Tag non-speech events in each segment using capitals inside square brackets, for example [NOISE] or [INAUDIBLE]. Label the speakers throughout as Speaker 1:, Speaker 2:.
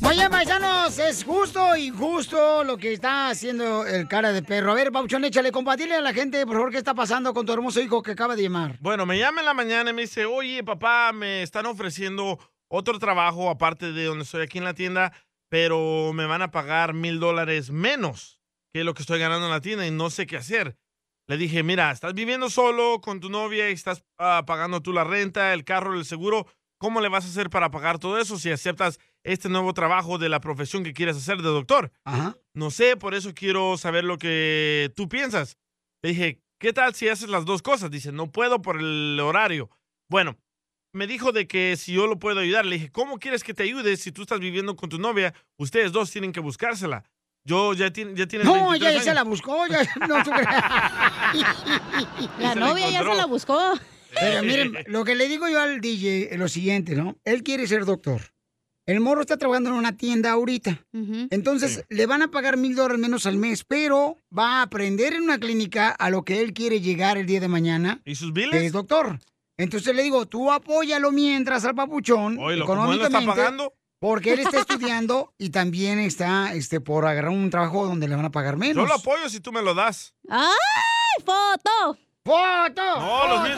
Speaker 1: Muy bien, paisanos, es justo o injusto lo que está haciendo el cara de perro. A ver, Pauchón, échale, compartirle a la gente, por favor, qué está pasando con tu hermoso hijo que acaba de llamar.
Speaker 2: Bueno, me llama en la mañana y me dice, oye, papá, me están ofreciendo otro trabajo aparte de donde estoy aquí en la tienda, pero me van a pagar mil dólares menos que lo que estoy ganando en la tienda y no sé qué hacer. Le dije, mira, estás viviendo solo con tu novia y estás ah, pagando tú la renta, el carro, el seguro. ¿Cómo le vas a hacer para pagar todo eso si aceptas este nuevo trabajo de la profesión que quieres hacer de doctor? No sé, por eso quiero saber lo que tú piensas. Le dije, ¿qué tal si haces las dos cosas? Dice, no puedo por el horario. Bueno, me dijo de que si yo lo puedo ayudar. Le dije, ¿cómo quieres que te ayude si tú estás viviendo con tu novia? Ustedes dos tienen que buscársela. Yo ya, tiene, ya tienes
Speaker 1: No,
Speaker 2: 23
Speaker 1: ella ya se
Speaker 2: años.
Speaker 1: la buscó, ya no se
Speaker 2: [LAUGHS] La se la novia ya se la
Speaker 1: buscó. Pero miren, lo que le digo yo al DJ es lo siguiente, ¿no? Él quiere ser doctor. El morro está trabajando en una tienda ahorita. Entonces, le van a pagar mil dólares menos al mes, pero va a aprender en una clínica a lo que él quiere llegar el día de mañana.
Speaker 2: ¿Y sus
Speaker 1: Que es
Speaker 2: biles?
Speaker 1: doctor. Entonces le digo, tú apóyalo mientras al papuchón.
Speaker 2: Oilo, como él lo está
Speaker 1: económicamente.
Speaker 2: pagando.
Speaker 1: Porque él
Speaker 2: [LAUGHS]
Speaker 1: está estudiando y también está este, por agarrar un trabajo donde le van a pagar
Speaker 2: Yo
Speaker 1: menos.
Speaker 2: lo apoyo si tú me lo das.
Speaker 3: ¡Ay, foto!
Speaker 1: ¡Foto!
Speaker 2: ¡No, los mil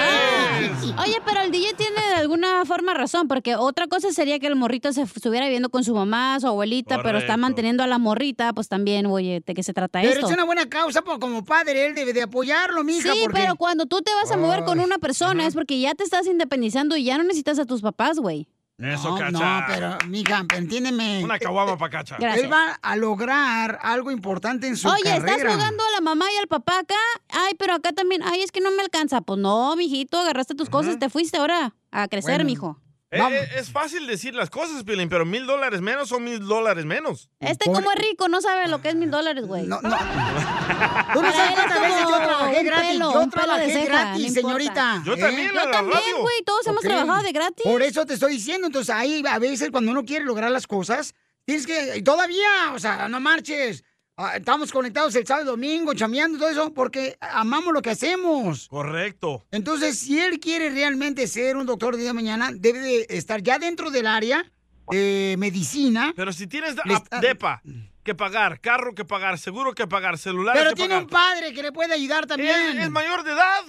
Speaker 2: dólares!
Speaker 3: Oye, pero el DJ tiene de alguna forma razón, porque otra cosa sería que el morrito se estuviera viviendo con su mamá, su abuelita, pero está
Speaker 1: Correcto.
Speaker 3: manteniendo a la morrita, pues también, oye, ¿de qué se trata
Speaker 1: Pero
Speaker 3: esto?
Speaker 1: es una buena causa, porque como padre él debe de apoyarlo, mija.
Speaker 3: Sí,
Speaker 1: porque...
Speaker 3: pero cuando tú te vas a mover con una persona es porque ya te estás independizando y ya no necesitas a tus papás, güey.
Speaker 2: Eso,
Speaker 1: no,
Speaker 2: Cacha.
Speaker 1: No, pero, mija, entiéndeme.
Speaker 2: Una caguama pa' Cacha.
Speaker 1: Él va a lograr algo importante en su
Speaker 3: Oye,
Speaker 1: carrera.
Speaker 3: estás jugando a la mamá y al papá acá. Ay, pero acá también. Ay, es que no me alcanza. Pues no, mijito, agarraste tus cosas, te fuiste ahora a crecer,
Speaker 2: Bueno.
Speaker 3: mijo.
Speaker 2: Eh, eh, es fácil decir las cosas, Pilín, pero mil dólares menos son mil dólares menos.
Speaker 3: Este como es rico, no sabe lo que es mil dólares, güey. [LAUGHS] No,
Speaker 1: no.
Speaker 2: Tú no sabes cuántas veces yo
Speaker 1: trabajé gratis, yo trabajé gratis, señorita, Yo ¿eh? también,
Speaker 3: Yo
Speaker 1: a la
Speaker 3: también,
Speaker 1: radio.
Speaker 3: güey. Todos hemos
Speaker 1: Ok.
Speaker 3: trabajado de gratis.
Speaker 1: Por eso te estoy diciendo, entonces ahí a veces cuando uno quiere lograr las cosas, tienes que, y todavía, o sea, no marches. Ah, Estamos conectados el sábado y domingo, chameando todo eso, porque amamos lo que hacemos.
Speaker 2: Correcto.
Speaker 1: Entonces, si él quiere realmente ser un doctor de día de mañana, debe de estar ya dentro del área de medicina.
Speaker 2: Pero si tienes da-
Speaker 1: Le está-
Speaker 2: depa que pagar, carro que pagar, seguro que pagar, celular
Speaker 1: Pero
Speaker 2: que
Speaker 1: tiene
Speaker 2: pagar.
Speaker 1: un padre que le puede ayudar también.
Speaker 2: ¿Es- es mayor de edad?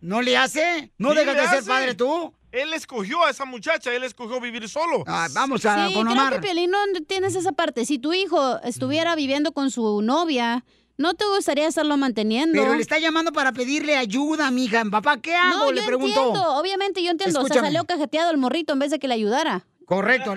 Speaker 1: ¿No le hace? ¿No
Speaker 2: Sí,
Speaker 1: dejas
Speaker 2: le
Speaker 1: de ser
Speaker 2: hace.
Speaker 1: padre tú? Ah,
Speaker 2: Él escogió a esa muchacha, él escogió vivir solo.
Speaker 1: vamos
Speaker 3: sí, creo que Piolín no tienes esa parte. Si tu hijo estuviera
Speaker 1: Mm.
Speaker 3: viviendo con su novia, no te gustaría estarlo manteniendo.
Speaker 1: Pero le está llamando para pedirle ayuda, mija. Papá, ¿qué hago?
Speaker 3: No,
Speaker 1: le
Speaker 3: yo
Speaker 1: preguntó.
Speaker 3: entiendo, obviamente yo entiendo. O
Speaker 1: Escúchame.
Speaker 3: sea, salió cajeteado el morrito en vez de que le ayudara.
Speaker 2: [LAUGHS]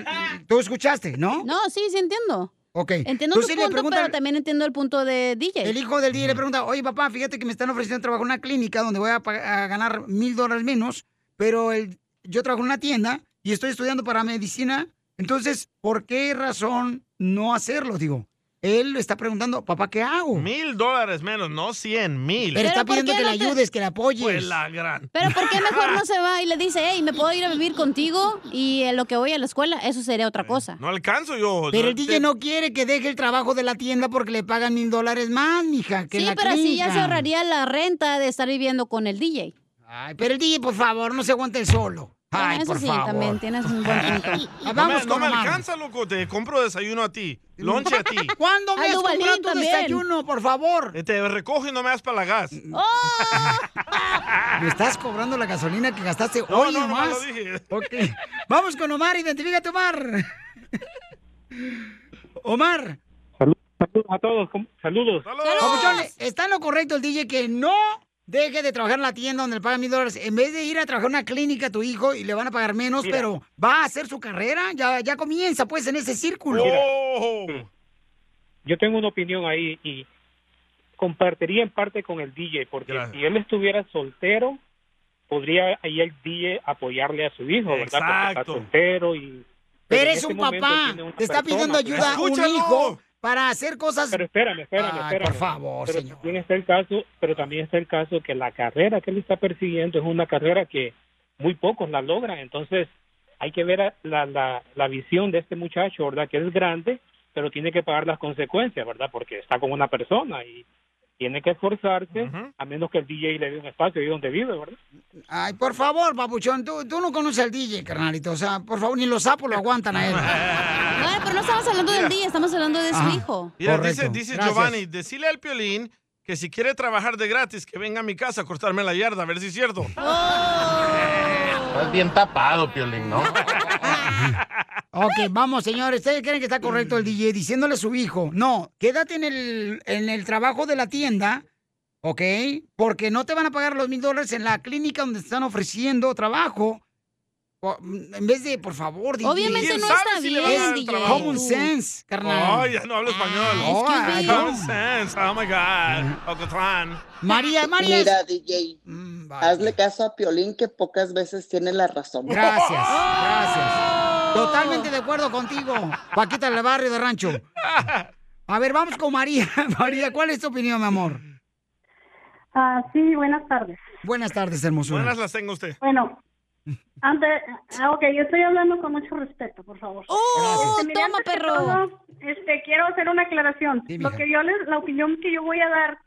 Speaker 1: Correcto. Tú escuchaste, ¿no?
Speaker 3: No, sí, sí entiendo.
Speaker 1: Ok.
Speaker 3: Entiendo
Speaker 1: Tú
Speaker 3: tu
Speaker 1: sí le
Speaker 3: punto,
Speaker 1: preguntas-
Speaker 3: pero también entiendo el punto de Mm. DJ.
Speaker 1: El hijo del día le pregunta, oye papá, fíjate que me están ofreciendo trabajo en una clínica donde voy a, pag- a ganar mil dólares menos, pero el- yo trabajo en una tienda y estoy estudiando para medicina, entonces, ¿por qué razón no hacerlo? Digo, él le está preguntando, papá, ¿qué hago?
Speaker 2: Mil dólares menos, no cien mil.
Speaker 1: Pero está pidiendo que le ayudes, que le apoyes.
Speaker 2: Pues la gran.
Speaker 3: Pero ¿por qué mejor
Speaker 1: [LAUGHS]
Speaker 3: no se va y le dice, hey, me puedo ir a vivir contigo y en lo que voy a la escuela? Eso sería otra cosa.
Speaker 2: No alcanzo
Speaker 1: Eh.
Speaker 2: yo.
Speaker 1: Pero el
Speaker 2: Te-
Speaker 1: DJ no quiere que deje el trabajo de la tienda porque le pagan mil dólares más, mija, que
Speaker 3: Sí,
Speaker 1: la
Speaker 3: pero así ya se
Speaker 1: clínica.
Speaker 3: ahorraría la renta de estar viviendo con el DJ.
Speaker 1: Ay, pero el DJ, por favor, no se aguante el solo.
Speaker 3: Bueno, eso sí, también tienes un buen
Speaker 1: [LAUGHS]
Speaker 2: [LAUGHS]
Speaker 3: punto.
Speaker 2: No
Speaker 3: Vamos
Speaker 2: me- no
Speaker 3: con
Speaker 2: me
Speaker 3: Omar.
Speaker 2: alcanza, loco. Te compro desayuno a ti. Lonche a ti.
Speaker 1: [LAUGHS]
Speaker 2: Eh,
Speaker 1: ¿Cuándo me
Speaker 3: Ay,
Speaker 1: has
Speaker 3: Duvalín
Speaker 1: comprado tu
Speaker 3: también.
Speaker 1: desayuno, por favor?
Speaker 2: Te recojo y no me das para la gas.
Speaker 1: Mm.
Speaker 2: No,
Speaker 1: Me estás cobrando la gasolina que gastaste
Speaker 2: Ah. no,
Speaker 1: hoy
Speaker 2: no,
Speaker 1: nomás.
Speaker 2: lo dije.
Speaker 1: Ok. Vamos con Omar, identifícate, Omar.
Speaker 2: [LAUGHS]
Speaker 1: Omar,
Speaker 4: Saludos a todos, com- saludos.
Speaker 1: papuchón, ¿está en lo correcto el DJ que no deje de trabajar en la tienda donde le pagan mil dólares? En vez de ir a trabajar en una clínica a tu hijo y le van a pagar menos,
Speaker 4: Mira.
Speaker 1: pero va a hacer su carrera, ya, ya comienza pues en ese círculo.
Speaker 2: Oh.
Speaker 4: Yo tengo una opinión ahí y compartiría en parte con el DJ, porque
Speaker 2: Gracias.
Speaker 4: si él estuviera soltero, podría ahí el DJ apoyarle a su hijo, ¿verdad? Porque
Speaker 2: Exacto.
Speaker 4: está soltero y...
Speaker 1: Pero
Speaker 4: en
Speaker 1: eres
Speaker 4: este
Speaker 1: un
Speaker 4: momento él
Speaker 1: papá,
Speaker 4: tiene una
Speaker 1: te está
Speaker 4: persona,
Speaker 1: pidiendo
Speaker 4: ¿verdad?
Speaker 1: ayuda a un
Speaker 2: ¡Escúchalo!
Speaker 1: hijo para hacer cosas.
Speaker 4: Pero espérame, espérame,
Speaker 1: Ay,
Speaker 4: espérame.
Speaker 1: por favor,
Speaker 4: pero
Speaker 1: señor.
Speaker 4: también está el caso, pero también está el caso que la carrera que él está persiguiendo es una carrera que muy pocos la logran, entonces hay que ver a- la, la, la visión de este muchacho, ¿verdad? Que es grande, pero tiene que pagar las consecuencias, ¿verdad? Porque está con una persona y tiene que esforzarse,
Speaker 2: Ujú.
Speaker 4: a menos que el DJ le dé un espacio ahí donde vive, ¿verdad?
Speaker 1: Ay, por favor, papuchón, tú, tú no conoces al DJ, carnalito. O sea, por favor, ni los sapos lo
Speaker 3: [LAUGHS]
Speaker 1: aguantan a él.
Speaker 3: No, pero no estamos hablando del
Speaker 2: Mira.
Speaker 3: día, estamos hablando de su
Speaker 1: Ajá.
Speaker 3: hijo.
Speaker 2: Mira,
Speaker 1: Correcto.
Speaker 2: dice, dice
Speaker 1: Gracias.
Speaker 2: Giovanni, decile al piolín que si quiere trabajar de gratis, que venga a mi casa a cortarme la yarda, a ver si es cierto.
Speaker 3: Oh.
Speaker 5: Estás bien tapado, Piolín, ¿no?
Speaker 1: Ok, vamos, señores. ¿Ustedes creen que está correcto el DJ diciéndole a su hijo? No, quédate en el, en el trabajo de la tienda, ¿ok? Porque no te van a pagar los mil dólares en la clínica donde te están ofreciendo trabajo. O, mm, en vez de, por favor, DJ.
Speaker 3: Obviamente
Speaker 2: ¿Quién
Speaker 3: no
Speaker 2: sabe
Speaker 3: está
Speaker 2: si le
Speaker 3: bien,
Speaker 2: van a dar
Speaker 3: DJ.
Speaker 2: trabajo?
Speaker 1: Common sense, carnal. Ah,
Speaker 2: Ay, ya no hablo español.
Speaker 3: es que
Speaker 1: Ay,
Speaker 3: sí.
Speaker 2: Common sense. Oh my God. Ocotlán.
Speaker 1: María, María. es-
Speaker 6: Mira, DJ,
Speaker 1: Mm, vale.
Speaker 6: hazle caso a Piolín que pocas veces tiene la razón.
Speaker 1: Gracias, gracias. Totalmente de acuerdo contigo, Paquita del barrio de rancho. A ver, vamos con María. [LAUGHS] María, ¿cuál es tu opinión, mi amor?
Speaker 7: Ah, sí, buenas tardes.
Speaker 1: Buenas tardes, hermosura.
Speaker 2: Buenas las tengo usted.
Speaker 1: [LAUGHS]
Speaker 7: Bueno, antes, ah, ok, yo estoy hablando con mucho respeto, por favor.
Speaker 3: ¡Oh,
Speaker 7: Este, mira,
Speaker 3: toma,
Speaker 7: antes que
Speaker 3: perro!
Speaker 7: todo, este, quiero hacer una aclaración.
Speaker 1: Sí,
Speaker 7: Lo
Speaker 1: mija.
Speaker 7: que yo les- la opinión que yo voy a dar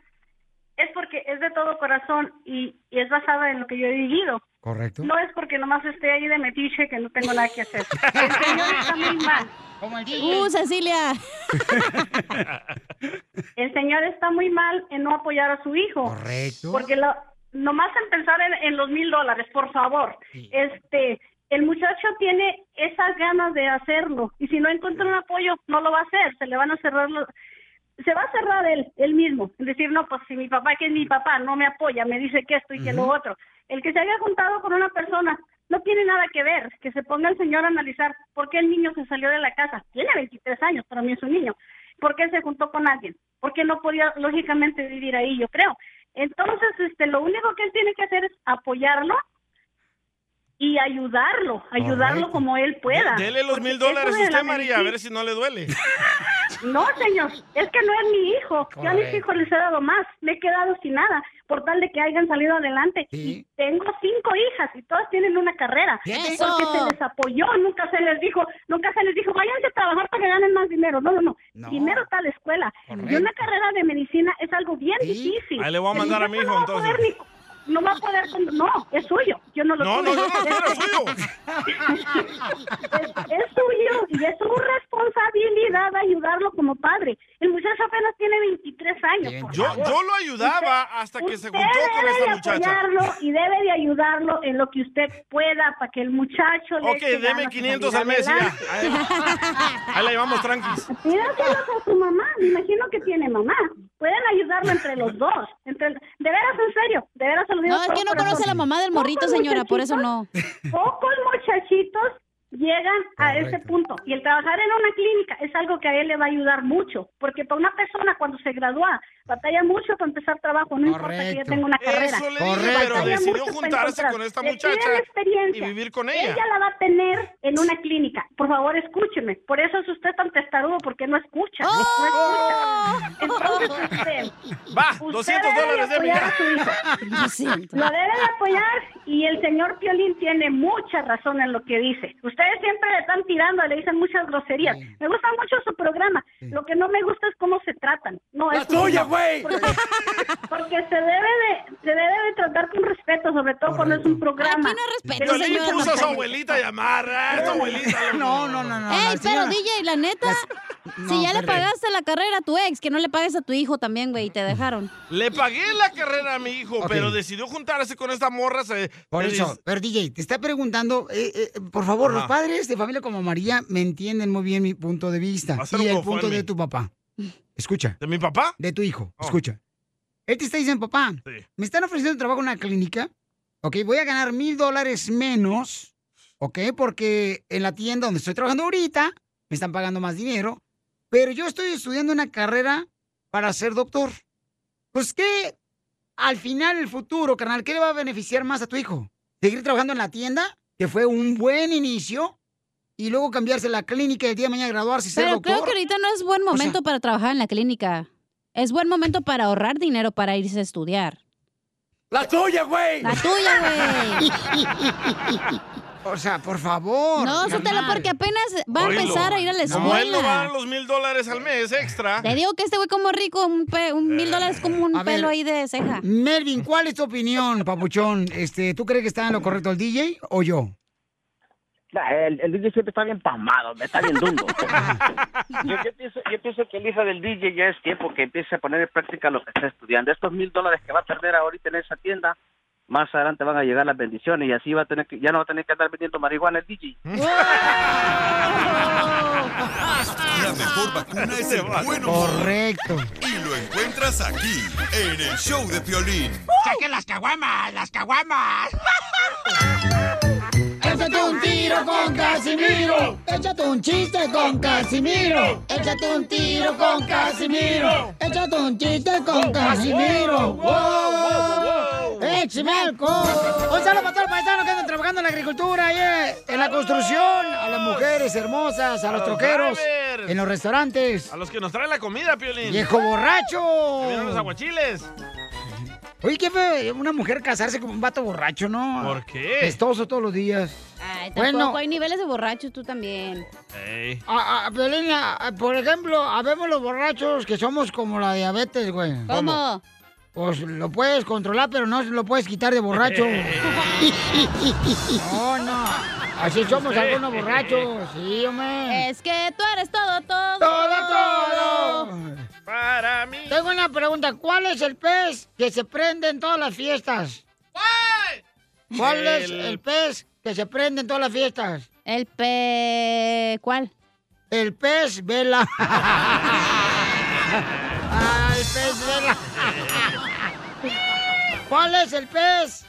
Speaker 7: es porque es de todo corazón y, y es basada en lo que yo he vivido.
Speaker 1: Correcto.
Speaker 7: No es porque nomás esté ahí de metiche que no tengo nada que hacer. El señor está muy mal.
Speaker 1: [LAUGHS] Como el
Speaker 3: ¡Uh, Cecilia!
Speaker 7: [LAUGHS] El señor está muy mal en no apoyar a su hijo.
Speaker 1: Correcto.
Speaker 7: Porque lo, nomás en pensar en, en los mil dólares, por favor. Este, el muchacho tiene esas ganas de hacerlo y si no encuentra un apoyo, no lo va a hacer. Se le van a cerrar los, se va a cerrar él, él mismo. Es decir, no, pues si mi papá, que es mi papá, no me apoya, me dice que esto y que lo otro. El que se haya juntado con una persona no tiene nada que ver. Que se ponga el señor a analizar por qué el niño se salió de la casa. Tiene 23 años, para mí es un niño. ¿Por qué se juntó con alguien? Porque no podía, lógicamente, vivir ahí, yo creo. Entonces, este, lo único que él tiene que hacer es apoyarlo y ayudarlo, ayudarlo
Speaker 1: Correcto.
Speaker 7: como él pueda.
Speaker 2: Dele los
Speaker 7: Porque
Speaker 2: mil
Speaker 7: eso
Speaker 2: dólares a
Speaker 7: de
Speaker 2: usted,
Speaker 7: la
Speaker 2: María, a
Speaker 7: medicina-
Speaker 2: ver si no le duele.
Speaker 7: no, señor, es que no es mi hijo. Yo a mis
Speaker 1: Correcto.
Speaker 7: hijos les he dado más. Me he quedado sin nada por tal de que hayan salido adelante. Y
Speaker 1: Sí.
Speaker 7: tengo cinco hijas y todas tienen una carrera.
Speaker 1: Fíjate.
Speaker 3: Eso.
Speaker 7: Porque se les apoyó, nunca se les dijo, nunca se les dijo, váyanse a trabajar para que ganen más dinero. No, no, no.
Speaker 1: No.
Speaker 7: Dinero está la escuela. Y
Speaker 1: Correcto.
Speaker 7: una carrera de medicina es algo bien
Speaker 1: Sí.
Speaker 7: difícil.
Speaker 2: Ahí le voy a
Speaker 7: El
Speaker 2: mandar a mi
Speaker 7: muchacho
Speaker 2: hijo,
Speaker 7: no va poder
Speaker 2: entonces.
Speaker 7: ni- No va a poder, con- no, es suyo, yo no lo
Speaker 2: No, no,
Speaker 7: tuve.
Speaker 2: yo no quiero
Speaker 7: Es-
Speaker 2: suyo.
Speaker 7: es, es suyo y es su responsabilidad ayudarlo como padre. El muchacho apenas tiene 23 años. por
Speaker 2: Yo,
Speaker 7: favor.
Speaker 2: yo lo ayudaba hasta que se juntó con
Speaker 7: debe
Speaker 2: esta
Speaker 7: de
Speaker 2: muchacha.
Speaker 7: apoyarlo y debe de ayudarlo en lo que usted pueda para que el muchacho le
Speaker 2: Ok,
Speaker 7: eche
Speaker 2: deme
Speaker 7: ganas
Speaker 2: 500
Speaker 7: para
Speaker 2: al
Speaker 7: salir
Speaker 2: mes. ya.
Speaker 7: adelante.
Speaker 2: Ahí, ahí la llevamos tranquis.
Speaker 7: Pídaselos a su mamá, me imagino que tiene mamá. Pueden ayudarlo entre los dos. Entre, de veras, en serio, de veras se lo digo
Speaker 3: No, es
Speaker 7: por
Speaker 3: que
Speaker 7: un
Speaker 3: no conoce
Speaker 7: corazón.
Speaker 3: a la mamá del morrito, señora, por eso no.
Speaker 7: pocos muchachitos llegan a ese punto. Y el trabajar en una clínica es algo que a él le va a ayudar mucho, porque para una persona cuando se gradúa batalla mucho para empezar trabajo, no importa que ya
Speaker 1: Correcto.
Speaker 7: tenga una carrera.
Speaker 2: Eso le dije,
Speaker 1: Correcto.
Speaker 2: pero
Speaker 7: Batalla
Speaker 2: decidió
Speaker 7: mucho para
Speaker 2: juntarse
Speaker 7: encontrar.
Speaker 2: con esta
Speaker 7: Le piden
Speaker 2: muchacha y
Speaker 7: experiencia.
Speaker 2: vivir con
Speaker 7: Ella
Speaker 2: ella.
Speaker 7: la va a tener en una clínica. Por favor, escúcheme. Por eso es usted tan testarudo, porque no escucha.
Speaker 1: Oh.
Speaker 7: No escucha.
Speaker 8: [LAUGHS]
Speaker 7: Entonces, usted,
Speaker 2: Va,
Speaker 7: usted
Speaker 2: 200
Speaker 7: debe de
Speaker 2: dólares de mi
Speaker 7: apoyar a su hijo.
Speaker 3: Lo siento.
Speaker 7: Lo debe de apoyar y el señor Piolín tiene mucha razón en lo que dice. Ustedes siempre le están tirando, le dicen muchas groserías. Me gusta mucho su programa. Lo que no me gusta es cómo se tratan. No, es
Speaker 1: tuya güey!
Speaker 7: Porque se debe de, se debe de tratar con respeto, sobre todo cuando es un programa. Aquí no
Speaker 2: Yo le puso a su abuelita a llamar, ¿eh? Su abuelita.
Speaker 1: No, no, no, no.
Speaker 3: Ey,
Speaker 1: la
Speaker 3: pero
Speaker 1: señora-
Speaker 3: DJ, la neta, si ya le
Speaker 1: pero-
Speaker 3: pagaste la carrera a tu ex, que no le pagues a tu hijo también, güey, y te dejaron.
Speaker 2: Le pagué la carrera a mi hijo,
Speaker 1: Ok.
Speaker 2: pero decidió juntarse con esta morra. se-
Speaker 1: Por
Speaker 2: se
Speaker 1: eso,
Speaker 2: dis-
Speaker 1: pero DJ, te está preguntando, eh, eh, por favor,
Speaker 2: Ajá.
Speaker 1: los padres de familia como María me entienden muy bien mi punto de vista
Speaker 2: Va a ser
Speaker 1: y
Speaker 2: un
Speaker 1: el punto
Speaker 2: GoFundMe.
Speaker 1: de tu papá. Escucha,
Speaker 2: ¿De mi papá?
Speaker 1: de tu hijo,
Speaker 2: Oh.
Speaker 1: escucha. Él te está diciendo, papá,
Speaker 2: Sí.
Speaker 1: me están ofreciendo trabajo en una clínica, ok, voy a ganar mil dólares menos, ok, porque en la tienda donde estoy trabajando ahorita me están pagando más dinero, pero yo estoy estudiando una carrera para ser doctor. Pues que al final, el futuro, carnal, ¿qué le va a beneficiar más a tu hijo? ¿Seguir trabajando en la tienda, que fue un buen inicio, y luego cambiarse a la clínica y el día de mañana graduarse y ser
Speaker 3: Pero
Speaker 1: doctor?
Speaker 3: creo que ahorita no es buen momento para trabajar en la clínica. Es buen momento para ahorrar dinero para irse a estudiar.
Speaker 1: ¡La tuya, güey!
Speaker 3: La tuya, güey.
Speaker 1: O sea, por
Speaker 2: [LAUGHS]
Speaker 1: favor.
Speaker 3: No, sútelo
Speaker 1: carnal.
Speaker 3: porque apenas va a
Speaker 2: Oílo.
Speaker 3: empezar a ir a la
Speaker 2: Como él no va a dar
Speaker 3: escuela.
Speaker 2: los mil dólares al mes extra,
Speaker 3: Le digo que este güey como rico, un, pe- un mil dólares como un
Speaker 1: a ver.
Speaker 3: pelo ahí de ceja.
Speaker 1: Melvin, ¿cuál es tu opinión, papuchón? Este, ¿Tú crees que está en lo correcto el DJ o yo?
Speaker 5: Nah, El, el DJ siempre está bien palmado, está bien dungo. [LAUGHS] yo, yo pienso, yo pienso que el hijo del DJ ya es tiempo que empiece a poner en práctica lo que está estudiando. Estos mil dólares que va a perder ahorita en esa tienda, más adelante van a llegar las bendiciones y así va a tener que, ya no va a tener que andar vendiendo marihuana el DJ.
Speaker 9: La mejor vacuna es el buen humor.
Speaker 1: Correcto.
Speaker 9: Y lo encuentras aquí, en el show de Piolín.
Speaker 1: ¡Saquen las caguamas! ¡Las caguamas! Échate un tiro con [LAUGHS] Casimiro. Échate un chiste con Casimiro. Échate un tiro con Casimiro. Échate un chiste
Speaker 2: Oh,
Speaker 1: con Casimiro. ¡Wow! ¡Échame alcohol! Un saludo para todos los paisanos que andan trabajando en la agricultura y eh, en la construcción. A las mujeres hermosas, a los
Speaker 2: los
Speaker 1: troqueros,
Speaker 2: drivers.
Speaker 1: en los restaurantes.
Speaker 2: a los que nos traen la comida, Piolín.
Speaker 1: ¡Viejo borracho!
Speaker 2: Que vienen los aguachiles.
Speaker 1: Oye, qué feo, una mujer casarse con un vato borracho, ¿no?
Speaker 2: ¿Por qué?
Speaker 1: Pestoso todos los días.
Speaker 3: Ay, tampoco
Speaker 1: Bueno.
Speaker 3: hay niveles de borrachos tú también.
Speaker 2: Ey.
Speaker 1: A, a- Piolín, a- a- eh, por ejemplo, habemos los borrachos que somos como la diabetes, güey.
Speaker 3: ¿Cómo?
Speaker 1: Pues lo puedes controlar, pero no lo puedes quitar de borracho. [LAUGHS] no, no. Así somos algunos borrachos. Sí, hombre.
Speaker 3: Es que tú eres todo, todo.
Speaker 1: Todo, todo.
Speaker 2: Para mí.
Speaker 1: Tengo una pregunta. ¿Cuál es el pez que se prende en todas las fiestas? ¿Cuál es
Speaker 2: El-
Speaker 1: el pez que se prende en todas las fiestas?
Speaker 3: El pe... ¿Cuál?
Speaker 1: El pez
Speaker 2: [LAUGHS]
Speaker 1: vela. Ah, el pez vela. ¿Cuál es el pez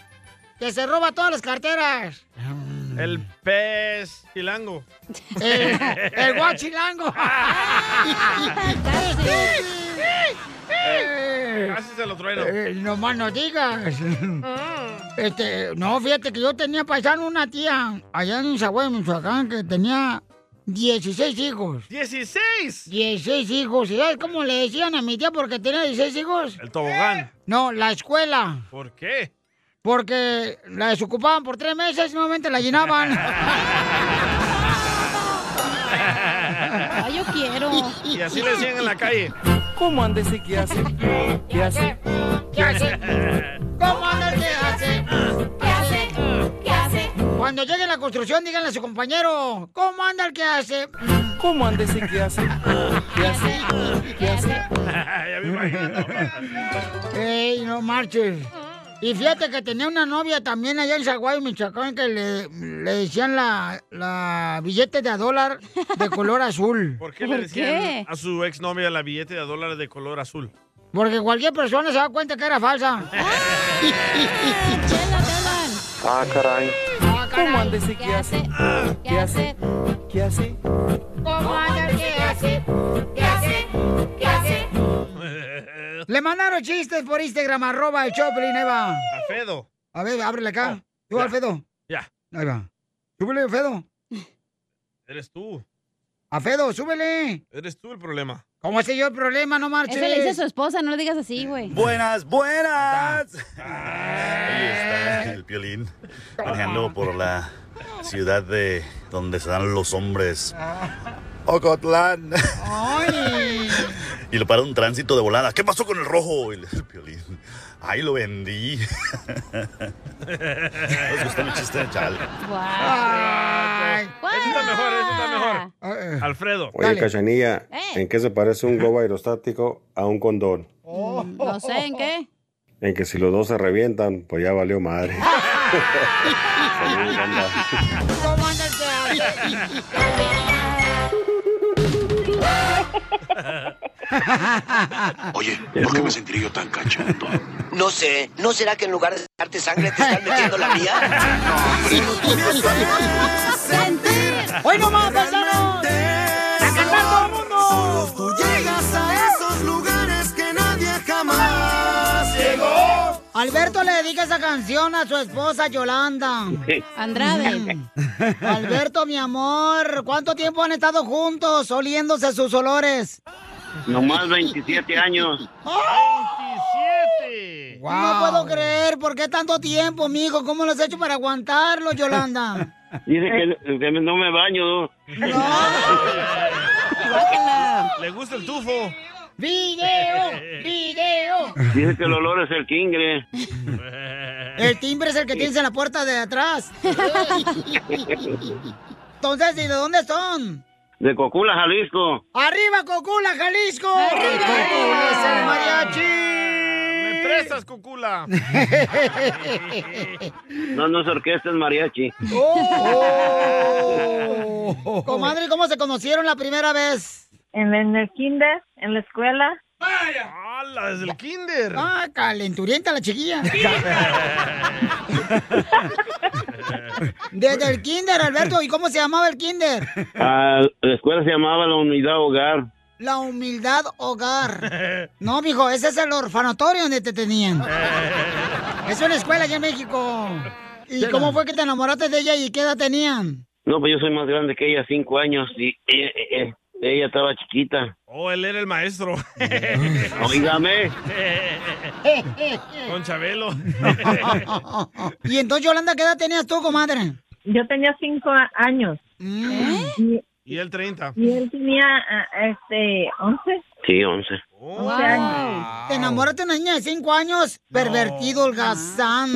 Speaker 1: que se roba todas las carteras?
Speaker 2: El pez chilango.
Speaker 1: [LAUGHS] El, el guachilango. Eh,
Speaker 2: Casi se lo trueno.
Speaker 1: eh, nomás no digas.
Speaker 2: Mm.
Speaker 1: Este, no, fíjate que yo tenía paisano una tía allá en Zahuel, Michoacán, que tenía 16 hijos.
Speaker 2: ¡16!
Speaker 1: 16 hijos. ¿Y sabes cómo le decían a mi tía porque tenía 16 hijos?
Speaker 2: El tobogán.
Speaker 1: No, la escuela.
Speaker 2: ¿Por qué?
Speaker 1: Porque la desocupaban por tres meses y nuevamente la llenaban.
Speaker 3: [LAUGHS] Ay, yo quiero.
Speaker 2: [LAUGHS] Y así le decían en la calle.
Speaker 5: ¿Cómo anda ese que hace? ¿Qué hace?
Speaker 1: ¿Qué hace?
Speaker 2: [LAUGHS]
Speaker 1: ¿Cómo anda el que hace?
Speaker 3: ¿Qué hace? ¿Qué hace?
Speaker 1: Cuando llegue la construcción, díganle a su compañero, ¿cómo anda el que hace?
Speaker 5: ¿Cómo anda ese que hace? ¿Qué hace?
Speaker 3: ¿Qué hace?
Speaker 2: [LAUGHS] ya me imagino. pues.
Speaker 1: ¡Ey, no marches! Y fíjate que tenía una novia también allá en Zaguay, Michoacán, que le, le decían la, la billete de a dólar de
Speaker 5: [LAUGHS]
Speaker 1: color azul.
Speaker 2: ¿Por qué le
Speaker 3: ¿Por
Speaker 2: decían
Speaker 3: qué?
Speaker 2: a su exnovia la billete de a dólares de color azul?
Speaker 1: Porque cualquier persona se da cuenta que era falsa.
Speaker 3: Ah, Chela, te hablan.
Speaker 5: Ah, caray.
Speaker 1: Ah,
Speaker 5: ¿Cómo
Speaker 1: caray.
Speaker 5: anda ese que hace? ¿Qué hace? ¿Qué hace?
Speaker 1: ¿Cómo anda el que hace? Le mandaron chistes por Instagram, arroba el Choplin, ahí va.
Speaker 2: A Fedo.
Speaker 1: A ver, ábrele acá. Tú,
Speaker 2: ya.
Speaker 1: Alfredo.
Speaker 2: Ya.
Speaker 1: Ahí va. Súbele, Fedo.
Speaker 2: Eres tú.
Speaker 1: A Fedo, súbele.
Speaker 2: Eres tú el problema.
Speaker 1: ¿Cómo sé yo el problema? No marches.
Speaker 3: Eso le dice a su esposa, no le digas así, güey.
Speaker 9: Buenas, buenas. Ahí está el Piolín manejando por la ciudad de donde se dan los hombres. Ocotlán.
Speaker 1: Ay.
Speaker 9: y lo para un tránsito de volada. ¿Qué pasó con el rojo? Y le dice el Piolín, ay, lo vendí. [LAUGHS] ¿Les gustó mi chiste? Chale.
Speaker 2: Ay, Ese está mejor, ese está mejor. Alfredo.
Speaker 10: Oye, Cachanilla, ¿en qué se parece un globo aerostático a un condón?
Speaker 3: Mm, No sé en qué.
Speaker 10: En que si los dos se revientan, pues ya valió madre.
Speaker 1: ¿Cómo andas de-
Speaker 11: [LAUGHS]
Speaker 12: Oye, ¿por qué me sentiré yo tan cachondo?
Speaker 11: No sé, ¿no será que en lugar de darte sangre te están metiendo la mía?
Speaker 8: [LAUGHS]
Speaker 1: ¡Hoy no más, paisanos! ¡A cantar todo el mundo!
Speaker 8: Tú llegas a esos lugares que nadie jamás llegó.
Speaker 1: Alberto le dedica esa canción a su esposa Yolanda.
Speaker 3: Andrade.
Speaker 1: [LAUGHS] Alberto, mi amor, ¿cuánto tiempo han estado juntos oliéndose sus olores?
Speaker 13: Nomás 27 años.
Speaker 1: ¡27! No puedo creer, ¿por qué tanto tiempo, mijo? ¿Cómo lo has hecho para aguantarlo,
Speaker 2: [LAUGHS]
Speaker 1: Yolanda?
Speaker 13: Dice que, que no me baño.
Speaker 2: Le gusta el tufo.
Speaker 1: ¡Video!
Speaker 2: [LAUGHS]
Speaker 1: ¡Video!
Speaker 13: Dice que el olor es el kingre.
Speaker 1: El timbre es el que tienes en la puerta de
Speaker 2: [LAUGHS]
Speaker 1: atrás. Entonces, ¿y de dónde son?
Speaker 13: De Cocula, Jalisco.
Speaker 1: ¡Arriba, Cocula, Jalisco! ¡Arriba!
Speaker 2: ¡Arriba!
Speaker 1: ¡Es el mariachi!
Speaker 2: Me prestas,
Speaker 1: [LAUGHS]
Speaker 2: Cucula. [LAUGHS]
Speaker 13: No, no es orquesta, es mariachi. [LAUGHS]
Speaker 1: ¡Oh! Comadre, ¿cómo se conocieron la primera vez?
Speaker 14: En, en el kinder, en la escuela.
Speaker 2: ¡Vaya! ¡Hala, desde el kinder!
Speaker 1: ¡Ah, calenturienta la
Speaker 2: [LAUGHS]
Speaker 1: chiquilla! Desde el kinder, Alberto. ¿Y cómo se llamaba el kinder?
Speaker 13: Ah, la escuela se llamaba la Unidad Hogar.
Speaker 1: La humildad
Speaker 2: [LAUGHS]
Speaker 1: hogar. No, mijo, ese es el orfanatorio donde te tenían. Es una escuela allá en México. ¿Y cómo fue que te enamoraste de ella y qué edad
Speaker 2: [LAUGHS]
Speaker 1: tenían? [LAUGHS]
Speaker 13: No, pues yo soy más grande que ella, cinco años, y ella, eh, ella estaba chiquita.
Speaker 2: Oh, él era
Speaker 1: [LAUGHS]
Speaker 2: el maestro. [LAUGHS]
Speaker 13: Oígame.
Speaker 3: [LAUGHS]
Speaker 2: Con Chabelo. [LAUGHS]
Speaker 1: y entonces, Yolanda, ¿qué edad tenías tú, comadre? Mm.
Speaker 14: Yo tenía cinco a- años. Y,
Speaker 2: y el 30.
Speaker 14: y él tenía, ah, este, once.
Speaker 13: Sí, once.
Speaker 1: Te enamoraste de una niña de 5 años,
Speaker 14: [LAUGHS]
Speaker 1: pervertido, holgazán.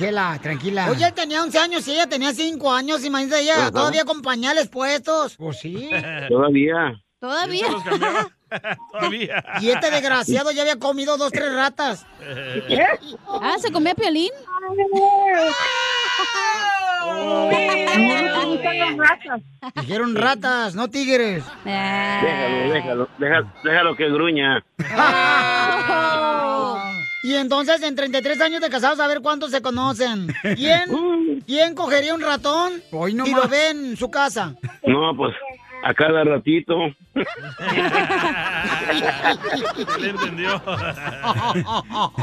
Speaker 1: Chela, tranquila. Oye, él tenía 11 años y ella tenía 5 años, imagínate ella,
Speaker 13: Ajá.
Speaker 1: todavía con pañales puestos. Pues sí.
Speaker 13: Todavía.
Speaker 1: Todavía.
Speaker 2: Todavía.
Speaker 1: [LAUGHS] Y este desgraciado ya había comido dos, tres ratas.
Speaker 8: Eh.
Speaker 3: Ah, ¿se comía piolín?
Speaker 1: Dijeron ratas, no tigres.
Speaker 3: Eh.
Speaker 13: Déjalo, déjalo, déjalo, déjalo que gruña.
Speaker 1: Y entonces, en 33 años de casados, a ver cuántos se conocen.
Speaker 2: [LAUGHS]
Speaker 1: ¿Quién, ¿quién cogería un ratón y lo ve en su
Speaker 2: [LAUGHS]
Speaker 1: casa?
Speaker 13: No, pues a cada ratito.
Speaker 2: Le entendió.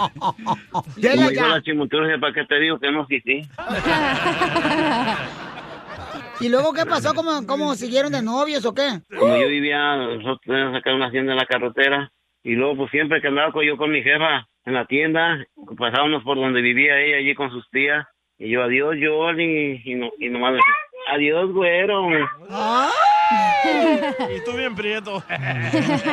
Speaker 13: Como yo la chimotrufia, ¿para qué te digo que no? Sí, sí.
Speaker 1: ¿Y luego qué pasó? ¿Cómo, cómo siguieron de novios o qué?
Speaker 13: Como yo vivía, nosotros teníamos acá una hacienda en la carretera. Y luego, pues siempre que andaba con- yo con mi jefa en la tienda, pasábamos por donde vivía ella, allí con sus tías. Y yo, adiós, Yoli. Y, no, y nomás me decía, adiós, güero.
Speaker 2: Y tú bien prieto.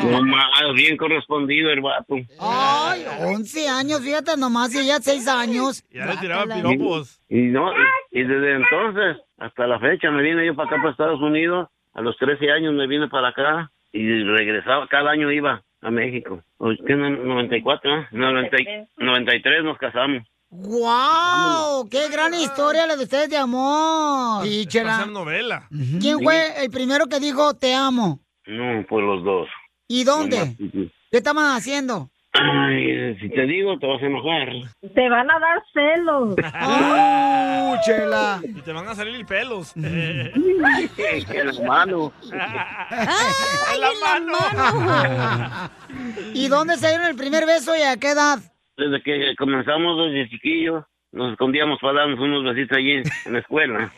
Speaker 13: Nomás, bien correspondido el vato.
Speaker 1: Ay, 11 años, fíjate nomás, y ya 6 años.
Speaker 2: Ya le tiraba
Speaker 1: Guácala.
Speaker 2: piropos.
Speaker 13: Y, y no, y, y desde entonces hasta la fecha me vine yo para acá, para Estados Unidos. A los 13 años me vine para acá y regresaba, cada año iba a México. O- ¿Qué, no- 94, ¿eh? 90 y- 93 nos casamos.
Speaker 1: ¡Wow! ¡Qué gran historia la de ustedes de amor! [LAUGHS] Y
Speaker 2: Esa
Speaker 1: Chela,
Speaker 2: novela.
Speaker 1: ¿quién fue el primero que dijo te amo?
Speaker 13: No, pues los dos.
Speaker 1: ¿Y dónde? ¿Qué estaban haciendo?
Speaker 13: Ay, si te digo, te vas a enojar.
Speaker 14: Te van a dar
Speaker 1: [LAUGHS]
Speaker 14: celos.
Speaker 1: ¡Uh, Chela!
Speaker 2: Y te van a salir pelos. [LAUGHS]
Speaker 13: El mano.
Speaker 1: ¡Ay, la mano! [LAUGHS] ¿Y dónde se dieron el primer beso y a qué edad?
Speaker 13: Desde que comenzamos desde chiquillos, nos escondíamos para darnos unos besitos allí en la escuela.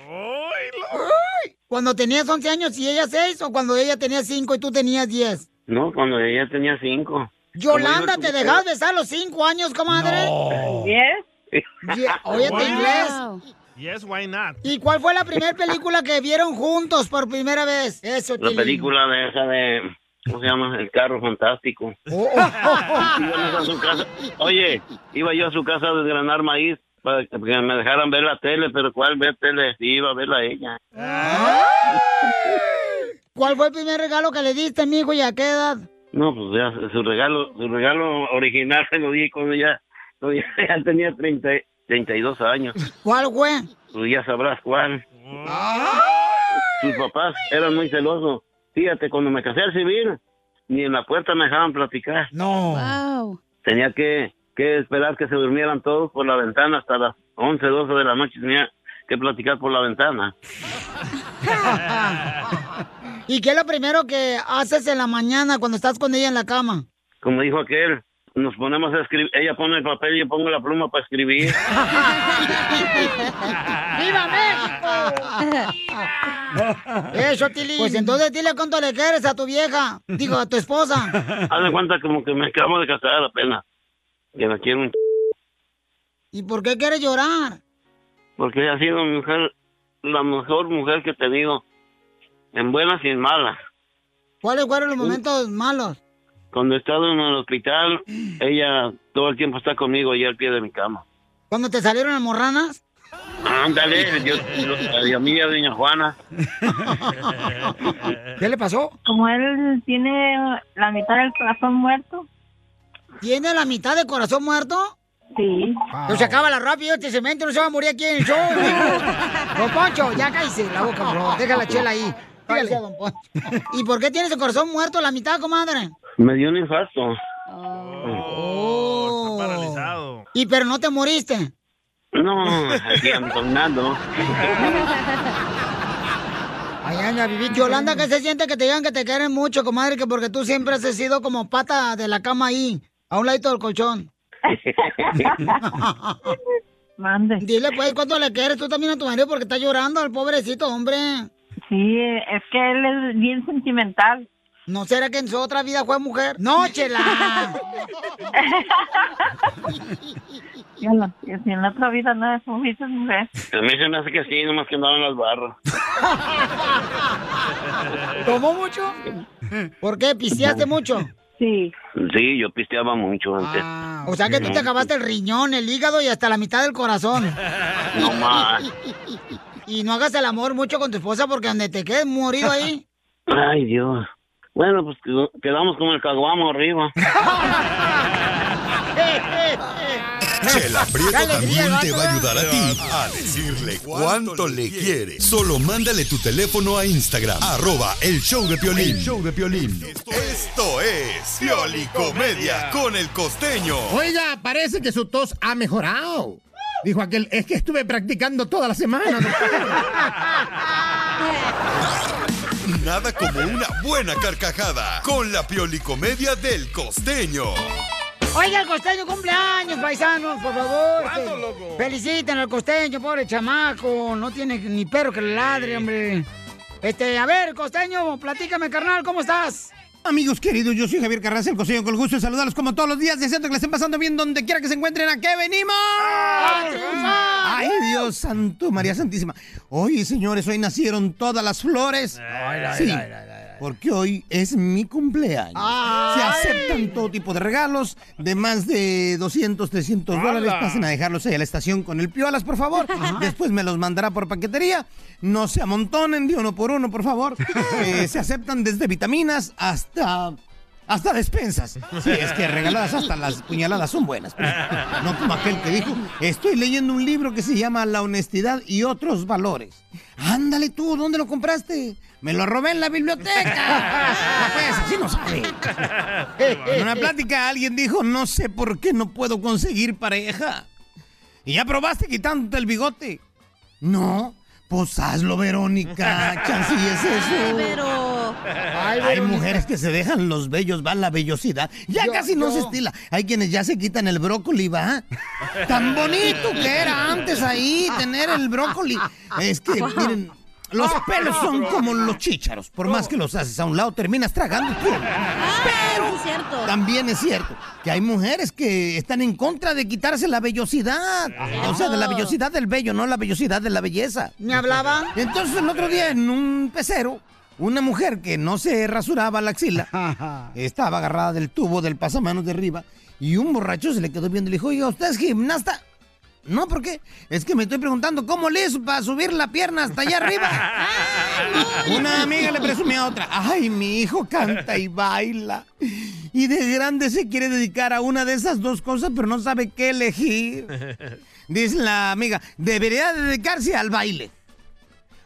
Speaker 1: ¿Cuando tenías 11 años y ella 6 o cuando ella tenía 5 y tú tenías 10?
Speaker 13: No, cuando ella tenía cinco.
Speaker 1: Yolanda,
Speaker 13: Como yo
Speaker 1: ¿te Oh.
Speaker 13: tuve-
Speaker 1: dejabas besar a los 5 años, comadre?
Speaker 14: ¿Diez?
Speaker 1: Yeah, Oye, tu
Speaker 2: Wow.
Speaker 1: inglés.
Speaker 2: Yes, why not?
Speaker 1: ¿Y cuál fue la primera película que vieron juntos por primera vez? Eso,
Speaker 13: [LAUGHS] La
Speaker 1: Tilín.
Speaker 13: película de esa de ¿Cómo se llama? El carro fantástico.
Speaker 1: Oh.
Speaker 13: Íbamos a su casa. Oye, iba yo a su casa a desgranar maíz para que me dejaran ver la tele, pero ¿cuál ver tele? Sí, iba a verla ella.
Speaker 1: ¿Cuál fue el primer regalo que le diste, mijo, y a qué edad?
Speaker 13: No, pues ya, su regalo, su regalo original [LAUGHS] se lo di cuando ya, cuando ya, ya tenía 30, 32 años.
Speaker 1: ¿Cuál fue?
Speaker 13: Pues ya sabrás cuál. Sus papás eran muy celosos. Fíjate, cuando me casé al civil, ni en la puerta me dejaban platicar.
Speaker 1: No.
Speaker 13: Tenía que, que esperar que se durmieran todos por la ventana hasta las 11, 12 de la noche. Tenía que platicar por la ventana.
Speaker 1: ¿Y qué es lo primero que haces en la mañana cuando estás con ella en la cama?
Speaker 13: Como dijo aquel, nos ponemos a escribir. Ella pone el papel y yo pongo la pluma para escribir.
Speaker 1: ¡Viva México! Eso, Tilín. Pues entonces dile cuánto le quieres a tu vieja. Digo, a tu esposa.
Speaker 13: Haz de cuenta como que me acabo de casar apenas. Que la quiero un ch...
Speaker 1: ¿Y por qué quieres llorar?
Speaker 13: Porque ella ha sido mi mujer, la mejor mujer que he tenido. En buenas y en malas.
Speaker 1: ¿Cuáles fueron los momentos malos?
Speaker 13: Cuando he estado en el hospital, ella todo el tiempo está conmigo y al pie de mi cama.
Speaker 1: ¿Cuando te salieron las morranas?
Speaker 13: Ándale, Dios, Dios mía, doña Juana.
Speaker 1: ¿Qué le pasó?
Speaker 15: Como él tiene la mitad del corazón muerto.
Speaker 1: ¿Tiene la mitad del corazón muerto?
Speaker 15: Sí.
Speaker 1: No se acaba la rápido este cemento, no se va a morir aquí en el
Speaker 15: [LAUGHS]
Speaker 1: show. mijo. don Poncho, ya cállese la boca, por favor. Deja la chela ahí. Dígale, don Poncho. [LAUGHS] ¿Y por qué tienes el corazón muerto la mitad, comadre?
Speaker 13: Me dio un infarto.
Speaker 1: Oh, paralizado. ¿Y pero no te moriste?
Speaker 13: No, aquí andando.
Speaker 1: Ay, anda, viví. Yolanda, ¿qué se siente que te digan que te quieren mucho, comadre? Que porque tú siempre has sido como pata de la cama ahí, a un ladito del colchón. Mande. Dile, pues, cuánto le quieres tú también a tu marido porque está llorando al pobrecito, hombre.
Speaker 15: Sí, es que él es bien sentimental.
Speaker 1: ¿No será que en su otra vida fue mujer? ¡No,
Speaker 15: [LAUGHS]
Speaker 1: chela!
Speaker 15: Si en la- si en la otra vida no es fuiste mujer.
Speaker 13: A mí se me hace que sí, nomás que andaba en las barras.
Speaker 1: ¿Tomó mucho? ¿Por qué? ¿Pisteaste mucho?
Speaker 15: Sí.
Speaker 13: Sí, yo pisteaba mucho antes.
Speaker 1: Ah, O sea que tú te acabaste el riñón, el hígado y hasta la mitad del corazón.
Speaker 13: No más.
Speaker 1: Y no hagas el amor mucho con tu esposa porque donde te quedes morido ahí.
Speaker 13: Ay, Dios. Bueno, pues quedó- quedamos con el caguamo
Speaker 1: [LAUGHS]
Speaker 13: arriba.
Speaker 16: Chela Prieto
Speaker 1: Qué alegría,
Speaker 16: también te
Speaker 1: vato,
Speaker 16: va a
Speaker 1: ¿eh?
Speaker 16: ayudar a ti a decirle cuánto le quiere. Solo mándale tu teléfono a Instagram, arroba el show de Piolín.
Speaker 17: El
Speaker 16: show de Esto es Piolicomedia con el costeño.
Speaker 17: Oiga, parece que su tos ha mejorado. Dijo aquel, es que estuve practicando toda la semana.
Speaker 16: Nada como una buena carcajada con la Piolicomedia del costeño.
Speaker 1: Oiga, el costeño cumpleaños, paisanos, por favor.
Speaker 8: ¿Cuándo,
Speaker 1: Fe-
Speaker 8: loco?
Speaker 1: Feliciten al costeño, pobre chamaco. No tiene ni perro que le ladre, hombre. Este, a ver, costeño, platícame, carnal, ¿cómo estás?
Speaker 17: Amigos queridos, yo soy Javier Carranza, el costeño, con el gusto de saludarlos como todos los días, deseando que les estén pasando bien donde quiera que se encuentren. ¿A qué venimos? ¡Ay, Dios santo, María Santísima! Hoy, señores, hoy nacieron todas las flores.
Speaker 8: ay,
Speaker 17: Sí,
Speaker 8: ay, ay,
Speaker 17: porque hoy es mi cumpleaños.
Speaker 8: Ay.
Speaker 17: Se aceptan todo tipo de regalos de más de 200, 300 dólares.
Speaker 8: ¡Hala!
Speaker 17: Pasen a dejarlos ahí a la estación con el Piolas, por
Speaker 8: [LAUGHS]
Speaker 17: favor. Después me los mandará por paquetería. No se amontonen de uno por uno, por
Speaker 8: [LAUGHS]
Speaker 17: favor. Eh, se aceptan desde vitaminas hasta... Hasta
Speaker 8: [LAUGHS]
Speaker 17: despensas. Sí, es que regaladas hasta las puñaladas son buenas. pues. No como aquel que dijo, estoy leyendo un libro que se llama La honestidad y otros valores. Ándale tú, ¿dónde lo compraste? Me lo robé en la biblioteca. Pues así no sabe. En una plática alguien dijo, no sé por qué no puedo conseguir pareja. ¿Y ya probaste quitándote el bigote? No, pues hazlo, Verónica. Chansi es eso.
Speaker 8: pero...
Speaker 17: Hay mujeres que se dejan los vellos, va la vellosidad. Ya
Speaker 8: Yo-
Speaker 17: casi no
Speaker 8: yo-
Speaker 17: se estila. Hay quienes ya se quitan el brócoli,
Speaker 8: [LAUGHS]
Speaker 17: va. Tan bonito que era antes ahí tener el brócoli. Es que, miren, los
Speaker 8: Ah,
Speaker 17: pelos son como los chícharos. Por más que los haces a un lado, terminas tragando. Pero también es cierto que hay mujeres que están en contra de quitarse la vellosidad. O sea, de la vellosidad del vello, no la vellosidad de la belleza.
Speaker 1: ¿Me hablaban?
Speaker 17: Entonces el otro día en un pecero Una mujer que no se rasuraba la axila estaba agarrada del tubo del pasamanos de arriba y un borracho se le quedó viendo y le dijo, oiga, ¿usted es gimnasta? No, ¿por qué? Es que me estoy preguntando cómo le hizo para subir la pierna hasta allá arriba. Una amiga le presumía a otra, ay, mi hijo canta y baila. Y de grande se quiere dedicar a una de esas dos cosas, pero no sabe qué elegir. Dice la amiga, debería dedicarse al baile.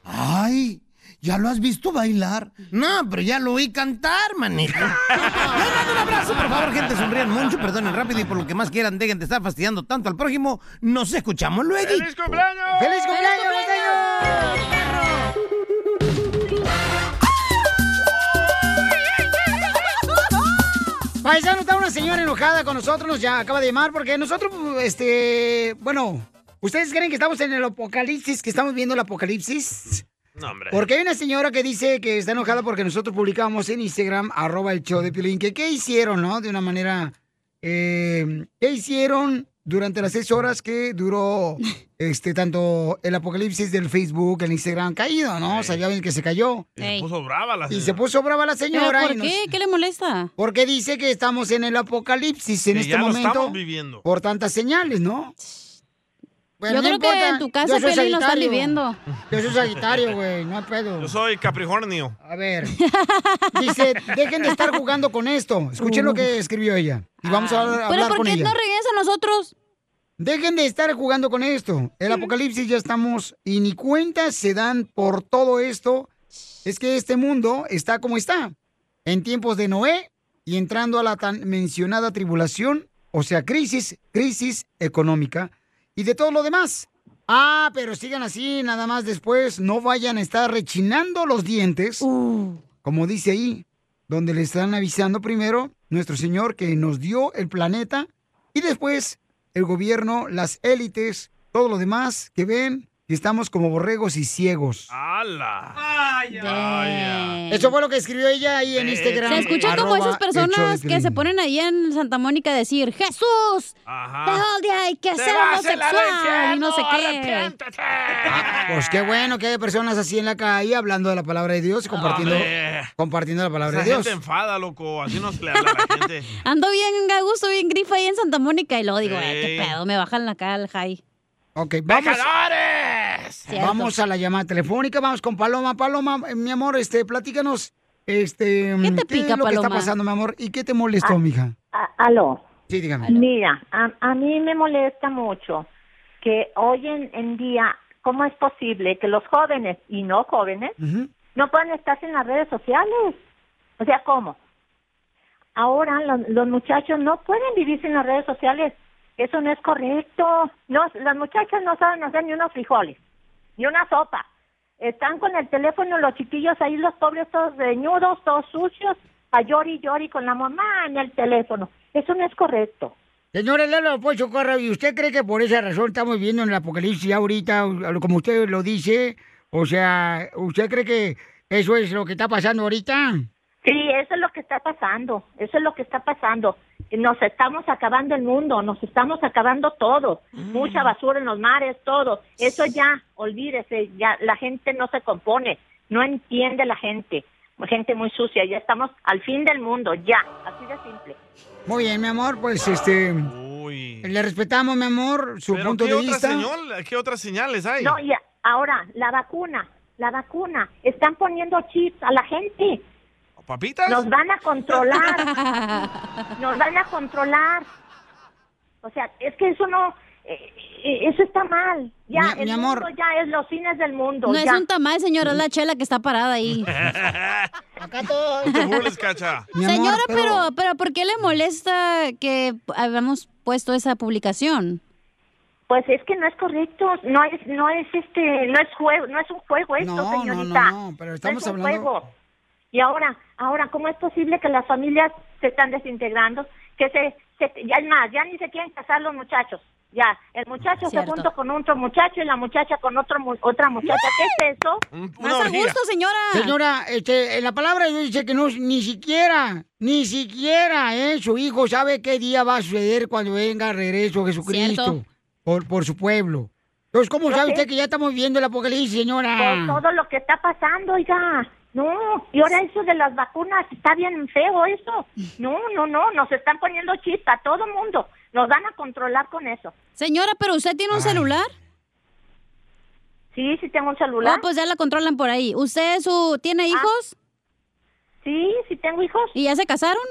Speaker 17: Ay, ¿ya lo has visto bailar? No, pero ya lo oí cantar, manito.
Speaker 16: [LAUGHS]
Speaker 17: Le mando un abrazo, por favor, gente, sonrían mucho, perdonen rápido y por lo que más quieran, dejen de estar fastidiando tanto al prójimo. Nos escuchamos luego.
Speaker 8: ¡Feliz cumpleaños!
Speaker 17: ¡Feliz cumpleaños,
Speaker 8: cumpleaños!
Speaker 1: Paisano, está una señora enojada con nosotros, nos ya acaba de llamar porque nosotros, este, bueno, ¿ustedes creen que estamos en el apocalipsis, que estamos viendo el apocalipsis?
Speaker 2: No, hombre.
Speaker 1: Porque hay una señora que dice que está enojada porque nosotros publicamos en Instagram, arroba el show de Piolín, que qué hicieron, ¿no? De una manera, eh, ¿qué hicieron durante las seis horas que duró este tanto el apocalipsis del Facebook, el Instagram caído, ¿no? O sea, ya ven que se cayó.
Speaker 2: Se puso brava la
Speaker 1: Y se
Speaker 2: señora.
Speaker 1: puso brava la señora.
Speaker 3: ¿Pero por
Speaker 1: y
Speaker 3: qué? ¿Qué le molesta?
Speaker 1: Porque dice que estamos en el apocalipsis en
Speaker 2: Que
Speaker 1: este
Speaker 2: ya lo
Speaker 1: momento.
Speaker 2: estamos viviendo.
Speaker 1: Por tantas señales, ¿no?
Speaker 3: Yo creo que en tu casa,
Speaker 1: soy
Speaker 3: Piolín, lo están
Speaker 1: Sagitario.
Speaker 3: viviendo.
Speaker 1: Yo soy Sagitario, güey, no hay pedo.
Speaker 2: Yo soy Capricornio.
Speaker 1: A ver. Dice, dejen de estar jugando con esto. Escuchen lo que escribió ella. Y vamos a hablar,
Speaker 3: Uh. ¿Pero
Speaker 1: hablar
Speaker 3: por
Speaker 1: con
Speaker 3: qué
Speaker 1: ella.
Speaker 3: no regresa a nosotros?
Speaker 1: Dejen de estar jugando con esto. El apocalipsis ya estamos y ni cuenta se dan por todo esto. Es que este mundo está como está. En tiempos de Noé y entrando a la tan mencionada tribulación, o sea, crisis, crisis económica y de todo lo demás. Ah, pero sigan así, nada más después no vayan a estar rechinando los dientes. Como dice ahí, donde le están avisando primero nuestro Señor que nos dio el planeta y después el gobierno, las élites, todo lo demás que ven que estamos como borregos y ciegos.
Speaker 2: ¡Hala!
Speaker 8: ¡Ay,
Speaker 1: Eso fue lo que escribió ella ahí en Instagram.
Speaker 3: Se escucha como esas
Speaker 1: arroba el show de
Speaker 3: personas que
Speaker 1: Piolín.
Speaker 3: se ponen ahí en Santa Mónica a decir, Jesús,
Speaker 2: Ajá.
Speaker 3: te odia y que
Speaker 8: Te
Speaker 3: ser
Speaker 8: vas al
Speaker 3: homosexual y no sé qué.
Speaker 8: infierno,
Speaker 1: Pues qué bueno que haya personas así en la calle hablando de la palabra de Dios y compartiendo,
Speaker 2: Hombre.
Speaker 1: compartiendo la palabra
Speaker 2: Esa
Speaker 1: de Dios.
Speaker 2: gente enfada, loco. Así no se le
Speaker 1: [LAUGHS]
Speaker 2: habla a la gente.
Speaker 3: Ando bien a gusto, bien grifa ahí en Santa Mónica y luego digo, "Eh, qué
Speaker 2: Sí.
Speaker 3: pedo, me bajan la cara al high.
Speaker 1: Ok, vamos.
Speaker 3: Cierto.
Speaker 1: Vamos a la llamada telefónica, vamos con Paloma. Paloma, eh, mi amor, este, platícanos, este, ¿qué
Speaker 18: te
Speaker 1: es
Speaker 18: pica,
Speaker 1: lo que está
Speaker 18: Paloma?
Speaker 1: pasando, mi amor? ¿Y qué te molestó,
Speaker 18: Ah.
Speaker 1: mija?
Speaker 18: A- aló.
Speaker 1: Sí, dígame.
Speaker 18: Mira, a, a mí me molesta mucho que hoy en, en día, ¿cómo es posible que los jóvenes y no jóvenes no puedan estar en las redes sociales? O sea, ¿cómo? Ahora los, los muchachos no pueden vivir sin las redes sociales. Eso no es correcto. No, las muchachas no saben hacer ni unos frijoles, ni una sopa. Están con el teléfono los chiquillos ahí, los pobres todos reñudos, todos sucios, a llori y llori con la mamá en el teléfono. Eso no es correcto.
Speaker 1: Señora Lalo Pocho Corra, ¿y usted cree que por esa razón estamos viviendo en el apocalipsis ya ahorita, o- como usted lo dice? O sea, ¿usted cree que eso es lo que está pasando ahorita?
Speaker 18: Sí, eso es lo que está pasando, eso es lo que está pasando. Nos estamos acabando el mundo, nos estamos acabando todo. Mucha basura en los mares, todo. Eso ya, olvídese, ya la gente no se compone, no entiende la gente. Gente muy sucia, ya estamos al fin del mundo, ya, así de simple.
Speaker 1: Muy bien, mi amor, pues este. Le respetamos, mi amor, su
Speaker 2: Pero
Speaker 1: punto
Speaker 2: ¿qué
Speaker 1: de
Speaker 2: otra,
Speaker 1: vista.
Speaker 2: señal- ¿qué otras señales hay?
Speaker 18: No, y a- ahora, la vacuna, la vacuna, están poniendo chips a la gente.
Speaker 2: ¿Papitas?
Speaker 18: Nos van a
Speaker 3: [LAUGHS]
Speaker 18: controlar. Nos van a controlar. O sea, es que eso no, eh, eh, eso está mal. Ya,
Speaker 3: Mi-
Speaker 18: el
Speaker 3: mi amor.
Speaker 18: mundo ya es los cines del mundo.
Speaker 3: No
Speaker 18: ya.
Speaker 3: es un tamal, señora, es la chela que está parada ahí.
Speaker 1: Acá [LAUGHS] todo.
Speaker 2: [LAUGHS] No te burles, cacha.
Speaker 3: Señora, pero, pero ¿por qué le molesta que habíamos puesto esa publicación?
Speaker 18: Pues es que no es correcto, no es, no es este, no es juego, no es un juego esto,
Speaker 1: No, no,
Speaker 18: señorita.
Speaker 1: no, no, pero estamos
Speaker 18: es un
Speaker 1: hablando-
Speaker 18: juego. Y ahora, ahora, ¿cómo es posible que las familias se están desintegrando? Que se, se- ya es más, ya ni se quieren casar los muchachos. Ya, el muchacho
Speaker 3: Cierto.
Speaker 18: se junta con otro muchacho y la muchacha con otro, mu- otra muchacha. ¿Qué es eso?
Speaker 3: Más a gusto, señora.
Speaker 1: Señora, este, en la palabra de Dios dice que no, ni siquiera, ni siquiera, ¿eh? Su hijo sabe qué día va a suceder cuando venga regreso Jesucristo
Speaker 18: Cierto.
Speaker 1: por, por su pueblo. Entonces, ¿cómo
Speaker 18: Yo
Speaker 1: sabe
Speaker 18: sé.
Speaker 1: usted que ya estamos viendo el apocalipsis,
Speaker 18: Por
Speaker 1: señora?
Speaker 18: todo lo que está pasando, oiga. No, y ahora eso de las vacunas, está bien feo eso. No, no, no, nos están poniendo chip a todo mundo. Nos van a controlar con eso.
Speaker 3: Señora, pero usted tiene un celular.
Speaker 18: Sí, sí tengo un celular. Ah.
Speaker 3: Ah, pues ya la controlan por ahí. ¿Usted su, tiene hijos?
Speaker 18: Sí, sí tengo hijos.
Speaker 3: ¿Y ya se casaron?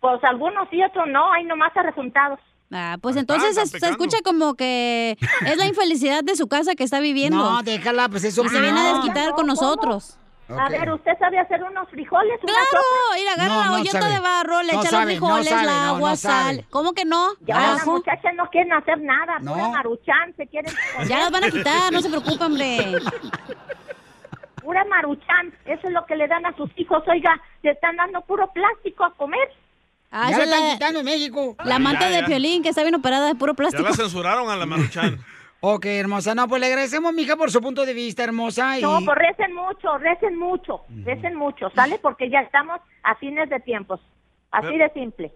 Speaker 18: Pues algunos sí, otros no, hay nomás resultados.
Speaker 3: Ah, pues entonces es- se escucha como que es la infelicidad de su casa que está viviendo.
Speaker 18: No,
Speaker 1: déjala, pues eso.
Speaker 3: Se viene a
Speaker 18: No,
Speaker 3: desquitar con
Speaker 18: no, ¿cómo?
Speaker 3: nosotros.
Speaker 18: A ver, ¿usted sabe hacer unos frijoles? una
Speaker 3: Claro,
Speaker 18: sopa?
Speaker 3: ir a agarrar la olleta de barro, le
Speaker 18: No
Speaker 3: echa
Speaker 18: sabe,
Speaker 3: los
Speaker 18: no
Speaker 3: frijoles,
Speaker 18: sabe,
Speaker 3: la
Speaker 18: no,
Speaker 3: agua,
Speaker 18: no sabe.
Speaker 3: sal. ¿Cómo que no?
Speaker 18: Ya las muchachas no quieren hacer nada,
Speaker 3: No.
Speaker 18: pura maruchan, se quieren...
Speaker 3: [LAUGHS] Ya las van a quitar, no se preocupe, hombre.
Speaker 18: [LAUGHS] Pura maruchan, eso es lo que le dan a sus hijos, oiga, le están dando puro plástico a comer.
Speaker 3: Ah, Ya esa la están la- quitando
Speaker 1: en México.
Speaker 3: La amante
Speaker 2: Ya, ya.
Speaker 3: de Piolín que está bien operada de puro
Speaker 2: Ya
Speaker 3: plástico.
Speaker 2: la censuraron a la Maruchan.
Speaker 1: Ok, hermosa. No, pues le agradecemos, mija, por su punto de vista, hermosa. Y...
Speaker 18: No, pues recen mucho, recen mucho, recen mucho, ¿sale? Porque ya estamos a fines de tiempos, así de simple.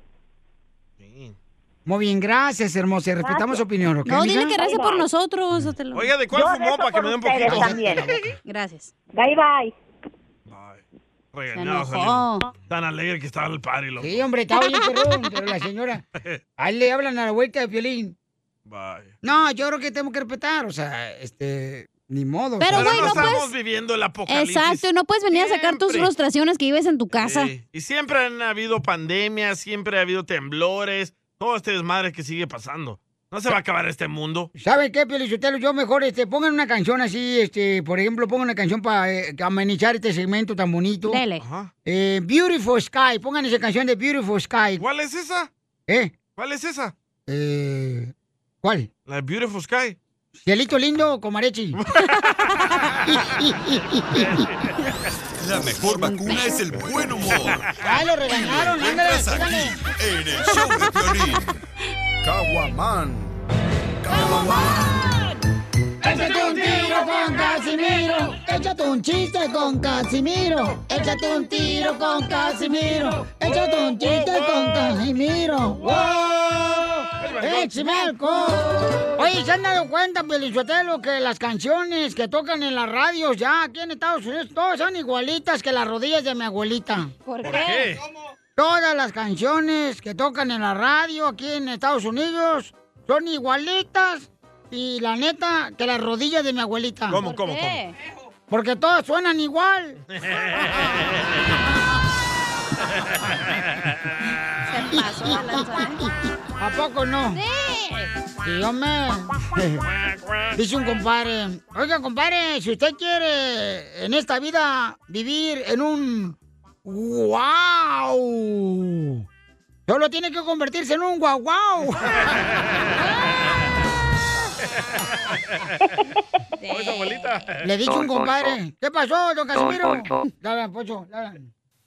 Speaker 1: Muy bien, gracias, hermosa. y Respetamos su opinión, ¿ok?
Speaker 3: No, dile
Speaker 1: mija?
Speaker 3: que reza por nosotros. Otelo.
Speaker 1: Oiga, ¿de cuál Yo fumó rezo para que por me dé un ustedes poquito? [LAUGHS] también.
Speaker 3: Gracias.
Speaker 18: Bye, bye.
Speaker 2: Regañado,
Speaker 1: enojó.
Speaker 2: Piolín. Tan alegre que estaba el party, loco.
Speaker 1: Sí,
Speaker 3: [LAUGHS]
Speaker 1: hombre, estaba bien perrón, pero la señora... Ahí le hablan a la vuelta de violín.
Speaker 2: Bye.
Speaker 1: No, yo creo que tengo que respetar, o sea, este... Ni modo.
Speaker 3: Pero, pues.
Speaker 1: o sea.
Speaker 3: güey,
Speaker 2: no
Speaker 3: no
Speaker 2: estamos
Speaker 3: puedes-
Speaker 2: viviendo el apocalipsis.
Speaker 3: Exacto, y no puedes venir a sacar tus
Speaker 2: Siempre.
Speaker 3: frustraciones que vives en tu casa.
Speaker 2: Sí. Y siempre han habido pandemias, siempre ha habido temblores, todo este desmadre que sigue pasando. No se va a acabar este mundo.
Speaker 1: ¿Saben qué, Pielichotelo? Yo mejor, este, pongan una canción así, este, por ejemplo, pongan una canción para amenizar este segmento tan bonito.
Speaker 3: Dele.
Speaker 1: Eh, Beautiful Sky, pongan esa canción de Beautiful Sky.
Speaker 2: ¿Cuál es esa?
Speaker 1: ¿Eh?
Speaker 2: ¿Cuál es esa?
Speaker 1: Eh, ¿Cuál?
Speaker 2: La de Beautiful Sky.
Speaker 1: Cielito lindo,
Speaker 2: [LAUGHS]
Speaker 1: comarechi.
Speaker 16: La mejor vacuna es el buen humor.
Speaker 1: Ay, lo regañaron, ándale,
Speaker 16: Estás aquí,
Speaker 1: síganle.
Speaker 16: en el show de
Speaker 1: [LAUGHS]
Speaker 16: Piolín.
Speaker 8: Caguaman.
Speaker 1: Échate un tiro con Casimiro. Échate un chiste con Casimiro. Échate un tiro con Casimiro. Échate un chiste con Casimiro. ¡Wow! ¡Échame alcohol! Oye, ¿se han dado cuenta, Pelizotelo, que las canciones que tocan en las radios ya aquí en Estados Unidos todas son igualitas que las rodillas de mi abuelita?
Speaker 3: ¿Por
Speaker 8: qué?
Speaker 1: Todas las canciones que tocan en la radio aquí en Estados Unidos son igualitas y la neta que las rodillas de mi abuelita.
Speaker 2: ¿Cómo, cómo, [LAUGHS] cómo?
Speaker 1: Porque todas suenan igual. [LAUGHS]
Speaker 8: Se
Speaker 3: pasó de lanza,
Speaker 1: ¿A poco no? Sí,
Speaker 8: [LAUGHS]
Speaker 1: hombre. Dice un compadre, oiga compadre, si usted quiere en esta vida vivir en un wow, solo tiene que convertirse en un guau guau.
Speaker 2: Oye, su abuelita.
Speaker 1: Le dice un compadre, ¿qué pasó, don Casimiro?
Speaker 19: Don Poncho.
Speaker 1: Dale, Poncho, dale.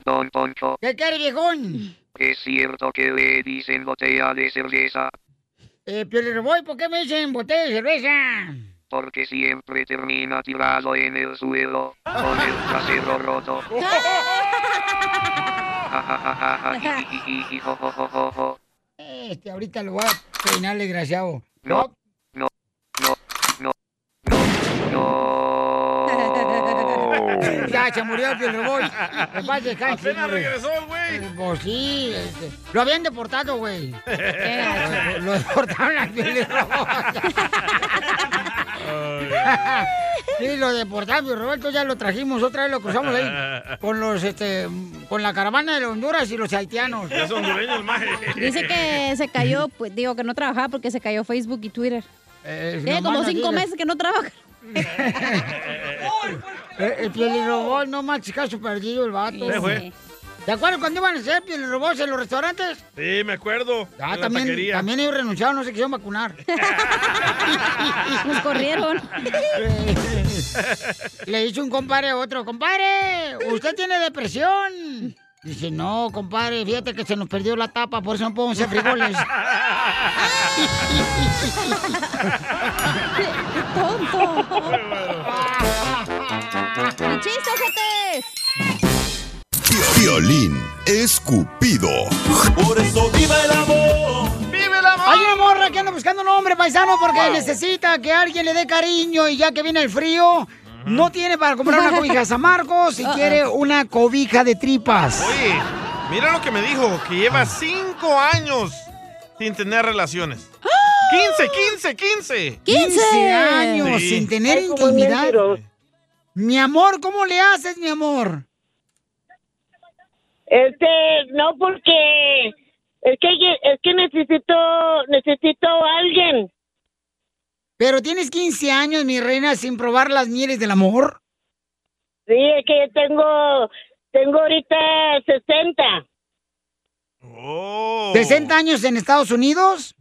Speaker 19: Don Poncho,
Speaker 1: ¿Qué quiere, viejón?
Speaker 19: ¿es cierto que le dicen botella de cerveza?
Speaker 1: Eh, voy, ¿por qué me dicen botella de cerveza?
Speaker 19: Porque siempre termina tirado en el suelo, con el trasero roto. Jajajaja.
Speaker 1: Este, ahorita lo voy a peinar, desgraciado.
Speaker 19: No, no, no, no, no, no.
Speaker 1: Ya, se murió el Pielreboy.
Speaker 2: [LAUGHS]
Speaker 1: En paz descanse,
Speaker 8: Apenas
Speaker 1: hombre.
Speaker 8: regresó,
Speaker 1: Eh, Pues sí, este, lo habían deportado,
Speaker 2: [LAUGHS]
Speaker 1: güey.
Speaker 8: Qué
Speaker 1: Lo, lo deportaron al Pielreboy. Sí, lo deportaron, Piel Roberto, ya lo trajimos, otra vez lo cruzamos
Speaker 2: [LAUGHS]
Speaker 1: ahí. Con los, este, con la caravana de Honduras y los haitianos.
Speaker 2: Ya son hondureño el maje.
Speaker 3: Dice
Speaker 1: [LAUGHS]
Speaker 3: que se cayó, pues, digo que no trabajaba porque se cayó Facebook y Twitter. Tiene
Speaker 1: nomás
Speaker 3: como
Speaker 1: Eh, no
Speaker 3: cinco
Speaker 1: digas.
Speaker 3: meses que no trabaja. [LAUGHS]
Speaker 1: Eh, El Pielirobot, no más chicazo perdido el vato.
Speaker 2: Se fue.
Speaker 1: ¿Te acuerdas cuando iban a ser Pielirobots en los restaurantes?
Speaker 2: Sí, me acuerdo.
Speaker 1: Ah,
Speaker 2: en la
Speaker 1: también,
Speaker 2: taquería.
Speaker 1: también ellos renunciaron, no se quisieron
Speaker 2: [LAUGHS]
Speaker 1: vacunar.
Speaker 3: Nos corrieron.
Speaker 1: Le dice un compadre a otro, compadre, usted tiene depresión. Dice, no, compadre, fíjate que se nos perdió la tapa, por eso no podemos hacer
Speaker 2: [LAUGHS]
Speaker 1: frijoles.
Speaker 3: ¡Tonto! ¡Mi chiste, ojetes!
Speaker 16: Violín escupido. Por eso viva el amor.
Speaker 2: ¡Vive la
Speaker 1: Hay una morra que anda buscando un hombre paisano porque necesita que alguien le dé cariño y ya que viene el frío, no tiene para comprar una cobija San Marcos y
Speaker 2: [LAUGHS]
Speaker 3: Ah,
Speaker 2: Uh-uh.
Speaker 1: quiere una cobija de tripas.
Speaker 2: Oye, mira lo que me dijo, que lleva cinco años sin tener relaciones.
Speaker 3: ¡Ah!
Speaker 2: 15, 15, 15.
Speaker 1: 15 años
Speaker 2: Sí.
Speaker 1: sin tener intimidad. Mi amor, ¿cómo le haces, mi amor?
Speaker 20: Este, no porque es que ye- es que necesito necesito a alguien.
Speaker 1: Pero tienes 15 años, mi reina, sin probar las mieles del amor.
Speaker 20: Sí, es que tengo tengo ahorita 60.
Speaker 2: Oh.
Speaker 1: 60 años en Estados Unidos.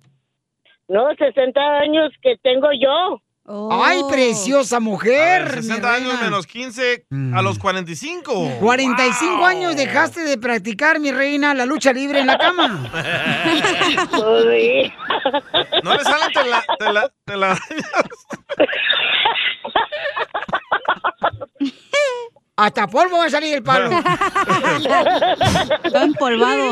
Speaker 20: No, 60 años que tengo yo. Oh.
Speaker 1: Ay, preciosa mujer.
Speaker 2: A ver,
Speaker 1: mi
Speaker 2: 60 años
Speaker 1: reina.
Speaker 2: menos 15 a los 45.
Speaker 1: 45 años dejaste de practicar, mi reina, la lucha libre en la cama.
Speaker 20: [LAUGHS] Oh,
Speaker 1: [LAUGHS]
Speaker 2: No le salen tela- tela- tela-
Speaker 1: Hasta polvo va a salir el palo.
Speaker 3: Está empolvado.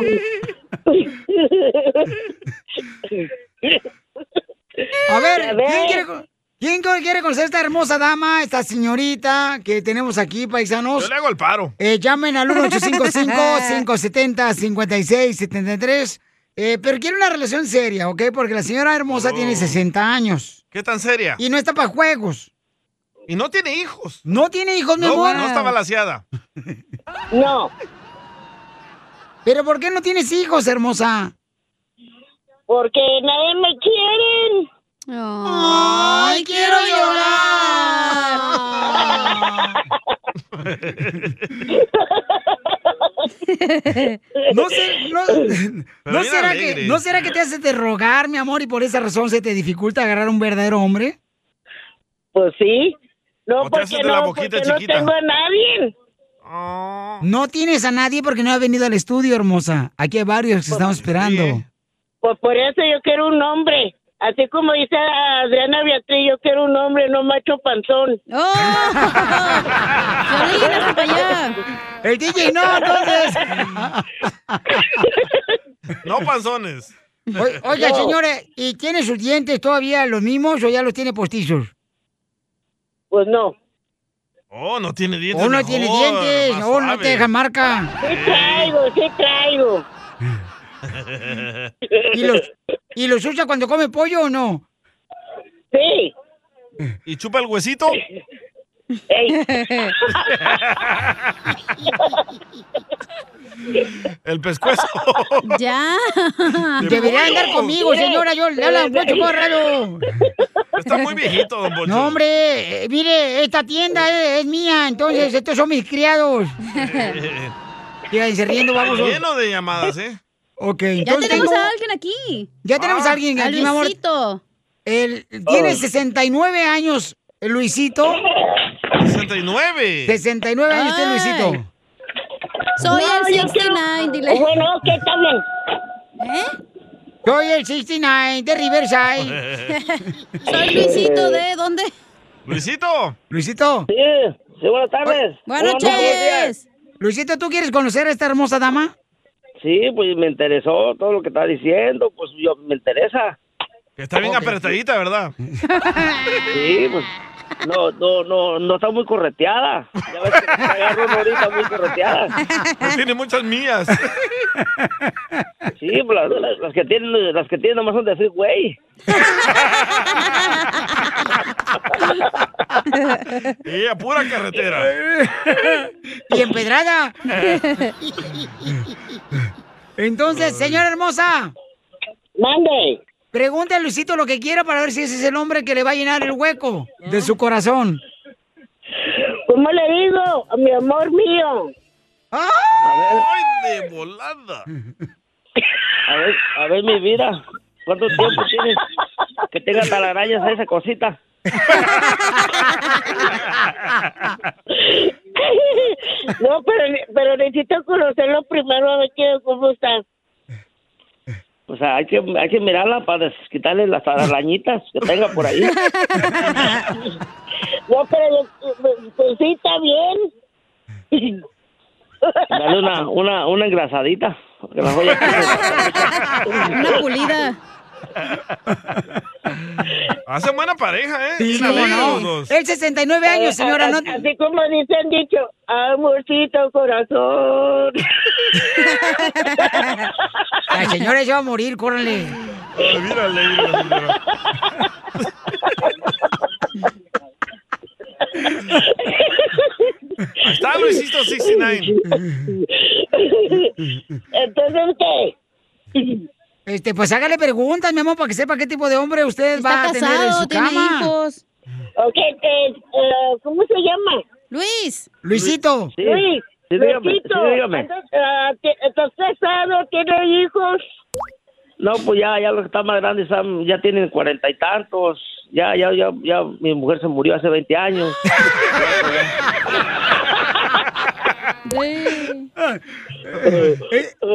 Speaker 1: A ver,
Speaker 8: A ver.
Speaker 1: ¿quién quiere, con- quién co- quiere conocer a esta hermosa dama, esta señorita que tenemos aquí, paisanos? Yo le
Speaker 2: hago el paro.
Speaker 1: llamen al 1-855-570-5673. Eh, pero quiere una relación seria, ¿ok? Porque la señora
Speaker 2: Oh.
Speaker 1: hermosa tiene 60 años.
Speaker 2: ¿Qué tan seria?
Speaker 1: Y no está para juegos.
Speaker 2: Y no tiene hijos.
Speaker 1: No tiene hijos, mi
Speaker 2: No,
Speaker 1: amor.
Speaker 2: no está balaseada.
Speaker 20: No.
Speaker 1: ¿Pero por qué no tienes hijos, hermosa?
Speaker 20: Porque nadie me quiere.
Speaker 8: Ay, quiero llorar.
Speaker 1: No sé, no, ¿no
Speaker 20: [LAUGHS]
Speaker 8: bien
Speaker 1: será
Speaker 8: alegre.
Speaker 1: que, ¿No será que te haces de rogar, mi amor, y por esa razón se te dificulta agarrar un verdadero hombre?
Speaker 20: Pues sí. No,
Speaker 1: O te haces
Speaker 20: porque
Speaker 1: de la
Speaker 20: no,
Speaker 1: boquita
Speaker 20: porque
Speaker 1: chiquita. Ah.
Speaker 20: no tengo a nadie.
Speaker 1: No tienes a nadie porque no ha venido al estudio, hermosa. Aquí hay varios que estamos esperando.
Speaker 20: Pues por eso yo quiero un hombre. Así como dice Adriana Beatriz, yo quiero un hombre, no macho panzón.
Speaker 1: El DJ no, entonces.
Speaker 2: No panzones.
Speaker 1: O- oiga, señores, ¿y tiene sus dientes todavía los mismos o ya los tiene postizos?
Speaker 20: Pues no.
Speaker 2: Oh, no tiene dientes.
Speaker 1: O no
Speaker 2: mejor,
Speaker 1: tiene dientes,
Speaker 2: más
Speaker 1: o no
Speaker 2: suave.
Speaker 1: te deja marca.
Speaker 20: Sí traigo, sí traigo.
Speaker 1: ¿Y los, ¿Y los usa cuando come pollo o no?
Speaker 20: Sí.
Speaker 2: ¿Y chupa el huesito?
Speaker 8: [LAUGHS]
Speaker 1: [LAUGHS]
Speaker 2: El pescuezo.
Speaker 3: Ya.
Speaker 1: [LAUGHS] Debería andar conmigo, señora. Yo le hablo mucho por raro.
Speaker 2: Está muy viejito, don Poncho.
Speaker 1: No, hombre, eh, mire, esta tienda eh, es, es mía, entonces estos son mis
Speaker 2: [LAUGHS]
Speaker 1: criados.
Speaker 2: Eh,
Speaker 1: Fíjense riendo, vamos.
Speaker 2: Lleno de llamadas, ¿eh?
Speaker 1: Ok,
Speaker 3: Ya
Speaker 1: entonces
Speaker 3: tenemos
Speaker 1: tengo-
Speaker 3: a alguien aquí.
Speaker 1: Ya tenemos
Speaker 3: Ah,
Speaker 1: a alguien aquí, mi amor. Él tiene
Speaker 2: Oh.
Speaker 1: 69 años, el Luisito.
Speaker 2: 69.
Speaker 1: 69 años tiene
Speaker 3: Ay.
Speaker 1: Luisito.
Speaker 3: Soy el 69, dile. ¿Eh?
Speaker 20: Bueno, ¿qué tal?
Speaker 1: Soy el 69 de
Speaker 3: [LAUGHS]
Speaker 1: Riverside.
Speaker 3: Soy Luisito de dónde?
Speaker 2: Luisito.
Speaker 1: Luisito.
Speaker 20: Sí, buenas tardes.
Speaker 3: Buenas noches.
Speaker 1: Luisito, ¿tú quieres conocer a esta hermosa dama?
Speaker 20: Sí, pues me interesó todo lo que está diciendo, pues yo me interesa.
Speaker 2: Está bien apretadita, ¿verdad?
Speaker 20: [LAUGHS] Sí, pues no, no, no, no está muy correteada. Ya ves que te agarro una ahorita muy correteada.
Speaker 2: [LAUGHS] tiene muchas mías.
Speaker 20: [LAUGHS] Sí, pues las, las- las que tienen, las que tienen nomás son
Speaker 2: [LAUGHS]
Speaker 20: de freeway.
Speaker 2: Y a pura carretera.
Speaker 1: [LAUGHS] Y empedrada. Entonces, señora hermosa.
Speaker 20: Mande.
Speaker 1: Pregunta a Luisito lo que quiera para ver si ese es el hombre que le va a llenar el hueco de su corazón.
Speaker 20: ¿Cómo le digo? A mi amor mío.
Speaker 8: Ah.
Speaker 2: ¡Ay, de volada!
Speaker 20: A ver, a ver mi vida. ¿Cuánto tiempo tienes que tenga talarañas a esa
Speaker 3: [LAUGHS]
Speaker 20: cosita? No, pero, pero necesito conocerlo primero a ver qué, cómo está. O sea, hay que, hay que mirarla para quitarle las arañitas que tenga por ahí. No, pero yo- pues sí, está bien.
Speaker 3: [LAUGHS]
Speaker 20: Dale una, una, una engrasadita. que la joya-
Speaker 3: Una pulida.
Speaker 2: Hacen buena pareja, ¿eh?
Speaker 1: Sí,
Speaker 2: Bien alegres
Speaker 1: cómo no.
Speaker 2: los dos.
Speaker 1: Él 69 años, señora, no-
Speaker 21: Eh, Así como dicen dicho, amorcito corazón.
Speaker 1: La señora ya va a morir, córrele.
Speaker 2: Mira, alegre la señora. Ahí Está, lo hiciste 69.
Speaker 21: [LAUGHS]
Speaker 1: Entonces, ¿qué? Este, pues hágale preguntas, mi amor, para que sepa qué tipo de hombre usted va a tener en su cama.
Speaker 21: Ok, eh, eh, ¿cómo se llama?
Speaker 3: Luis.
Speaker 1: Luisito.
Speaker 21: Sí,
Speaker 3: Luis,
Speaker 21: sí, dígame,
Speaker 3: Luisito.
Speaker 21: sí, dígame. Entonces, ah, ¿ti- ¿Estás casado? ¿Tiene hijos?
Speaker 5: No, pues ya, ya los que están más grandes están- ya tienen cuarenta y tantos. Ya, ya, ya, ya, mi mujer se murió hace 20 años.
Speaker 1: Eh,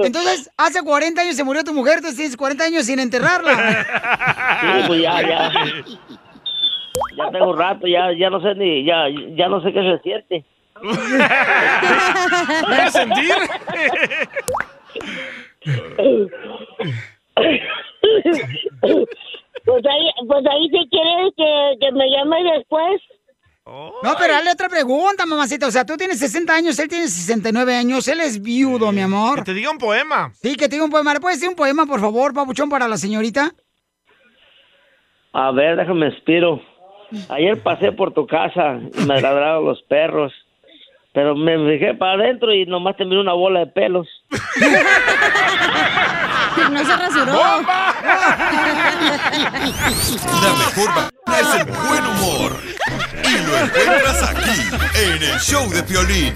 Speaker 1: Entonces, hace 40 años se murió tu mujer, entonces tienes 40 años
Speaker 21: [LAUGHS]
Speaker 1: sin enterrarla.
Speaker 5: Sí, pues ya, ya. [LAUGHS] Ya tengo rato, ya, ya no sé ni, ya, ya no sé qué se siente.
Speaker 2: Voy a sentir.
Speaker 21: [LAUGHS] Pues ahí, pues ahí si quieres que, que me llame después.
Speaker 1: No, pero dale otra pregunta, mamacita. O sea, tú tienes 60 años, él tiene 69 años, él es viudo, mi amor. Que
Speaker 2: te diga un poema.
Speaker 1: Sí, que te diga un poema. ¿Le puedes decir un poema, por favor, papuchón, para la señorita?
Speaker 5: A ver, déjame inspiro. Ayer pasé por tu casa y me ladraron los perros. Pero me fijé para adentro y nomás te miré una bola de pelos.
Speaker 3: No se rasuró.
Speaker 16: La mejor vacuna es el buen humor. Y lo encuentras aquí, en el show de Piolín.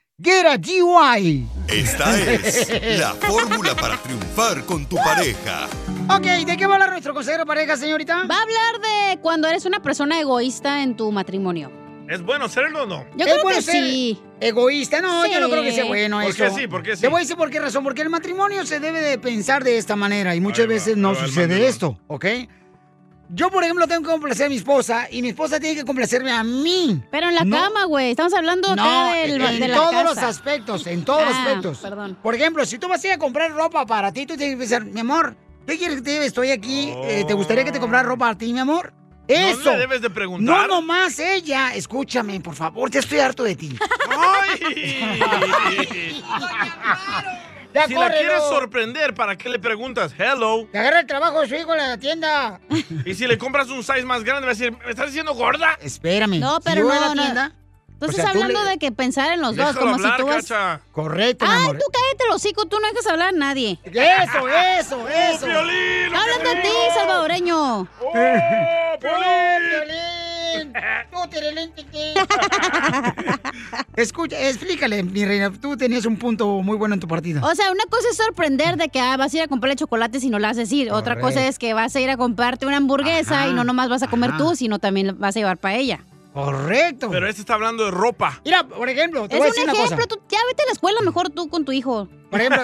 Speaker 1: Get a GUI.
Speaker 16: Esta
Speaker 1: [LAUGHS]
Speaker 16: es la fórmula para triunfar con tu pareja.
Speaker 1: Ok, ¿de qué va a hablar nuestro consejero pareja, señorita?
Speaker 3: Va a hablar de cuando eres una persona egoísta en tu matrimonio.
Speaker 2: ¿Es bueno serlo o no?
Speaker 3: Yo creo que sí.
Speaker 1: Egoísta, no, yo no creo que sea bueno
Speaker 2: ¿Por
Speaker 1: eso.
Speaker 2: qué sí? ¿Por qué sí?
Speaker 1: Te voy a decir por qué razón, porque el matrimonio se debe de pensar de esta manera y muchas veces no sucede esto, ¿ok? Yo, por ejemplo, tengo que complacer a mi esposa y mi esposa tiene que complacerme a mí.
Speaker 3: Pero en la cama, güey. Estamos hablando acá del,
Speaker 1: en
Speaker 3: de la
Speaker 1: todos
Speaker 3: casa.
Speaker 1: los aspectos, en todos los
Speaker 3: Ah,
Speaker 1: aspectos.
Speaker 3: perdón.
Speaker 1: Por ejemplo, si tú vas a ir a comprar ropa para ti, tú tienes que pensar, mi amor, ¿qué quieres que te lleve? Estoy aquí, eh, ¿te gustaría que te comprara ropa a ti, mi amor? Eso.
Speaker 2: No le debes de
Speaker 1: No,
Speaker 2: preguntar.
Speaker 1: nomás ella. Escúchame, por favor, ya estoy harto de ti. [LAUGHS]
Speaker 2: [LAUGHS]
Speaker 1: Ya
Speaker 2: si la
Speaker 1: córrelo.
Speaker 2: quieres sorprender, ¿para qué le preguntas? Hello.
Speaker 1: Te agarra el trabajo de su hijo en la tienda.
Speaker 2: Y si le compras un size más grande, va a decir, ¿me estás diciendo gorda?
Speaker 1: Espérame.
Speaker 3: No, pero
Speaker 2: yo voy a
Speaker 3: no,
Speaker 2: la
Speaker 3: no.
Speaker 2: tienda,
Speaker 3: Entonces,
Speaker 2: o sea, tú
Speaker 3: hablando
Speaker 2: le-
Speaker 3: de que pensar en los dos,
Speaker 2: Déjalo
Speaker 3: como
Speaker 2: hablar,
Speaker 3: si tú vas...
Speaker 2: Cacha.
Speaker 1: Correcto, mi
Speaker 3: Ay,
Speaker 1: amor.
Speaker 3: tú cállate el hocico, tú no dejas hablar a nadie.
Speaker 1: Eso, eso, eso.
Speaker 3: Está hablando a ti, salvadoreño.
Speaker 1: ¡Oh,
Speaker 2: pues.
Speaker 1: Piolín! ¡Tú, tirelín, tiquín! [LAUGHS] Escucha, explícale, mi reina. Tú tenías un punto muy bueno en tu partida.
Speaker 3: O sea, una cosa es sorprender de que ah, vas a ir a comprarle chocolates y no le vas a decir. Otra
Speaker 1: Correcto.
Speaker 3: cosa es que vas a ir a comprarte una hamburguesa y no nomás vas a comer tú, sino también la vas a llevar para ella.
Speaker 1: Correcto.
Speaker 2: Pero este está hablando de ropa.
Speaker 1: Mira, por ejemplo, te
Speaker 3: es
Speaker 1: voy a
Speaker 3: un
Speaker 1: decir una
Speaker 3: ejemplo,
Speaker 1: cosa.
Speaker 3: tú ya vete a la escuela mejor tú con tu hijo.
Speaker 1: Por
Speaker 2: [LAUGHS]
Speaker 1: ejemplo,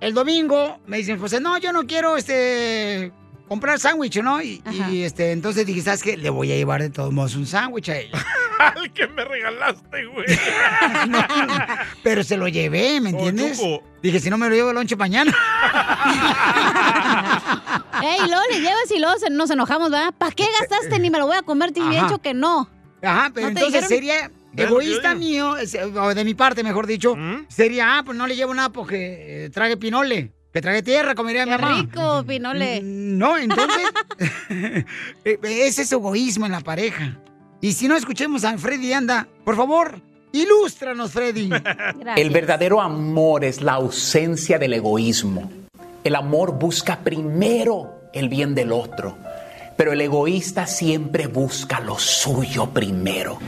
Speaker 1: el domingo me dicen, José, no, yo no quiero este comprar sándwich, ¿no? Y, y, este, entonces dije, ¿sabes qué? Le voy a llevar de todos modos un sándwich a ella.
Speaker 2: [LAUGHS] Al que me
Speaker 1: [LAUGHS]
Speaker 2: regalaste, güey. Oh,
Speaker 1: Pero se lo llevé, ¿me entiendes? dije, si no me lo llevo el lonche
Speaker 2: [LAUGHS]
Speaker 1: mañana.
Speaker 3: Ey, luego le llevas y luego se- nos enojamos, ¿verdad? ¿Para qué gastaste? Ni me lo voy a comer, te he
Speaker 1: Ajá.
Speaker 3: dicho que no.
Speaker 1: Ajá, pero
Speaker 3: ¿No te dijeron?
Speaker 1: entonces sería egoísta mío, es- o de mi parte, mejor dicho,
Speaker 2: ¿Mm?
Speaker 1: sería, ah, pues no le llevo nada porque eh, trague pinole, que trague tierra, como diría mi
Speaker 3: Qué
Speaker 1: mamá.
Speaker 3: rico, Pinole.
Speaker 1: Mm, No, entonces, [LAUGHS] eh, ese es egoísmo en la pareja. Y si no escuchemos a Freddy Anda, por favor, ilústranos, Freddy.
Speaker 22: El verdadero amor es la ausencia del egoísmo. El amor busca primero el bien del otro, pero el egoísta siempre busca lo suyo primero.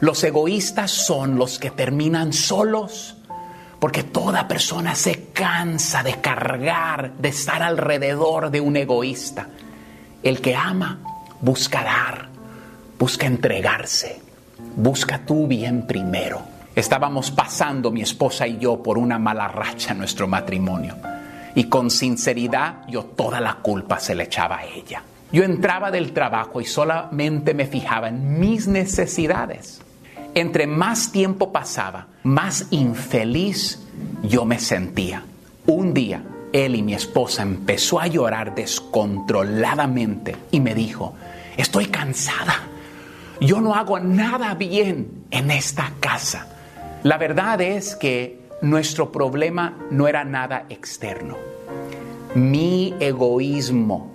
Speaker 22: Los egoístas son los que terminan solos, porque toda persona se cansa de cargar, de estar alrededor de un egoísta. El que ama busca dar, busca entregarse, busca tu bien primero. Estábamos pasando mi esposa y yo por una mala racha en nuestro matrimonio y con sinceridad yo toda la culpa se le echaba a ella. Yo entraba del trabajo y solamente me fijaba en mis necesidades. Entre más tiempo pasaba, más infeliz yo me sentía. Un día, él y mi esposa empezó a llorar descontroladamente y me dijo, estoy cansada. Yo no hago nada bien en esta casa. La verdad es que nuestro problema no era nada externo. Mi egoísmo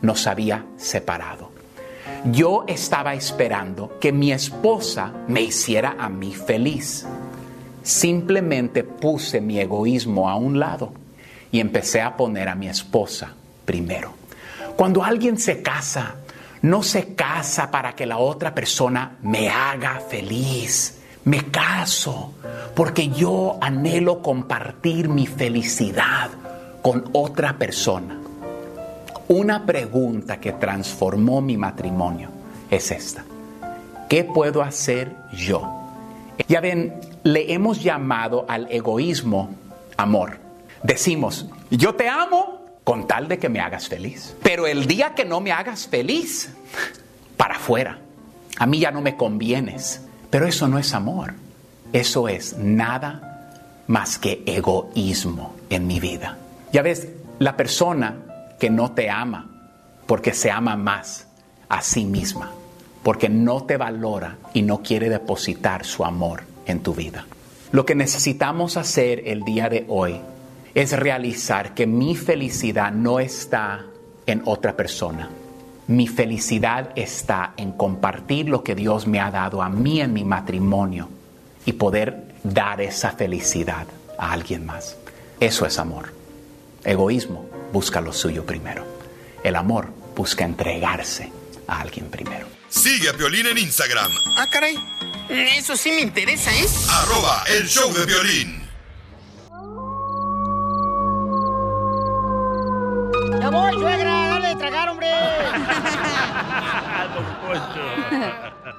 Speaker 22: nos había separado. Yo estaba esperando que mi esposa me hiciera a mí feliz. Simplemente puse mi egoísmo a un lado y empecé a poner a mi esposa primero. Cuando alguien se casa, no se casa para que la otra persona me haga feliz. Me caso porque yo anhelo compartir mi felicidad con otra persona. Una pregunta que transformó mi matrimonio es esta. ¿Qué puedo hacer yo? Ya ven, le hemos llamado al egoísmo amor. Decimos, yo te amo con tal de que me hagas feliz. Pero el día que no me hagas feliz, para afuera. A mí ya no me convienes. Pero eso no es amor. Eso es nada más que egoísmo en mi vida. Ya ves, la persona que no te ama porque se ama más a sí misma, porque no te valora y no quiere depositar su amor en tu vida. Lo que necesitamos hacer el día de hoy es realizar que mi felicidad no está en otra persona, mi felicidad está en compartir lo que Dios me ha dado a mí en mi matrimonio y poder dar esa felicidad a alguien más. Eso es amor. Egoísmo busca lo suyo primero. El amor busca entregarse a alguien primero.
Speaker 16: Sigue a Piolín en Instagram.
Speaker 23: Ah, caray. Eso sí me interesa, ¿eh?
Speaker 16: Arroba el show de Piolín.
Speaker 1: [LAUGHS] ¡Ya voy, suegra! ¡Dale de tragar, hombre!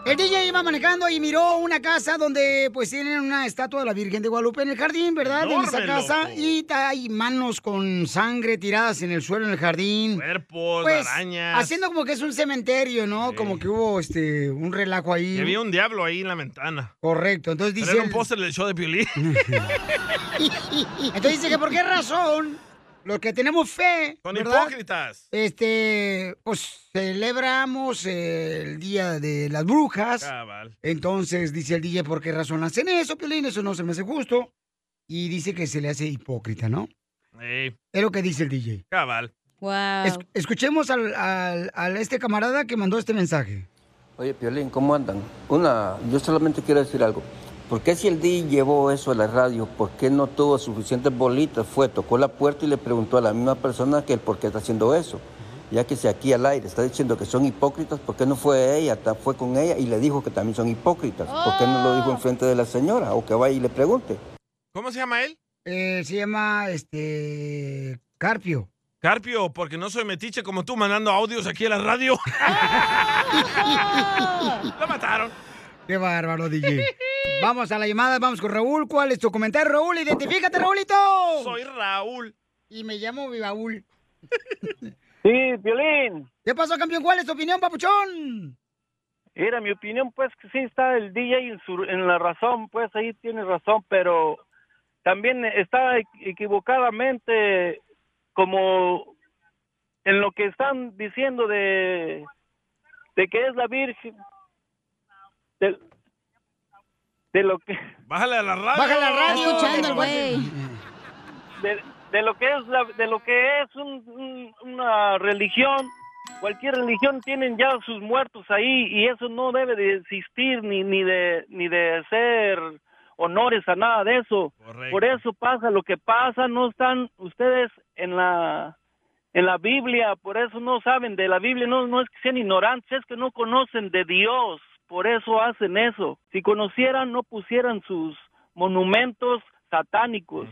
Speaker 1: El DJ iba manejando y miró una casa donde pues tienen una estatua de la Virgen de Guadalupe en el jardín, ¿verdad? En esa
Speaker 2: Enorme,
Speaker 1: casa.
Speaker 2: loco.
Speaker 1: Y ta- hay manos con sangre tiradas en el suelo en el jardín. Pues,
Speaker 2: Cuerpos, arañas.
Speaker 1: Haciendo como que es un cementerio, ¿no? Como que hubo este un relajo ahí.
Speaker 2: Y había un diablo ahí en la ventana.
Speaker 1: Correcto,
Speaker 2: [LAUGHS]
Speaker 1: entonces
Speaker 2: Pero
Speaker 1: dice
Speaker 2: Era
Speaker 1: él-
Speaker 2: un póster del show
Speaker 1: [LAUGHS]
Speaker 2: de Piolín.
Speaker 1: Entonces dice que por qué razón los que tenemos fe.
Speaker 2: Son
Speaker 1: ¿verdad?
Speaker 2: hipócritas.
Speaker 1: Este, pues celebramos eh, el día de las brujas.
Speaker 2: Cabal.
Speaker 1: Entonces dice el DJ, ¿por qué razón hacen eso, Piolín? Eso no se me hace justo. Y dice que se le hace hipócrita, ¿no?
Speaker 2: Ey,
Speaker 1: Es lo que dice el DJ.
Speaker 2: cabal.
Speaker 1: Es- escuchemos al, al- al este camarada que mandó este mensaje.
Speaker 24: Oye, Piolín, ¿cómo andan? Una, yo solamente quiero decir algo. ¿Por qué si el DJ llevó eso a la radio, por qué no tuvo suficientes bolitas? Fue, tocó la puerta y le preguntó a la misma persona que el por qué está haciendo eso. Ya que si aquí al aire está diciendo que son hipócritas, ¿por qué no fue ella? Ta- Fue con ella y le dijo que también son hipócritas. ¿Por qué no lo dijo enfrente de la señora? O que vaya y le pregunte.
Speaker 2: ¿Cómo se llama él?
Speaker 1: Eh, se llama, este, Carpio.
Speaker 2: Carpio, porque no soy metiche como tú mandando audios aquí a la radio. [LAUGHS] Lo mataron.
Speaker 1: Qué bárbaro, DJ. vamos a la llamada, vamos con Raúl. ¿Cuál es tu comentario, Raúl? Identifícate, Raúlito.
Speaker 2: Soy Raúl.
Speaker 1: Y me llamo Vivaúl.
Speaker 25: Sí, Violín.
Speaker 1: ¿Qué pasó, campeón? ¿Cuál es tu opinión, papuchón?
Speaker 25: Era mi opinión, pues que sí está el DJ en, su- en la razón, pues ahí tiene razón, pero también está equ- equivocadamente como en lo que están diciendo de, de que es la Virgen, de, de lo que...
Speaker 2: Bájale a la radio.
Speaker 25: Bájale a la radio.
Speaker 3: Está escuchando el güey.
Speaker 25: de, de lo que es la, de lo que es un- un- una religión cualquier religión tienen ya sus muertos ahí y eso no debe de existir ni ni de ni de hacer honores a nada de eso por eso pasa lo que pasa no están ustedes en la en la Biblia por eso no saben de la Biblia no no es que sean ignorantes es que no conocen de Dios por eso hacen eso si conocieran no pusieran sus monumentos satánicos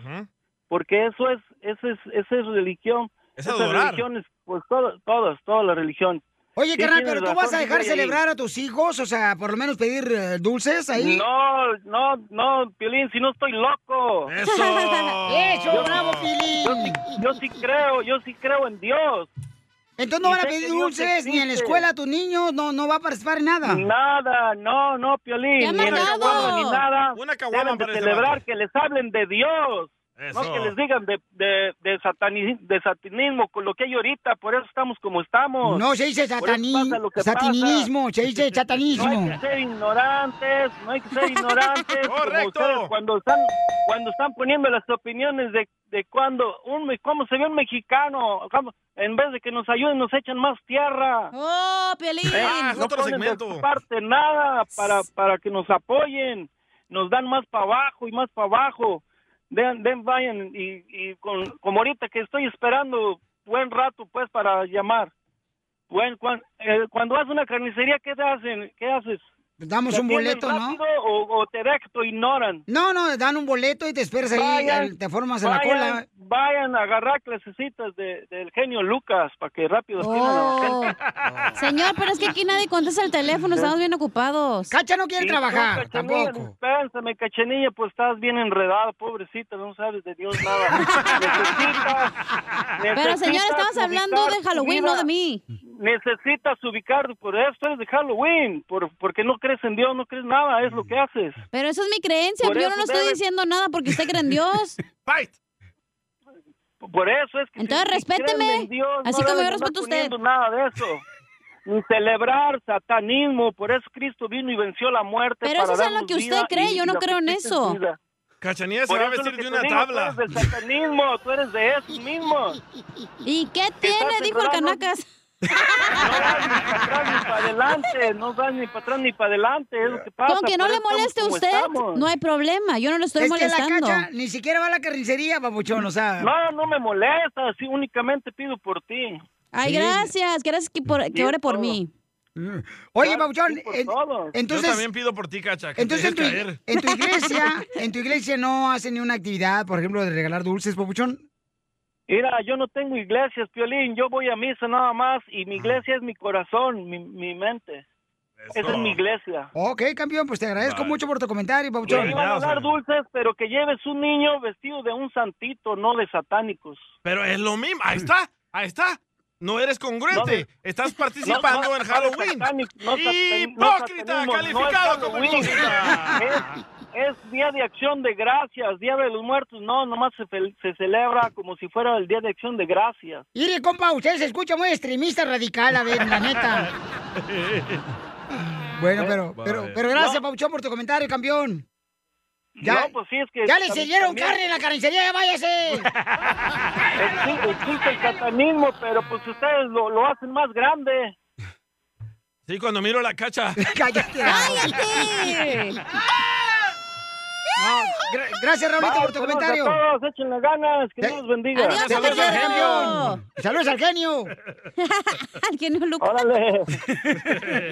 Speaker 25: porque eso es, eso es, esa es religión.
Speaker 2: Es
Speaker 25: Esa
Speaker 2: adorar.
Speaker 25: religión es- pues todo- todas, toda la religión.
Speaker 1: Oye,
Speaker 25: Sí,
Speaker 1: carnal,
Speaker 25: tienes
Speaker 1: pero tú
Speaker 25: razón,
Speaker 1: vas a dejar
Speaker 25: DJ.
Speaker 1: celebrar a tus hijos, o sea, por lo menos pedir eh, dulces ahí.
Speaker 25: No, no, no, Piolín, si no estoy loco. [LAUGHS]
Speaker 1: Eso. Eso, bravo, Piolín.
Speaker 25: Yo sí, yo sí creo, yo sí creo en Dios.
Speaker 1: Entonces no
Speaker 25: Y
Speaker 1: van a
Speaker 25: sé
Speaker 1: pedir
Speaker 25: que Dios
Speaker 1: dulces ni en la
Speaker 25: existe.
Speaker 1: escuela a tus niños, no, no va a participar en nada.
Speaker 25: Nada, no, no, Piolín.
Speaker 1: ¡Te ha
Speaker 25: ni en el
Speaker 1: matado!
Speaker 25: caguama, ni nada.
Speaker 1: Una caguama
Speaker 25: Deben de
Speaker 1: para este
Speaker 25: celebrar
Speaker 1: vato.
Speaker 25: que les hablen de Dios.
Speaker 2: Eso.
Speaker 25: No que les digan de, de, de, satani- de satanismo, con lo que hay ahorita, por eso estamos como estamos.
Speaker 1: No se dice
Speaker 25: Por eso
Speaker 1: sataní,
Speaker 25: pasa lo que pasa.
Speaker 1: sataninismo, se
Speaker 25: [LAUGHS]
Speaker 1: dice
Speaker 25: No
Speaker 1: satanismo.
Speaker 25: hay que ser ignorantes, no hay que ser ignorantes. como
Speaker 2: Correcto.
Speaker 25: ustedes cuando están, cuando están poniendo las opiniones de, de cuando, un, me- cómo se ve un mexicano, cómo- en vez de que nos ayuden, nos echan más tierra.
Speaker 3: ¡Oh, Piolín!
Speaker 25: Eh,
Speaker 3: Ah, es
Speaker 25: no
Speaker 3: otro
Speaker 25: ponen de
Speaker 3: segmento.
Speaker 25: su parte nada para, para que nos apoyen. Nos dan más para abajo y más para abajo. Den, den, vayan y, y con, como ahorita que estoy esperando buen rato pues para llamar. Bueno, cuan- eh, cuando haces una carnicería, ¿qué te hacen? ¿Qué haces?
Speaker 1: Damos
Speaker 25: ¿Te
Speaker 1: un
Speaker 25: atienden
Speaker 1: boleto, ¿no?
Speaker 25: rápido O, o te dejan, te ignoran.
Speaker 1: No, no, dan un boleto y te esperas ahí, al- te formas en la
Speaker 25: vayan-
Speaker 1: cola.
Speaker 25: Vayan a agarrar clasecitas de, del genio Lucas para que rápido atiendan a la gente.
Speaker 3: Oh. Señor, pero es que aquí nadie contesta el teléfono, estamos bien ocupados.
Speaker 1: Cacha no
Speaker 25: Y tú, Cachanilla, Dispénsame, cachanilla, pues estás bien enredado, pobrecita, no sabes de Dios
Speaker 3: [LAUGHS]
Speaker 25: nada. necesitas,
Speaker 3: Pero señor,
Speaker 25: necesitas
Speaker 3: estamos hablando
Speaker 25: ubicar
Speaker 3: de
Speaker 25: tu
Speaker 3: Halloween,
Speaker 25: vida.
Speaker 3: no de mí.
Speaker 25: Necesitas ubicar, por eso eres de Halloween, por, porque no crees en Dios, no crees nada, es lo que haces.
Speaker 3: Pero eso es mi creencia,
Speaker 25: Por
Speaker 3: yo
Speaker 25: eso
Speaker 3: no le estoy
Speaker 25: debes-
Speaker 3: diciendo nada porque usted cree en Dios.
Speaker 25: Por eso es que.
Speaker 3: Entonces,
Speaker 25: si creen
Speaker 3: respéteme,
Speaker 25: en Dios,
Speaker 3: así como yo
Speaker 25: deben andar
Speaker 3: respeto a usted.
Speaker 25: poniendo Nada de eso. Ni celebrar satanismo, por eso Cristo vino y venció la muerte.
Speaker 3: Pero eso
Speaker 25: para
Speaker 3: es en lo
Speaker 25: darnos
Speaker 3: que usted
Speaker 25: vida
Speaker 3: cree,
Speaker 25: y-
Speaker 3: yo
Speaker 25: y
Speaker 3: no
Speaker 25: la
Speaker 3: creo en
Speaker 25: justicia
Speaker 3: eso.
Speaker 25: vida.
Speaker 2: Cachanilla se
Speaker 25: Por
Speaker 2: va a
Speaker 25: eso es lo
Speaker 2: vestir
Speaker 25: que
Speaker 2: de
Speaker 25: te
Speaker 2: una
Speaker 25: digo,
Speaker 2: tabla.
Speaker 25: Tú eres del satanismo, tú eres de esos mismos.
Speaker 3: ¿Y qué tiene? Dijo el
Speaker 25: temprano.
Speaker 3: canacas.
Speaker 25: Ni para adelante, no vas ni para atrás ni para adelante, es lo que pasa.
Speaker 3: Con que no
Speaker 25: por
Speaker 3: le
Speaker 25: eso estamos
Speaker 3: moleste a
Speaker 25: como
Speaker 3: usted,
Speaker 25: estamos.
Speaker 3: no hay problema, yo no le estoy
Speaker 25: Es que la
Speaker 3: molestando.
Speaker 25: Cacha
Speaker 1: Ni siquiera va a la carnicería, papuchón, o sea.
Speaker 25: No, no me molesta, sí, únicamente pido por ti.
Speaker 3: Ay, gracias, gracias que, por- que
Speaker 25: Sí,
Speaker 3: ore por
Speaker 25: todo.
Speaker 3: mí.
Speaker 1: Mm. Oye,
Speaker 25: Claro,
Speaker 1: Papuchón,
Speaker 25: sí, por
Speaker 1: en-
Speaker 25: todos.
Speaker 2: Yo
Speaker 1: entonces,
Speaker 2: también pido por ti, Cacha. que
Speaker 1: entonces en tu,
Speaker 2: te dejes caer.
Speaker 1: en tu
Speaker 2: [LAUGHS]
Speaker 1: iglesia, en tu iglesia no hacen ni una actividad, por ejemplo, de regalar dulces, Papuchón.
Speaker 25: Mira, yo no tengo iglesias, Piolín, yo voy a misa nada más y
Speaker 1: Ah.
Speaker 25: mi iglesia es mi corazón, mi, mi mente. Esa es mi iglesia.
Speaker 1: Ok, campeón, pues te agradezco
Speaker 25: Vale.
Speaker 1: mucho por tu comentario,
Speaker 25: Y
Speaker 1: Papuchón.
Speaker 25: ahí
Speaker 2: Pues,
Speaker 25: van Pues a dar dulces, pero que lleves un niño vestido de un santito, no de satánicos.
Speaker 2: Pero es lo mismo. Ahí está, ahí está. No eres
Speaker 25: [LAUGHS]
Speaker 2: congruente.
Speaker 25: No,
Speaker 2: Estás
Speaker 25: no,
Speaker 2: participando
Speaker 25: no,
Speaker 2: en Halloween.
Speaker 25: no es satani- no es satan- no es
Speaker 2: ¡Hipócrita!
Speaker 25: satanismo, no es
Speaker 2: ¡Calificado como
Speaker 25: Halloween.
Speaker 2: hipócrita!
Speaker 25: Es, es día de acción de gracias, día de los muertos. No, nomás se, fel- se celebra como si fuera el día de acción de gracias.
Speaker 1: Mire, compa, usted se escucha muy extremista radical, a ver, la
Speaker 25: [LAUGHS]
Speaker 1: neta. Bueno, pero, pero, pero gracias, Papuchón, por tu comentario, campeón.
Speaker 25: No, pues sí, es que
Speaker 1: ya le
Speaker 25: tam-
Speaker 1: sirvieron
Speaker 25: también-
Speaker 1: carne en la carnicería,
Speaker 25: [LAUGHS]
Speaker 1: ya váyase.
Speaker 25: Exi- Existe el satanismo, pero pues ustedes lo, lo hacen más grande.
Speaker 2: Sí, cuando miro
Speaker 1: [LAUGHS]
Speaker 2: la cacha.
Speaker 1: ¡Cállate!
Speaker 25: ¡Cállate!
Speaker 1: No, gra- gracias, Raulito,
Speaker 25: Bye,
Speaker 1: por tu
Speaker 25: saludos
Speaker 1: comentario.
Speaker 25: A todos, échenle ganas, que
Speaker 1: Te-
Speaker 25: Dios los bendiga.
Speaker 1: Adiós, Te te quiero. campeón. ¡Saludos al genio!
Speaker 3: [LAUGHS] al genio Lucas.
Speaker 25: ¡Órale!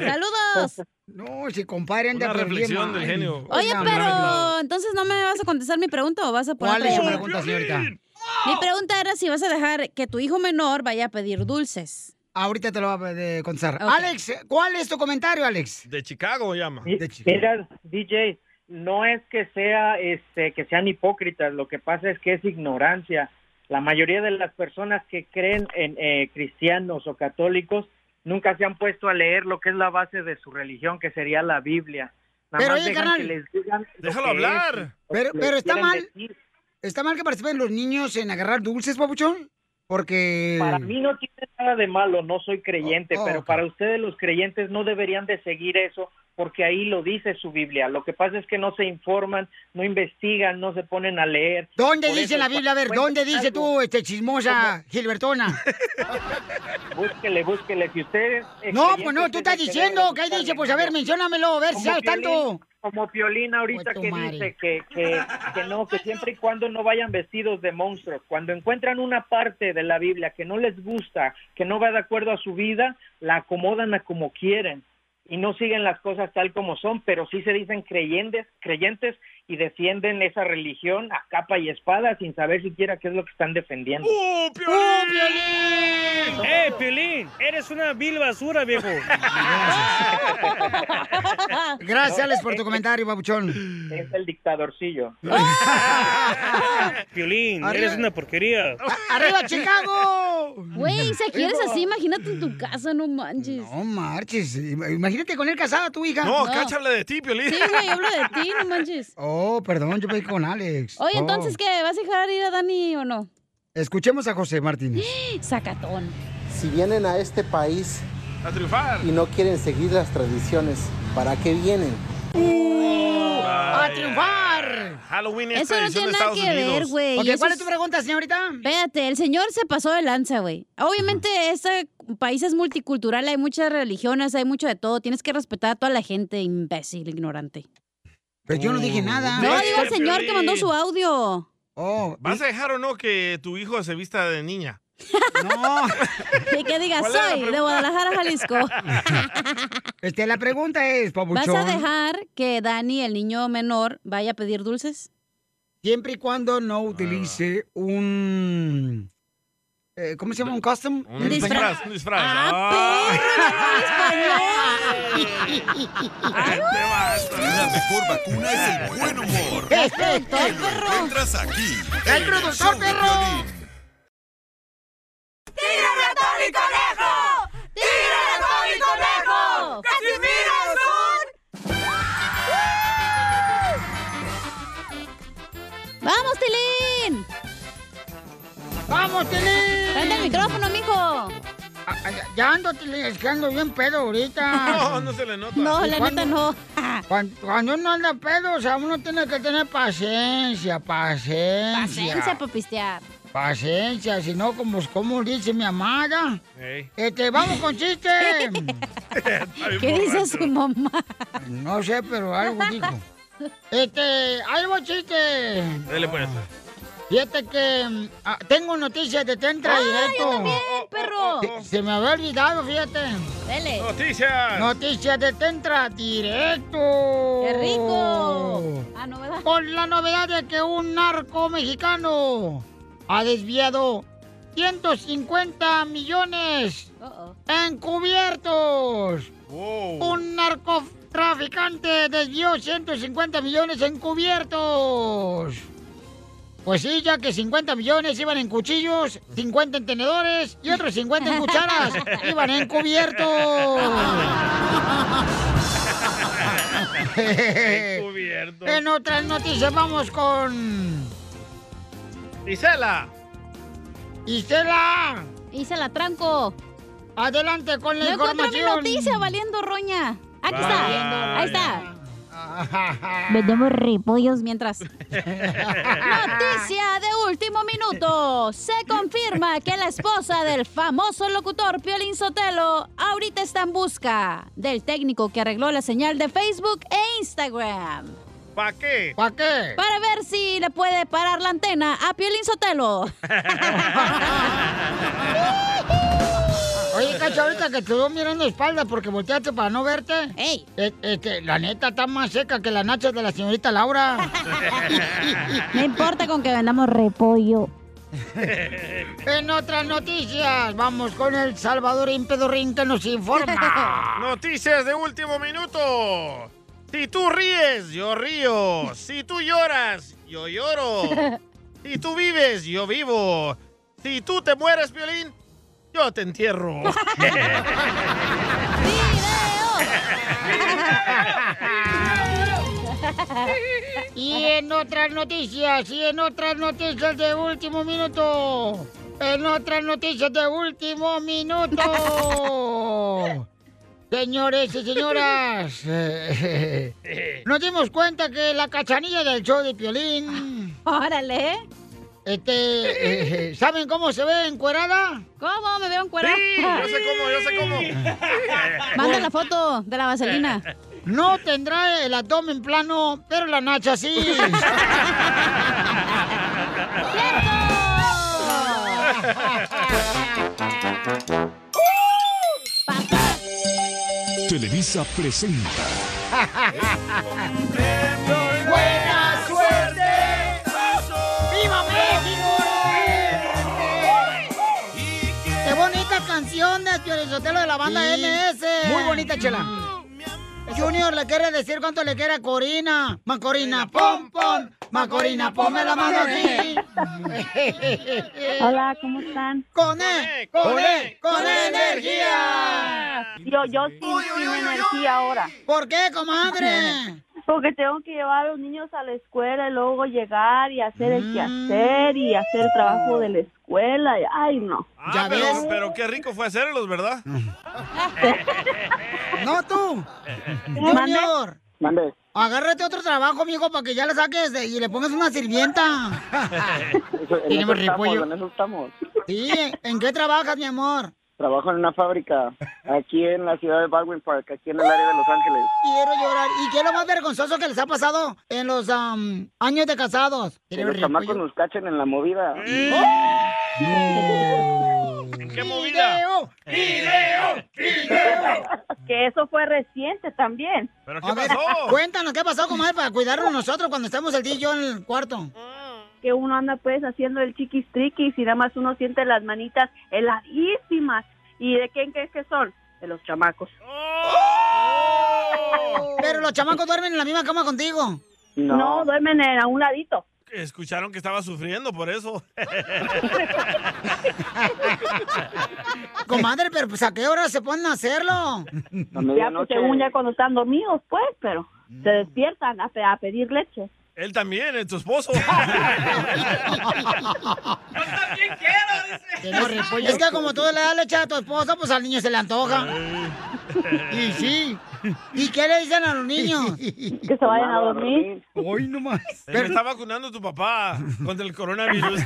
Speaker 3: ¡Saludos!
Speaker 1: No, si compadre anda
Speaker 2: Una
Speaker 1: pero bien
Speaker 2: reflexión
Speaker 1: mal.
Speaker 2: del genio.
Speaker 3: Oye,
Speaker 1: Oigan,
Speaker 3: pero entonces no me vas a contestar mi pregunta o vas a poner
Speaker 1: ¿Cuál es su
Speaker 3: otra
Speaker 1: pregunta, señorita?
Speaker 3: Mi pregunta era si vas a dejar que tu hijo menor vaya a pedir dulces.
Speaker 1: Ahorita te lo va a eh, contestar.
Speaker 3: Ok.
Speaker 1: Alex, ¿cuál es tu comentario, Alex?
Speaker 2: De Chicago llama.
Speaker 1: De Chicago.
Speaker 20: Mira, DJ, no es que sea este que sean hipócritas, lo que pasa es que es ignorancia. La mayoría de las personas que creen en eh, cristianos o católicos nunca se han puesto a leer lo que es la base de su religión, que sería la Biblia. Nada
Speaker 1: Pero,
Speaker 20: más
Speaker 1: oye,
Speaker 20: dejan
Speaker 1: carnal,
Speaker 20: que les digan lo
Speaker 1: déjalo
Speaker 20: que
Speaker 1: hablar.
Speaker 20: es, lo
Speaker 1: Pero-
Speaker 20: que
Speaker 1: pero
Speaker 20: les
Speaker 1: está
Speaker 20: quieren
Speaker 1: mal.
Speaker 20: decir.
Speaker 1: ¿Está mal que participen los niños en agarrar dulces, papuchón? Porque...
Speaker 20: Para mí no tiene nada de malo, no soy creyente,
Speaker 1: Oh, oh,
Speaker 20: pero
Speaker 1: ok.
Speaker 20: para ustedes los creyentes no deberían de seguir eso porque ahí lo dice su Biblia. Lo que pasa es que no se informan, no investigan, no se ponen a leer.
Speaker 1: ¿Dónde
Speaker 20: Por
Speaker 1: dice
Speaker 20: eso,
Speaker 1: la Biblia? A ver,
Speaker 20: cuando
Speaker 1: ¿dónde
Speaker 20: cuentan
Speaker 1: dice tú, este chismosa Gilbertona?
Speaker 20: algo, [LAUGHS] Búsquele, búsquele. Si ustedes... eh,
Speaker 1: No,
Speaker 20: creyentes
Speaker 1: pues no, tú
Speaker 20: tienen
Speaker 1: estás
Speaker 20: que
Speaker 1: diciendo
Speaker 20: leer,
Speaker 1: que ahí dice, pues a ver, menciónamelo, a ver si
Speaker 20: Como
Speaker 1: sabes tanto.
Speaker 20: Piolín, Como Piolín ahorita
Speaker 1: Pues tu
Speaker 20: que
Speaker 1: madre.
Speaker 20: dice que, que, que no, que siempre y cuando no vayan vestidos de monstruos, cuando encuentran una parte de la Biblia que no les gusta, que no va de acuerdo a su vida, la acomodan a como quieren.
Speaker 26: y no siguen las cosas tal como son, pero sí se dicen creyentes, creyentes y defienden esa religión a capa y espada sin saber siquiera qué es lo que están defendiendo.
Speaker 8: ¡Oh,
Speaker 2: ¡Uh, Piolín!
Speaker 26: ¡Eh, [LAUGHS] Piolín! Eres una vil basura, viejo.
Speaker 1: [LAUGHS] Gracias, Alex, por tu comentario, babuchón.
Speaker 26: Es el dictadorcillo.
Speaker 4: [LAUGHS] Piolín,
Speaker 1: Arriba.
Speaker 4: eres una porquería.
Speaker 1: ¡Ah,
Speaker 8: [LAUGHS]
Speaker 1: ¡Arriba, Chicago!
Speaker 3: Güey, si quieres así, imagínate en tu casa, no manches.
Speaker 1: No marches. Ima- Imagínate con él casada, tu hija.
Speaker 2: No, Cacha habla de ti, Piolín.
Speaker 3: Sí, güey, hablo de ti, no manches.
Speaker 1: Oh, perdón, yo pedí con Alex.
Speaker 3: Oye,
Speaker 1: Oh.
Speaker 3: entonces, ¿qué? ¿Vas a dejar ir a Dani o no?
Speaker 1: Escuchemos a José Martínez.
Speaker 3: Sacatón.
Speaker 6: Si vienen a este país
Speaker 2: a triunfar
Speaker 6: y no quieren seguir las tradiciones, ¿para qué vienen?
Speaker 3: Uh,
Speaker 1: ¡A triunfar!
Speaker 2: Halloween es
Speaker 3: Eso no
Speaker 2: tradición
Speaker 3: tiene
Speaker 2: de
Speaker 3: nada
Speaker 2: Estados
Speaker 3: que ver,
Speaker 2: Unidos.
Speaker 3: güey.
Speaker 1: Ok, ¿cuál es tu pregunta, señorita?
Speaker 3: Espérate, el señor se pasó de lanza, güey. Obviamente, este país es multicultural, hay muchas religiones, hay mucho de todo. Tienes que respetar a toda la gente, imbécil, ignorante.
Speaker 1: Pero Pues yo no dije
Speaker 2: Mm,
Speaker 1: nada.
Speaker 3: No, digo el señor que mandó su [LAUGHS] audio.
Speaker 1: Oh,
Speaker 2: ¿Vas a dejar o no que tu hijo se vista de niña?
Speaker 1: [LAUGHS] No.
Speaker 3: Y que diga,
Speaker 2: ¿Cuál era la
Speaker 3: soy de
Speaker 2: pregunta?
Speaker 3: Guadalajara, [LAUGHS] Jalisco.
Speaker 1: Este, la pregunta es,
Speaker 3: ¿Vas
Speaker 1: Pabuchón.
Speaker 3: a dejar que Dani, el niño menor, vaya a pedir dulces?
Speaker 1: Siempre y cuando no utilice un. eh, ¿Cómo se llama? ¿Un Ah, custom?
Speaker 2: Un disfraz, un disfraz.
Speaker 1: [LAUGHS]
Speaker 16: La mejor vacuna es el buen humor.
Speaker 1: ¡Es
Speaker 16: Y
Speaker 1: productor,
Speaker 16: lo encuentras aquí.
Speaker 1: ¡El
Speaker 16: en
Speaker 1: productor,
Speaker 16: show de
Speaker 1: perro!
Speaker 16: Piolín.
Speaker 8: ¡Tírame a Tony Conejo! ¡Tírame a Tony Conejo! ¡Casimiro es un...
Speaker 3: ¡Vamos, Tilín!
Speaker 1: ¡Vamos, Tilín!
Speaker 3: ¡Prende el micrófono, mijo!
Speaker 1: Ah, ah, ya- Ya ando, Tilín, es que ando bien pedo ahorita.
Speaker 2: [LAUGHS] [LAUGHS] No, no se le nota.
Speaker 1: ¿Y cuándo- [LAUGHS] cuan- Cuando, uno anda pedo, o sea, uno tiene que tener paciencia, paciencia.
Speaker 3: Paciencia para pistear.
Speaker 1: Paciencia, si no, como, como dice mi amada. Este, vamos con chiste.
Speaker 3: [LAUGHS] ¿Qué dice su mamá?
Speaker 1: No sé, pero algo dijo. Este, algo chiste.
Speaker 2: Dale pues.
Speaker 1: Fíjate que mm, ah, tengo noticias de Tentra
Speaker 3: Ah,
Speaker 1: Directo.
Speaker 3: yo también, perro.
Speaker 1: Se, se me había olvidado, fíjate.
Speaker 3: Dele.
Speaker 2: Noticias.
Speaker 1: Noticias de Tentra Directo.
Speaker 3: ¡Qué rico! Ah, no, ¿verdad?
Speaker 1: Con la novedad de que un narco mexicano ha desviado 150 millones encubiertos. Un narcotraficante desvió 150 millones encubiertos. Pues sí, ya que 50 millones iban en cuchillos, 50 en tenedores y otros 50 en cucharas. iban encubiertos.
Speaker 2: Cubierto.
Speaker 1: En otras noticias vamos con...
Speaker 2: Isela.
Speaker 1: Isela.
Speaker 3: Isela Tranco.
Speaker 1: Adelante con la
Speaker 3: No encuentro mi
Speaker 1: información.
Speaker 3: noticia, valiendo roña. Aquí
Speaker 1: Vaya.
Speaker 3: está. Ahí está.
Speaker 7: Vendemos repollos.
Speaker 3: Mientras. Noticia de último minuto. Se confirma que la esposa del famoso locutor Piolín Sotelo ahorita está en busca del técnico que arregló la señal de Facebook e Instagram.
Speaker 2: ¿Para qué?
Speaker 1: ¿Para qué? [LAUGHS]
Speaker 3: Para ver si le puede parar la antena a Piolín Sotelo.
Speaker 1: Oye, Cacha, ahorita que te estoy mirando espalda porque volteaste para no verte. ¡Ey! Este, la neta está más seca que las nachas de la señorita Laura.
Speaker 7: [LAUGHS] No importa con que vendamos repollo.
Speaker 1: en otras noticias, vamos con el Salvador Impedorrín que nos informa.
Speaker 2: [LAUGHS] Noticias de último minuto. Si tú ríes, yo río. Si tú lloras,
Speaker 7: [LAUGHS]
Speaker 2: yo lloro. Si tú vives, yo vivo. Si tú te mueres, violín, yo te
Speaker 7: [LAUGHS]
Speaker 2: entierro.
Speaker 1: [LAUGHS] Y en otras noticias, y en otras noticias de último minuto. En otras noticias de
Speaker 3: [LAUGHS]
Speaker 1: último minuto. Señores y señoras, eh. nos dimos cuenta que la cachanilla del show de Piolín...
Speaker 3: [LAUGHS] Órale.
Speaker 1: Este, eh, ¿saben cómo se ve encuerada?
Speaker 3: ¿Cómo? ¿Me veo encuerada?
Speaker 1: Sí, yo sé cómo, yo sé cómo. [LAUGHS]
Speaker 3: Manda la foto de la vaselina.
Speaker 1: No tendrá el abdomen plano, pero la nacha sí. [LAUGHS]
Speaker 8: ¡Tírame
Speaker 27: Televisa presenta
Speaker 8: ¡Buena suerte!
Speaker 28: ¡Viva México!
Speaker 1: Qué bonita canción de Piorizotelo de la banda
Speaker 28: Sí.
Speaker 1: MS.
Speaker 28: Muy bonita, Chela.
Speaker 1: Junior le quiere decir cuánto le quiere a Corina. Macorina, pom, pom. Macorina, ponme la mano aquí.
Speaker 7: [LAUGHS] Hola, ¿cómo están?
Speaker 1: Con él, con
Speaker 8: E,
Speaker 1: él, con E energía.
Speaker 7: Yo, yo sí sin energía ahora.
Speaker 1: ¿Por qué, comadre?
Speaker 7: [LAUGHS] Porque tengo que llevar a los niños a la escuela y luego llegar y hacer el quehacer y hacer el trabajo de la escuela. y- Ay, no.
Speaker 2: Ah, pero,
Speaker 7: [LAUGHS]
Speaker 2: pero qué rico fue hacerlos, ¿verdad?
Speaker 1: No tú.
Speaker 2: ¿Mande?
Speaker 1: Junior. Agárrate otro trabajo, mijo, para que ya le saques eh, y le pongas una sirvienta. Ah. Tenemos repollo.
Speaker 20: En eso estamos.
Speaker 1: Sí, ¿en qué trabajas, mi amor?
Speaker 20: Trabajo en una fábrica aquí en la ciudad de Baldwin Park, aquí en el área de Los Ángeles.
Speaker 1: Quiero llorar. ¿Y qué es lo más vergonzoso que les ha pasado en los am, años de casados?
Speaker 20: Que los chamacos nos cachen en
Speaker 2: [LAUGHS]
Speaker 20: la movida.
Speaker 2: ¿En qué
Speaker 1: movida?
Speaker 2: ¡Video!
Speaker 7: Que eso fue reciente también.
Speaker 2: ¿Pero
Speaker 1: A ver, Cuéntanos, ¿qué pasó, comadre, para cuidarnos nosotros cuando estamos el día y yo en el cuarto?
Speaker 7: Que uno anda pues haciendo el chiquis triquis y nada más uno siente las manitas heladísimas. ¿Y de quién crees que son? De los chamacos.
Speaker 1: ¡Oh! Pero los chamacos duermen en la misma cama contigo.
Speaker 7: No, duermen en- a un ladito.
Speaker 2: Escucharon que estaba sufriendo por eso.
Speaker 1: Comadre, pero pues, ¿a qué hora se ponen a hacerlo?
Speaker 7: Ya, pues, según ya cuando están dormidos, pues, pero
Speaker 1: Mm.
Speaker 7: se despiertan a, pe- a pedir leche.
Speaker 2: Él también, eh, tu
Speaker 7: [LAUGHS]
Speaker 2: esposo. [LAUGHS]
Speaker 1: Tenemos repollo. pues, Es que como tú le das leche a tu esposa, pues al niño se le antoja. [LAUGHS] Y sí. ¿Y qué le dicen a los niños? Que
Speaker 7: se
Speaker 2: vayan a dormir.
Speaker 1: Hoy nomás.
Speaker 2: Me está vacunando tu papá contra el [LAUGHS] coronavirus.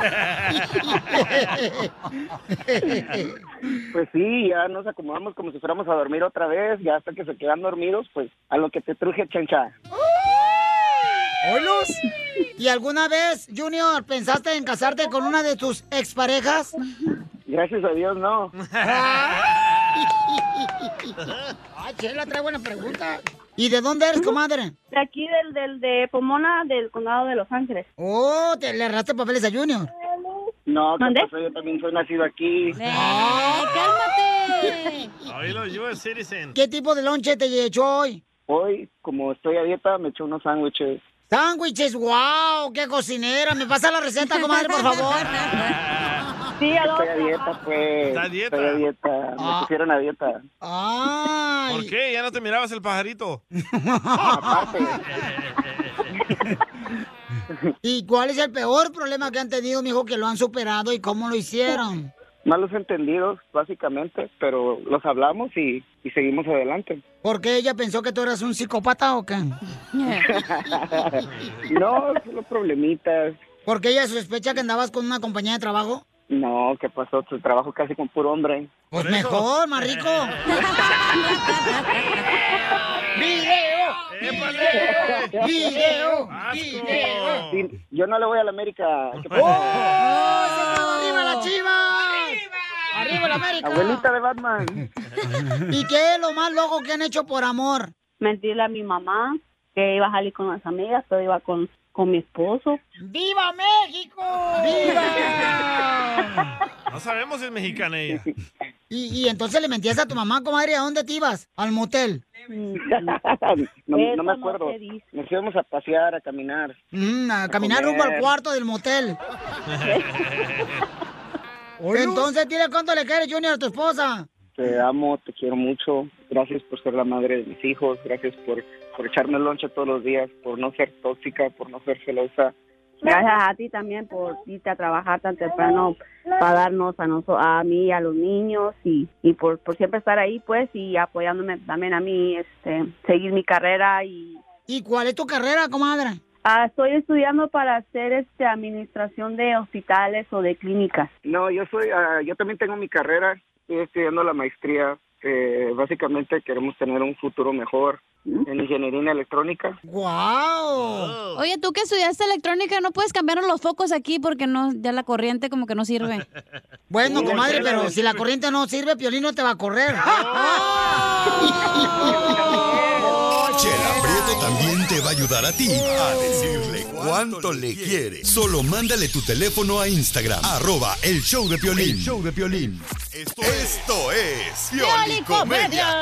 Speaker 20: Pues sí, ya nos acomodamos como si fuéramos a dormir otra vez, ya hasta que se quedan dormidos, pues a lo que te truje, chancha.
Speaker 1: ¡Holos! ¿Y alguna vez, Junior, pensaste en casarte con una de tus exparejas?
Speaker 20: Gracias
Speaker 2: [LAUGHS]
Speaker 20: a Dios,
Speaker 1: [LAUGHS]
Speaker 20: no.
Speaker 1: Ah, Chela, trae buena pregunta. ¿Y de dónde eres, Pues, comadre?
Speaker 7: De aquí, del, del de Pomona, del condado de Los Ángeles.
Speaker 1: Oh, te le arraste papeles a Junior.
Speaker 20: No, ¿qué pasó? pues, yo también soy nacido aquí.
Speaker 1: cálmate!
Speaker 2: Oílo, US Citizen.
Speaker 1: ¿Qué tipo de lonche te echó hoy?
Speaker 20: Hoy, como estoy a dieta, me eché unos sándwiches.
Speaker 1: Sándwiches, wow, qué cocinera. ¿Me pasa la receta, comadre, por favor?
Speaker 7: Sí,
Speaker 20: Estoy a dieta, pues.
Speaker 2: Está a dieta. Ah.
Speaker 20: Estoy a dieta. Me pusieron a dieta.
Speaker 2: ¿Por qué? Ya no te mirabas el pajarito.
Speaker 1: ¿Y cuál es el peor problema que han tenido, mijo, que lo han superado y cómo lo hicieron?
Speaker 20: Malos entendidos, básicamente, pero los hablamos y, y seguimos adelante.
Speaker 1: ¿Por qué ella pensó que tú eras un psicópata o qué?
Speaker 20: no, solo problemitas.
Speaker 1: ¿Por qué ella sospecha que andabas con una compañía de trabajo?
Speaker 20: [LAUGHS] No, ¿qué pasó? Tu trabajo casi con puro hombre.
Speaker 1: Pues mejor, más rico. ¡Video! [LAUGHS]
Speaker 8: ¡Video! ¡Video! ¡Video!
Speaker 20: Sí, yo no le voy a la América. ¿Qué
Speaker 8: ¡Oh!
Speaker 20: pasa?
Speaker 1: ¡Arriba la chiva! ¡Arriba la América!
Speaker 20: Abuelita de Batman.
Speaker 1: [LAUGHS] ¿Y qué es lo más loco que han hecho por amor?
Speaker 7: Mentirle a mi mamá que iba a salir con las amigas, pero iba con, con mi esposo.
Speaker 1: ¡Viva México! [LAUGHS] ¡Viva!
Speaker 2: No sabemos si es mexicana ella.
Speaker 1: Y, y entonces le mentías a tu mamá, comadre, ¿a dónde te ibas? Al
Speaker 20: [LAUGHS]
Speaker 1: motel.
Speaker 20: [LAUGHS] No,
Speaker 1: Eso
Speaker 20: no
Speaker 1: no
Speaker 20: me acuerdo.
Speaker 1: se dice.
Speaker 20: Nos íbamos a pasear, a caminar.
Speaker 1: Mm, a caminar rumbo al
Speaker 20: comer. [LAUGHS]
Speaker 1: cuarto del motel. Entonces, dile cuánto le quieres, Junior, a tu esposa.
Speaker 20: Te amo, te quiero mucho. Gracias por ser la madre de mis hijos. Gracias por, por echarme loncha todos los días, por no ser tóxica, por no ser celosa.
Speaker 7: Gracias a ti también por irte a trabajar tan temprano para darnos a, noso- a mí y a los niños y, y por, por siempre estar ahí pues y apoyándome también a mí, este, seguir mi carrera y...
Speaker 1: ¿Y cuál es tu carrera, comadre?
Speaker 7: Ah, estoy estudiando para hacer este administración de hospitales o de clínicas.
Speaker 20: No, yo soy, ah, yo también tengo mi carrera. Estoy estudiando la maestría. Eh, básicamente queremos tener un futuro mejor en ingeniería electrónica.
Speaker 1: ¡Wow!
Speaker 3: Oye, tú que estudiaste electrónica, ¿no puedes cambiar los focos aquí porque no, ya la corriente como que no sirve?
Speaker 1: Bueno, comadre, pero si la corriente no sirve, Piolín no te va a correr.
Speaker 16: Chela Prieto también te va a ayudar a ti a decirle cuánto le quiere. Solo mándale tu teléfono a Instagram, arroba el show de Piolín.
Speaker 29: El
Speaker 16: show de Piolín. Esto, esto es Pioli Comedia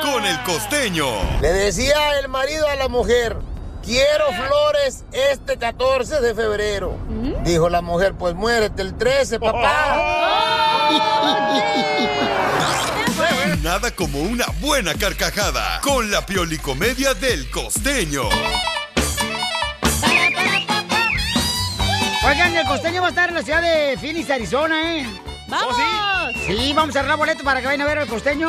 Speaker 29: Comedia.
Speaker 16: con el costeño.
Speaker 17: Le decía el marido a la mujer, quiero flores este 14 de febrero.
Speaker 2: ¿Mm?
Speaker 17: Dijo la mujer, pues muérete el 13, [LAUGHS]
Speaker 2: Oh.
Speaker 17: papá.
Speaker 16: Nada como una buena carcajada con la Pioli Comedia del costeño.
Speaker 1: Oigan, el costeño va a estar en la ciudad de Phoenix, Arizona, ¿eh? ¿Oh,
Speaker 3: ¡Vamos!
Speaker 1: sí? vamos a cerrar boleto para que vayan a ver al costeño.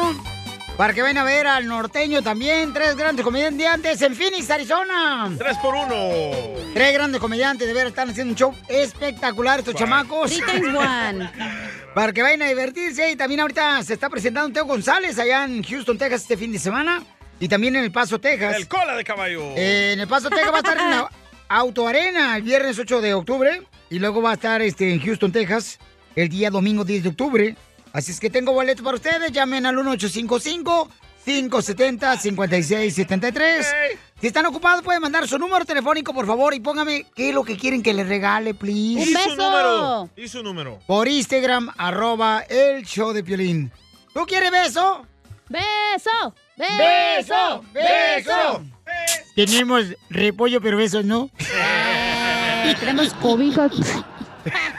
Speaker 1: Para que vayan a ver al norteño también. Tres grandes comediantes en Phoenix, Arizona.
Speaker 2: Tres por uno.
Speaker 1: Tres grandes comediantes, de ver, están haciendo un show espectacular estos chamacos.
Speaker 3: Three times one.
Speaker 1: [LAUGHS] Para que vayan a divertirse. Y también ahorita se está presentando Teo González allá en Houston, Texas, este fin de semana. Y también en El Paso, Texas.
Speaker 2: El cola de caballo.
Speaker 1: Eh, en El Paso Texas va a estar en la Autoarena el viernes 8 de octubre y luego va a estar este, en Houston, Texas el día domingo 10 de octubre. Así es que tengo boletos para ustedes. Llamen al 1855 570 5673. Si están ocupados pueden mandar su número telefónico, por favor, y póngame qué es lo que quieren que les regale, please.
Speaker 2: Y su número. Y su número.
Speaker 1: Por Instagram arroba el show de Piolín. ¿Tú quieres beso?
Speaker 3: ¡Beso!
Speaker 1: ¡Beso! ¡Beso! Tenemos repollo, pero besos no.
Speaker 3: Tenemos cobijas.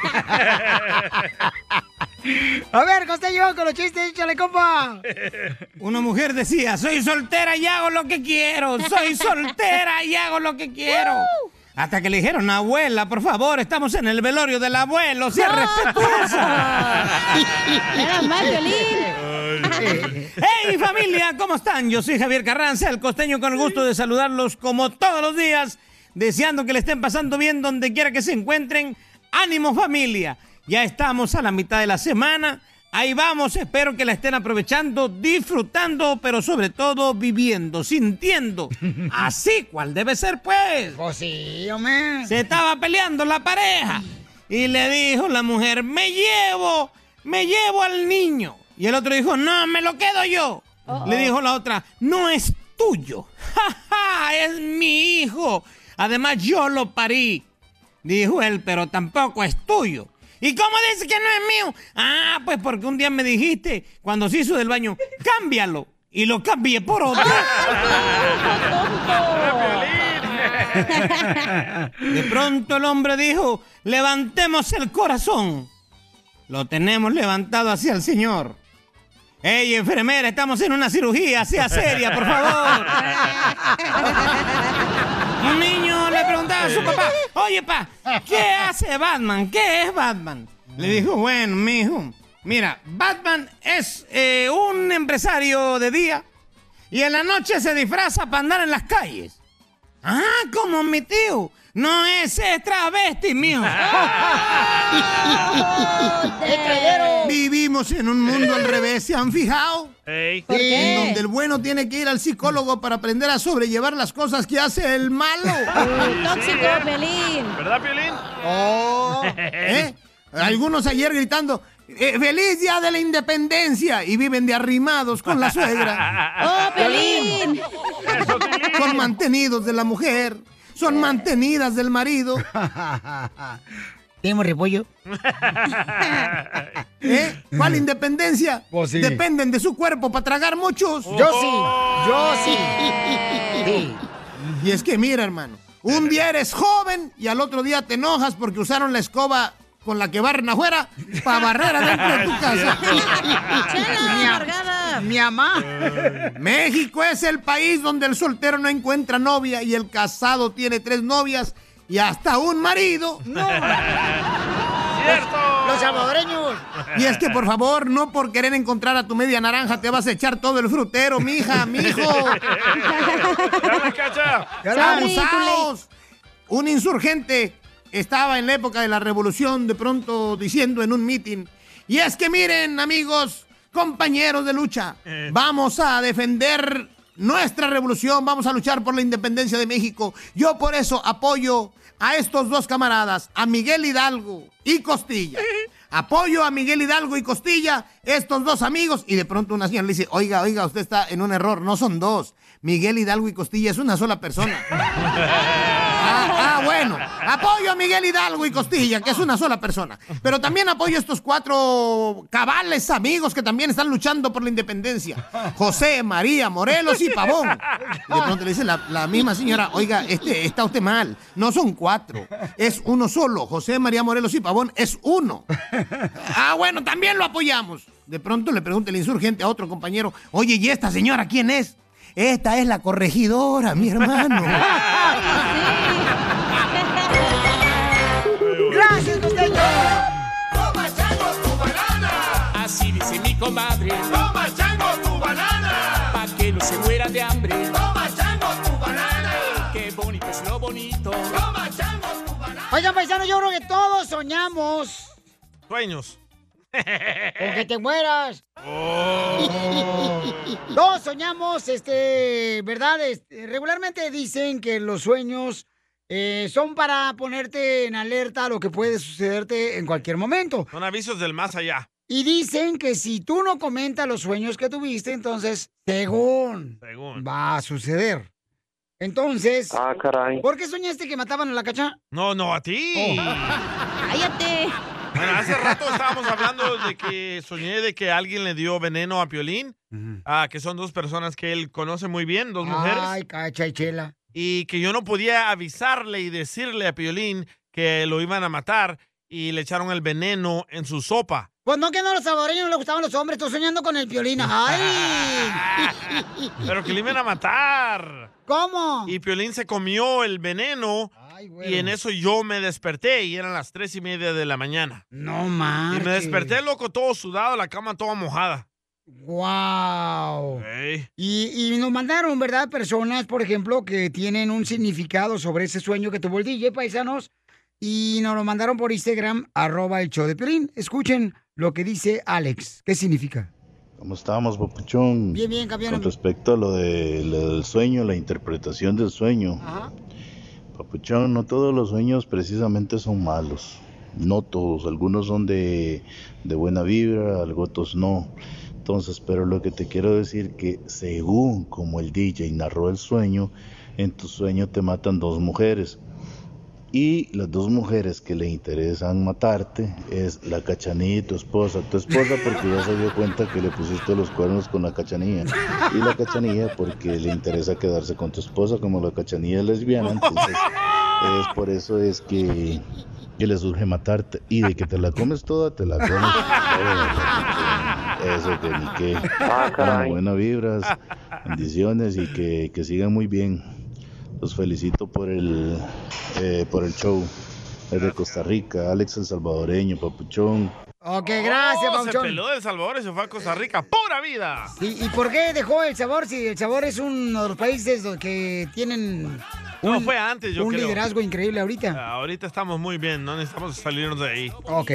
Speaker 1: Ah. [LAUGHS] A ver, Costeño, con los chistes, échale, compa.
Speaker 30: Una mujer decía, soy soltera y hago lo que quiero,
Speaker 3: [LAUGHS]
Speaker 30: soy soltera y hago lo que quiero. Hasta que le dijeron, abuela, por favor, estamos en el velorio del abuelo, sea respetuosa.
Speaker 3: Ah. [LAUGHS] Era más
Speaker 30: [LAUGHS] ¡Hey familia! ¿Cómo están? Yo soy Javier Carranza, el costeño, con el gusto de saludarlos como todos los días, deseando que le estén pasando bien donde quiera que se encuentren. ¡Ánimo familia! Ya estamos a la mitad de la semana. Ahí vamos, espero que la estén aprovechando, disfrutando, pero sobre todo viviendo, sintiendo. Así cual debe ser, pues.
Speaker 1: Pues sí, hombre.
Speaker 30: Se estaba peleando la pareja. Y le dijo la mujer, me llevo, me llevo al niño. Y el otro dijo, no, me lo quedo yo.
Speaker 25: Uh-oh.
Speaker 30: Le dijo la otra, no es tuyo. [LAUGHS] ¡Ja, ja! Es mi hijo. Además, yo lo parí. Dijo él, pero tampoco es tuyo. ¿Y cómo dice que no es mío? Ah, pues porque un día me dijiste, cuando se hizo del baño, cámbialo. Y lo cambié por otro. [LAUGHS] De pronto el hombre dijo, levantemos el corazón. Lo tenemos levantado hacia el Señor. ¡Ey, enfermera, estamos en una cirugía! ¡Sea seria, por favor!
Speaker 8: [LAUGHS]
Speaker 30: Un niño le preguntaba a su papá, oye, pa, ¿qué hace Batman? ¿Qué es Batman? Le dijo, bueno, mijo, mira, Batman es eh, un empresario de día y en la noche se disfraza para andar en las calles. Ah, como mi tío. No, ese es travesti, mío. Vivimos en un mundo al revés, ¿se han fijado?
Speaker 2: ¿Por
Speaker 30: Sí,
Speaker 2: qué?
Speaker 30: En donde el bueno tiene que ir al psicólogo para aprender a sobrellevar las cosas que hace el malo.
Speaker 2: Uy, tóxico, sí, ¿eh? Pelín. ¿Verdad, Piolín?
Speaker 30: Oh, ¿eh? Algunos ayer gritando, eh, ¡Feliz Día de la Independencia! Y viven de arrimados con la suegra.
Speaker 3: ¡Oh, Pelín!
Speaker 30: Son mantenidos de la mujer, son mantenidas del marido.
Speaker 1: [LAUGHS] ¿Tenemos repollo?
Speaker 30: [LAUGHS] ¿Eh? ¿Cuál independencia?
Speaker 1: Pues sí.
Speaker 30: Dependen de su cuerpo para tragar muchos.
Speaker 1: Yo sí, yo
Speaker 30: [LAUGHS]
Speaker 1: sí. Sí.
Speaker 30: Y es que mira, hermano, un día eres joven y al otro día te enojas porque usaron la escoba con la que barren afuera para barrer adentro de tu casa.
Speaker 1: Mi am- Mi mamá.
Speaker 30: [LAUGHS] México es el país donde el soltero no encuentra novia y el casado tiene tres novias y hasta un marido. No.
Speaker 1: Los salvadoreños.
Speaker 30: Y es que por favor, no por querer encontrar a tu media naranja te vas a echar todo el frutero, mija, mijo.
Speaker 1: [LAUGHS]
Speaker 2: Ya
Speaker 30: Son
Speaker 2: la-
Speaker 30: abusados. Un insurgente estaba en la época de la revolución de pronto diciendo en un mitin, y es que miren amigos, compañeros de lucha, vamos a defender nuestra revolución, vamos a luchar por la independencia de México. Yo por eso apoyo
Speaker 17: a estos dos camaradas, a Miguel Hidalgo y Costilla. Apoyo a Miguel Hidalgo y Costilla, estos dos amigos. Y de pronto una señora le dice, oiga, oiga, usted está en un error, no son dos. Miguel Hidalgo y Costilla es una sola persona. Ah, ah, bueno. Apoyo a Miguel Hidalgo y Costilla, que es una sola persona. Pero también apoyo a estos cuatro cabales amigos que también están luchando por la independencia. José, María, Morelos y Pavón. Y de pronto le dice la, la misma señora, oiga, este, está usted mal. No son cuatro, es uno solo. José, María, Morelos y Pavón es uno. Ah, bueno, también lo apoyamos. De pronto le pregunta el insurgente a otro compañero, oye, ¿y esta señora quién es? Esta es la corregidora, mi hermano.
Speaker 1: Gracias, costeño.
Speaker 22: Toma changos tu banana. Así dice mi comadre. Toma changos tu banana. Pa' que no se muera de hambre. Toma changos tu banana. Qué bonito es lo bonito. Toma changos tu banana.
Speaker 1: Oigan, paisano, yo creo que todos soñamos
Speaker 2: Sueños. [LAUGHS]
Speaker 1: con que te mueras. [LAUGHS] Todos soñamos, este, ¿verdad? Este, regularmente dicen que los sueños eh, son para ponerte en alerta a lo que puede sucederte en cualquier momento.
Speaker 2: Son avisos del más allá.
Speaker 1: Y dicen que si tú no comentas los sueños que tuviste, entonces, según,
Speaker 2: Según.
Speaker 1: va a suceder. Entonces,
Speaker 2: Ah, caray.
Speaker 1: ¿por qué soñaste que mataban a la cacha?
Speaker 2: No, no, a ti.
Speaker 1: [LAUGHS] Oh. Cállate.
Speaker 2: Oh. Bueno, hace rato estábamos hablando de que soñé de que alguien le dio veneno a Piolín, ah, que son dos personas que él conoce muy bien, dos mujeres,
Speaker 1: Ay, cacha y chela.
Speaker 2: y que yo no podía avisarle y decirle a Piolín que lo iban a matar y le echaron el veneno en su sopa.
Speaker 1: Pues no, que no a los salvadoreños no les gustaban los hombres. Estoy soñando con el
Speaker 2: [LAUGHS]
Speaker 1: violín. ¡Ay!
Speaker 2: Pero que lo iban a matar.
Speaker 1: ¿Cómo?
Speaker 2: Y Piolín se comió el veneno y en eso yo me desperté y eran las tres y media de la mañana.
Speaker 1: No
Speaker 2: Y
Speaker 1: marches.
Speaker 2: me desperté loco, todo sudado, la cama toda mojada.
Speaker 1: ¡Wow! Y, y nos mandaron, ¿verdad? Personas, por ejemplo, que tienen un significado sobre ese sueño que tuvo el DJ, paisanos. Y nos lo mandaron por Instagram, arroba el show de Piolín. Escuchen lo que dice Alex. ¿Qué significa?
Speaker 12: ¿Cómo estábamos, Papuchón?
Speaker 1: Bien, bien, campeón.
Speaker 12: Con respecto a lo de- lo del sueño, la interpretación del sueño. Papuchón, no todos los sueños precisamente son malos. No todos. Algunos son de, de buena vibra, algo otros no. Entonces, pero lo que te quiero decir que según como el DJ narró el sueño, en tu sueño te matan dos mujeres. Y las dos mujeres que le interesan matarte es la cachanilla y tu esposa. Tu esposa porque ya se dio cuenta que le pusiste los cuernos con la cachanilla. Y la cachanilla porque le interesa quedarse con tu esposa como la cachanilla es lesbiana. Entonces es por eso es que, que le surge matarte. Y de que te la comes toda, te la comes toda. Eso que ni qué. Bueno, buenas vibras, bendiciones y que, que sigan muy bien. Los felicito por el, eh, por el show. Desde Costa Rica, Alex el Salvadoreño, Papuchón.
Speaker 1: Ok, gracias,
Speaker 2: Oh, Se
Speaker 1: Pabuchón.
Speaker 2: peló de El Salvador y se fue a Costa Rica. ¡Pura vida!
Speaker 1: ¿Y, y por qué dejó El Sabor si El Sabor es uno de los países do- que tienen
Speaker 2: No, fue antes, yo
Speaker 1: un
Speaker 2: creo.
Speaker 1: liderazgo increíble ahorita?
Speaker 2: Ahorita estamos muy bien, no necesitamos salirnos de ahí.
Speaker 1: Ok.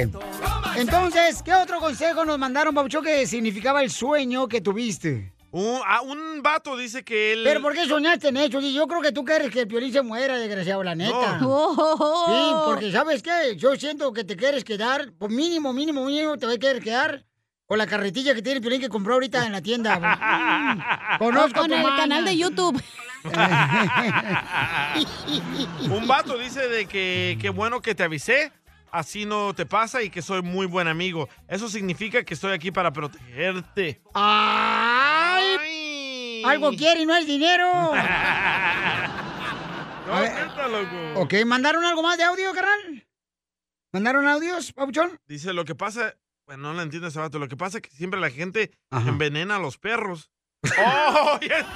Speaker 1: Entonces, ¿qué otro consejo nos mandaron, Pabuchón, que significaba el sueño que tuviste?
Speaker 2: Un, vato dice que él...
Speaker 1: ¿Pero por qué soñaste en eso? Yo creo que tú quieres que el Piolín se muera, desgraciado, la
Speaker 2: [LAUGHS]
Speaker 1: neta.
Speaker 2: Oh.
Speaker 1: Sí, porque ¿sabes qué? Yo siento que te quieres quedar, por mínimo, mínimo, mínimo, te voy a querer quedar con la carretilla que tiene el Piolín que compró ahorita en la tienda. Mm,
Speaker 2: [LAUGHS]
Speaker 1: Conozco
Speaker 3: O con
Speaker 1: a tu
Speaker 3: el
Speaker 1: mana.
Speaker 3: canal de
Speaker 1: [LAUGHS]
Speaker 3: YouTube.
Speaker 2: [LAUGHS] Un vato dice de que qué bueno que te avisé, así no te pasa y que soy muy buen amigo. Eso significa que estoy aquí para protegerte.
Speaker 1: ¡Ay! Algo quiere y no es
Speaker 2: [LAUGHS]
Speaker 1: dinero.
Speaker 2: No, neta, loco.
Speaker 1: ok, ¿mandaron algo más de audio, carnal? ¿Mandaron audios, Papuchón?
Speaker 2: Dice, lo que pasa... Bueno, no le entiendo a ese vato. Lo que pasa es que siempre la gente envenena a los
Speaker 1: [LAUGHS]
Speaker 2: perros. ¡Oh, ya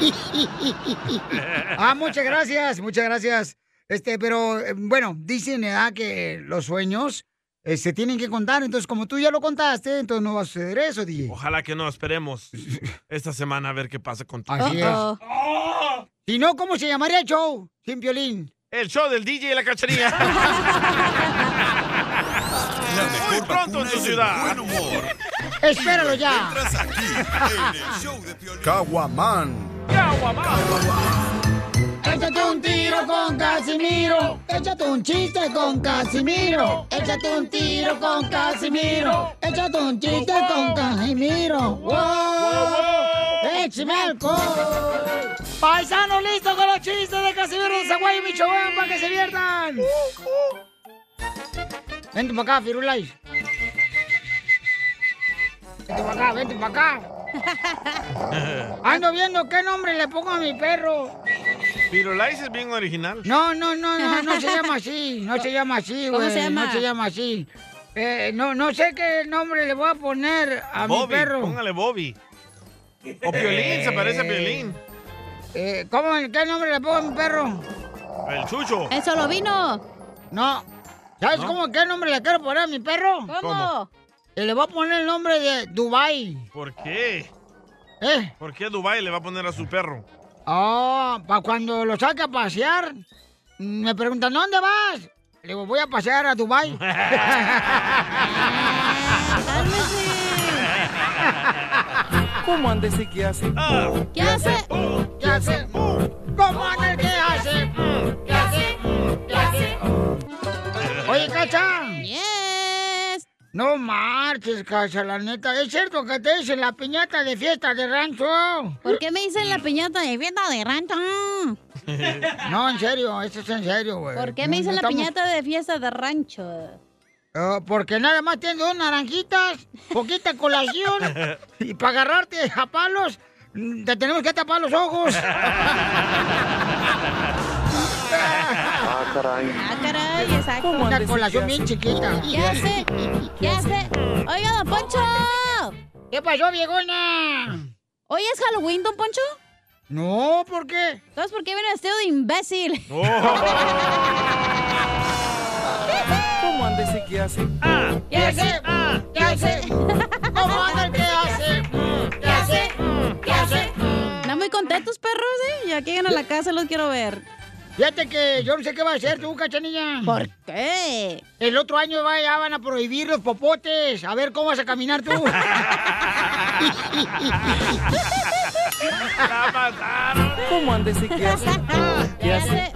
Speaker 2: entendí!
Speaker 1: Ah, muchas gracias, muchas gracias. Este, pero eh, bueno, dicen ¿verdad? que los sueños eh, se tienen que contar. Entonces, como tú ya lo contaste, entonces no va a suceder eso, DJ.
Speaker 2: Ojalá que
Speaker 1: [LAUGHS]
Speaker 2: no, esperemos esta semana a ver qué pasa con tu-
Speaker 1: Así es. Si no, ¿cómo se llamaría el show? Sin violín.
Speaker 2: El show del DJ y
Speaker 1: [LAUGHS]
Speaker 2: la cacharilla. Muy pronto en tu ciudad.
Speaker 1: Espéralo ya.
Speaker 16: Caguaman.
Speaker 2: Caguaman.
Speaker 1: Échate un tiro con Casimiro. Échate un chiste con Casimiro. Échate un tiro con Casimiro. Échate un chiste con Casimiro. ¡Wow! ¡Échame alcohol! ¡Paisanos listos con los chistes de Casimiro de Zaguay y Michoacán para que se viertan! Vente para acá, Firulais. Vente para acá, vente para acá. Ando viendo qué nombre le pongo a mi perro.
Speaker 2: Pirulais es bien original.
Speaker 1: No, no, no, no, no se llama así, no se llama así,
Speaker 2: ¿Cómo
Speaker 1: güey.
Speaker 2: se llama?
Speaker 1: No se llama así. Eh, no, no sé qué nombre le voy a poner a mi
Speaker 2: Bobby,
Speaker 1: perro.
Speaker 2: póngale Bobby. O Piolín, se parece a Piolín.
Speaker 1: Eh, ¿Cómo? ¿Qué nombre le pongo a mi perro?
Speaker 2: El Chucho.
Speaker 1: ¿El Solovino? No. ¿Sabes
Speaker 2: ¿No?
Speaker 1: cómo qué nombre le quiero poner a mi perro?
Speaker 2: ¿Cómo?
Speaker 1: Eh, Le voy a poner el nombre de Dubai.
Speaker 2: ¿Por qué?
Speaker 1: ¿Eh?
Speaker 2: ¿Por qué Dubai le va a poner a su perro?
Speaker 1: Oh, para cuando lo saque a pasear, mm, me preguntan, ¿dónde vas? Le digo, voy a pasear a
Speaker 2: [LAUGHS]
Speaker 1: Dubai.
Speaker 8: [LAUGHS] ¿Cómo anda ese que hace?
Speaker 1: ¿Qué hace? ¿Qué hace? ¿Cómo anda el que hace? ¿Qué hace? ¿Qué hace? [LAUGHS] Oye, Cacha. Yes. No marches, Cacha, la neta. Es cierto que te dicen la piñata de fiesta de rancho.
Speaker 3: ¿Por qué me dicen la piñata de fiesta de rancho?
Speaker 1: [LAUGHS] Eh, No, en serio, esto es en serio, güey.
Speaker 3: ¿Por qué me dicen la
Speaker 1: Estamos-
Speaker 3: piñata de fiesta de rancho?
Speaker 1: Ah, porque nada más tienes dos naranjitas, poquita
Speaker 3: [LAUGHS]
Speaker 1: colación, y para agarrarte a palos, mm, te tenemos que tapar los
Speaker 3: [LAUGHS]
Speaker 1: ojos. [LAUGHS]
Speaker 8: Ah, caray.
Speaker 3: Ah, caray, exacto.
Speaker 1: Una colación bien chiquita.
Speaker 3: ¿Qué hace? ¿Qué hace? Oiga, don Poncho.
Speaker 1: ¿Qué pasó, viejona?
Speaker 3: ¿Hoy es Halloween, don Poncho?
Speaker 1: No, ¿por qué?
Speaker 3: Entonces, ¿por qué viene vestido de
Speaker 1: [LAUGHS]
Speaker 3: imbécil?
Speaker 8: ¿Cómo anda ese que hace?
Speaker 1: [LAUGHS] ¿Qué hace?
Speaker 31: ah,
Speaker 1: ¿Qué hace?
Speaker 31: [LAUGHS]
Speaker 1: ¿Cómo anda el que hace?
Speaker 31: Mm,
Speaker 1: ¿Qué hace? ¿Qué hace?
Speaker 3: Mm. Están muy contentos, perros, ¿eh? Ya que llegan a la casa los quiero ver.
Speaker 1: Fíjate que yo no sé qué va a hacer tú, cachanilla. ¿Por qué? El otro año va- ya van a prohibir los popotes. A ver cómo vas a caminar tú.
Speaker 8: [LAUGHS] ¿Cómo anda ese que hace? ¿Qué hace?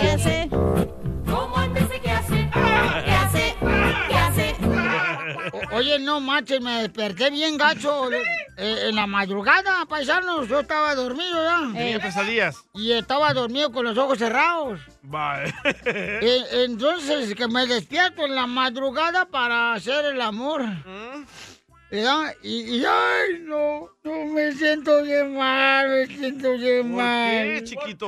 Speaker 3: ¿Qué hace?
Speaker 8: ¿Cómo anda ese que hace?
Speaker 1: ¿Qué hace? ¿Qué hace? Oye, no manches, me desperté bien gacho eh, en la madrugada, paisanos. Yo estaba dormido ya.
Speaker 2: Tenía pesadillas.
Speaker 1: Y estaba dormido con los ojos cerrados.
Speaker 2: Bye.
Speaker 1: [LAUGHS] Eh, entonces, que me despierto en la madrugada para hacer el amor. ¿Verdad? Y, y, ay, no, no me siento bien mal, me siento bien
Speaker 2: ¿Por
Speaker 1: mal.
Speaker 2: qué, chiquito?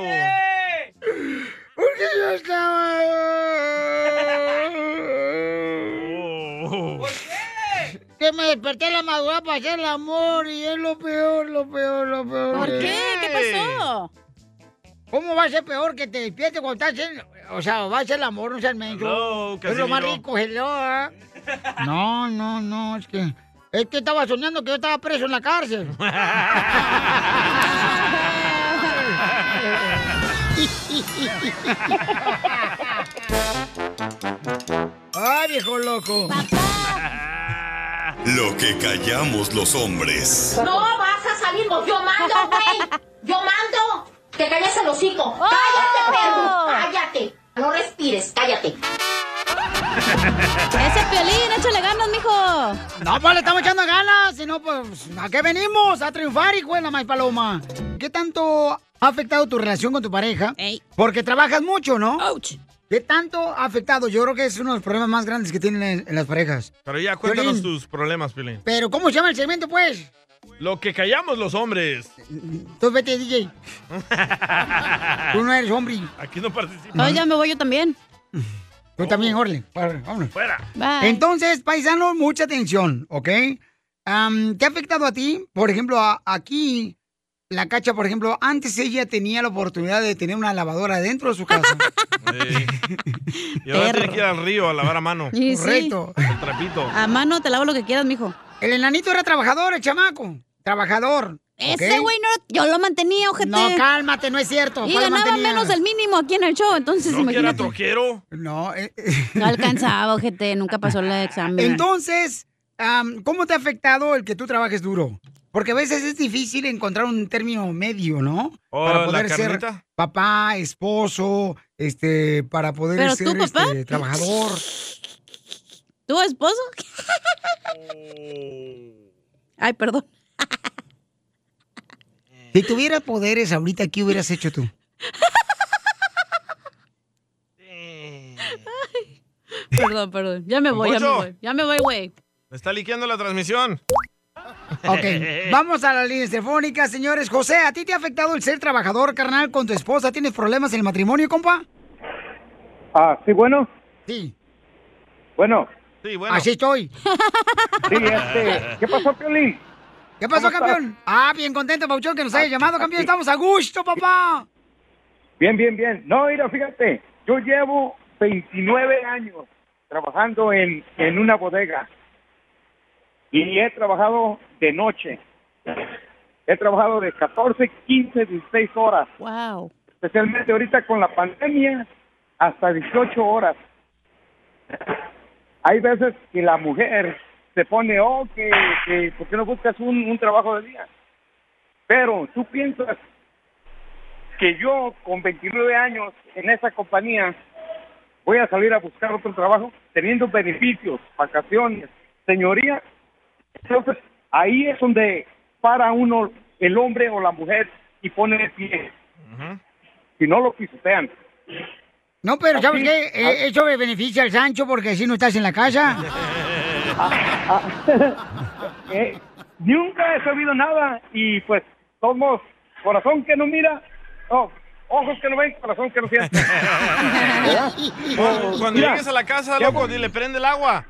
Speaker 1: Porque yo estaba. Que me desperté en la madrugada para hacer el amor y es lo peor, lo peor, lo peor.
Speaker 3: ¿Por qué? ¿Qué pasó?
Speaker 1: ¿Cómo va a ser peor que te despiertes cuando estás en... O sea, va a ser el amor, no seas menso.
Speaker 2: Hello,
Speaker 1: Es lo más
Speaker 2: Casimiro.
Speaker 1: rico, hello. ¿ah? No, no, no, es que... Es que estaba soñando que yo estaba preso en la cárcel. [LAUGHS] ¡Ay, viejo loco!
Speaker 16: Lo que callamos los hombres.
Speaker 31: No vas a salir, vos. yo mando, güey. Yo mando. Te calles el
Speaker 3: ¡Oh!
Speaker 31: hocico. Cállate, perro. Cállate. No respires, cállate.
Speaker 3: Ese piolín, échale ganas, mijo.
Speaker 1: No, pues le estamos echando ganas, si no, pues, ¿a qué venimos? A triunfar, hijo de la más paloma. ¿Qué tanto ha afectado tu relación con tu pareja? Porque trabajas mucho, ¿no? ¿Qué tanto ha afectado? Yo creo que es uno de los problemas más grandes que tienen en, en las parejas.
Speaker 2: Pero ya, cuéntanos
Speaker 1: Piolín.
Speaker 2: tus problemas, Piolín.
Speaker 1: Pero, ¿cómo se llama el segmento, pues?
Speaker 2: Lo que callamos los hombres.
Speaker 1: [LAUGHS] Tú vete, DJ. Tú no eres hombre.
Speaker 2: Aquí no participas.
Speaker 1: No, ya me voy yo también. Tú también, Orle. Vámonos.
Speaker 2: Fuera.
Speaker 1: Entonces, paisano, mucha atención, ¿ok? Am, ¿Te ha afectado a ti? Por ejemplo, a- aquí, la cacha, por ejemplo, antes ella tenía la oportunidad de tener una lavadora dentro de su casa.
Speaker 2: Y ahora tiene que ir al río a lavar a mano.
Speaker 3: Y sí.
Speaker 1: Correcto.
Speaker 2: El trapito.
Speaker 3: [LAUGHS] A mano te lavo lo que quieras, mijo.
Speaker 1: El enanito era trabajador, el chamaco. Trabajador.
Speaker 3: Ese
Speaker 1: ¿ok?
Speaker 3: güey no, yo lo mantenía, ojete.
Speaker 1: No, cálmate, no es cierto.
Speaker 3: Y
Speaker 1: ¿cuál
Speaker 3: ganaba
Speaker 1: mantenía?
Speaker 3: menos del mínimo aquí en el show, entonces
Speaker 2: ¿No que era
Speaker 3: imagínate.
Speaker 2: troquero?
Speaker 1: No. eh,
Speaker 3: No alcanzaba, ojete, nunca pasó el examen.
Speaker 1: Entonces, am, ¿cómo te ha afectado el que tú trabajes duro? Porque a veces es difícil encontrar un término medio, ¿no?
Speaker 2: Oh,
Speaker 1: para
Speaker 2: ¿la
Speaker 1: poder ser
Speaker 2: carnita?
Speaker 1: papá, esposo, este, para poder
Speaker 3: ¿Pero
Speaker 1: ser
Speaker 3: tú, papá?
Speaker 1: este, trabajador.
Speaker 3: ¿Tu esposo? Ay, perdón.
Speaker 1: Si tuvieras poderes ahorita, ¿qué hubieras hecho tú?
Speaker 3: Perdón, perdón. Ya me voy, ya me
Speaker 2: Poncho.
Speaker 3: voy. Ya me voy, güey.
Speaker 2: Me está liqueando la transmisión.
Speaker 1: Ok,
Speaker 2: [LAUGHS]
Speaker 3: [LAUGHS]
Speaker 1: vamos a las líneas telefónicas, señores. José, ¿a ti te ha afectado el ser trabajador, carnal, con tu esposa? ¿Tienes problemas en el matrimonio, compa?
Speaker 26: Ah, sí, bueno.
Speaker 1: Sí.
Speaker 26: Bueno.
Speaker 2: Sí,
Speaker 1: Así estoy.
Speaker 26: Sí, este, ¿qué pasó, Piolín?
Speaker 1: ¿Qué pasó,
Speaker 26: ¿Cómo estás?
Speaker 1: campeón? Ah, bien contento, Pauchón, que nos haya llamado, campeón. Estamos a gusto, papá.
Speaker 26: Bien, bien, bien. No, mira, fíjate, yo llevo 29 años trabajando en, en una bodega y he trabajado de noche. He trabajado de 14, 15, 16 horas.
Speaker 3: Wow.
Speaker 26: Especialmente ahorita con la pandemia, hasta 18 horas. Hay veces que la mujer se pone, oh, que, que ¿por qué no buscas un, un trabajo de día? Pero tú piensas que yo con 29 años en esa compañía voy a salir a buscar otro trabajo teniendo beneficios, vacaciones, señoría. Entonces, ahí es donde para uno el hombre o la mujer y pone de pie. Si no lo pisotean.
Speaker 1: No, pero ¿sabes
Speaker 26: Así,
Speaker 1: qué? Eh,
Speaker 26: así.
Speaker 1: eso me beneficia al Sancho porque así no estás en la casa.
Speaker 26: Eh, nunca he sabido nada y pues somos corazón que no mira, no, ojos que no ven, corazón que no siente. ¿Verdad?
Speaker 2: Cuando, cuando
Speaker 26: Mira,
Speaker 2: llegues a la casa,
Speaker 26: ya
Speaker 2: loco,
Speaker 26: voy.
Speaker 2: dile, prende el agua.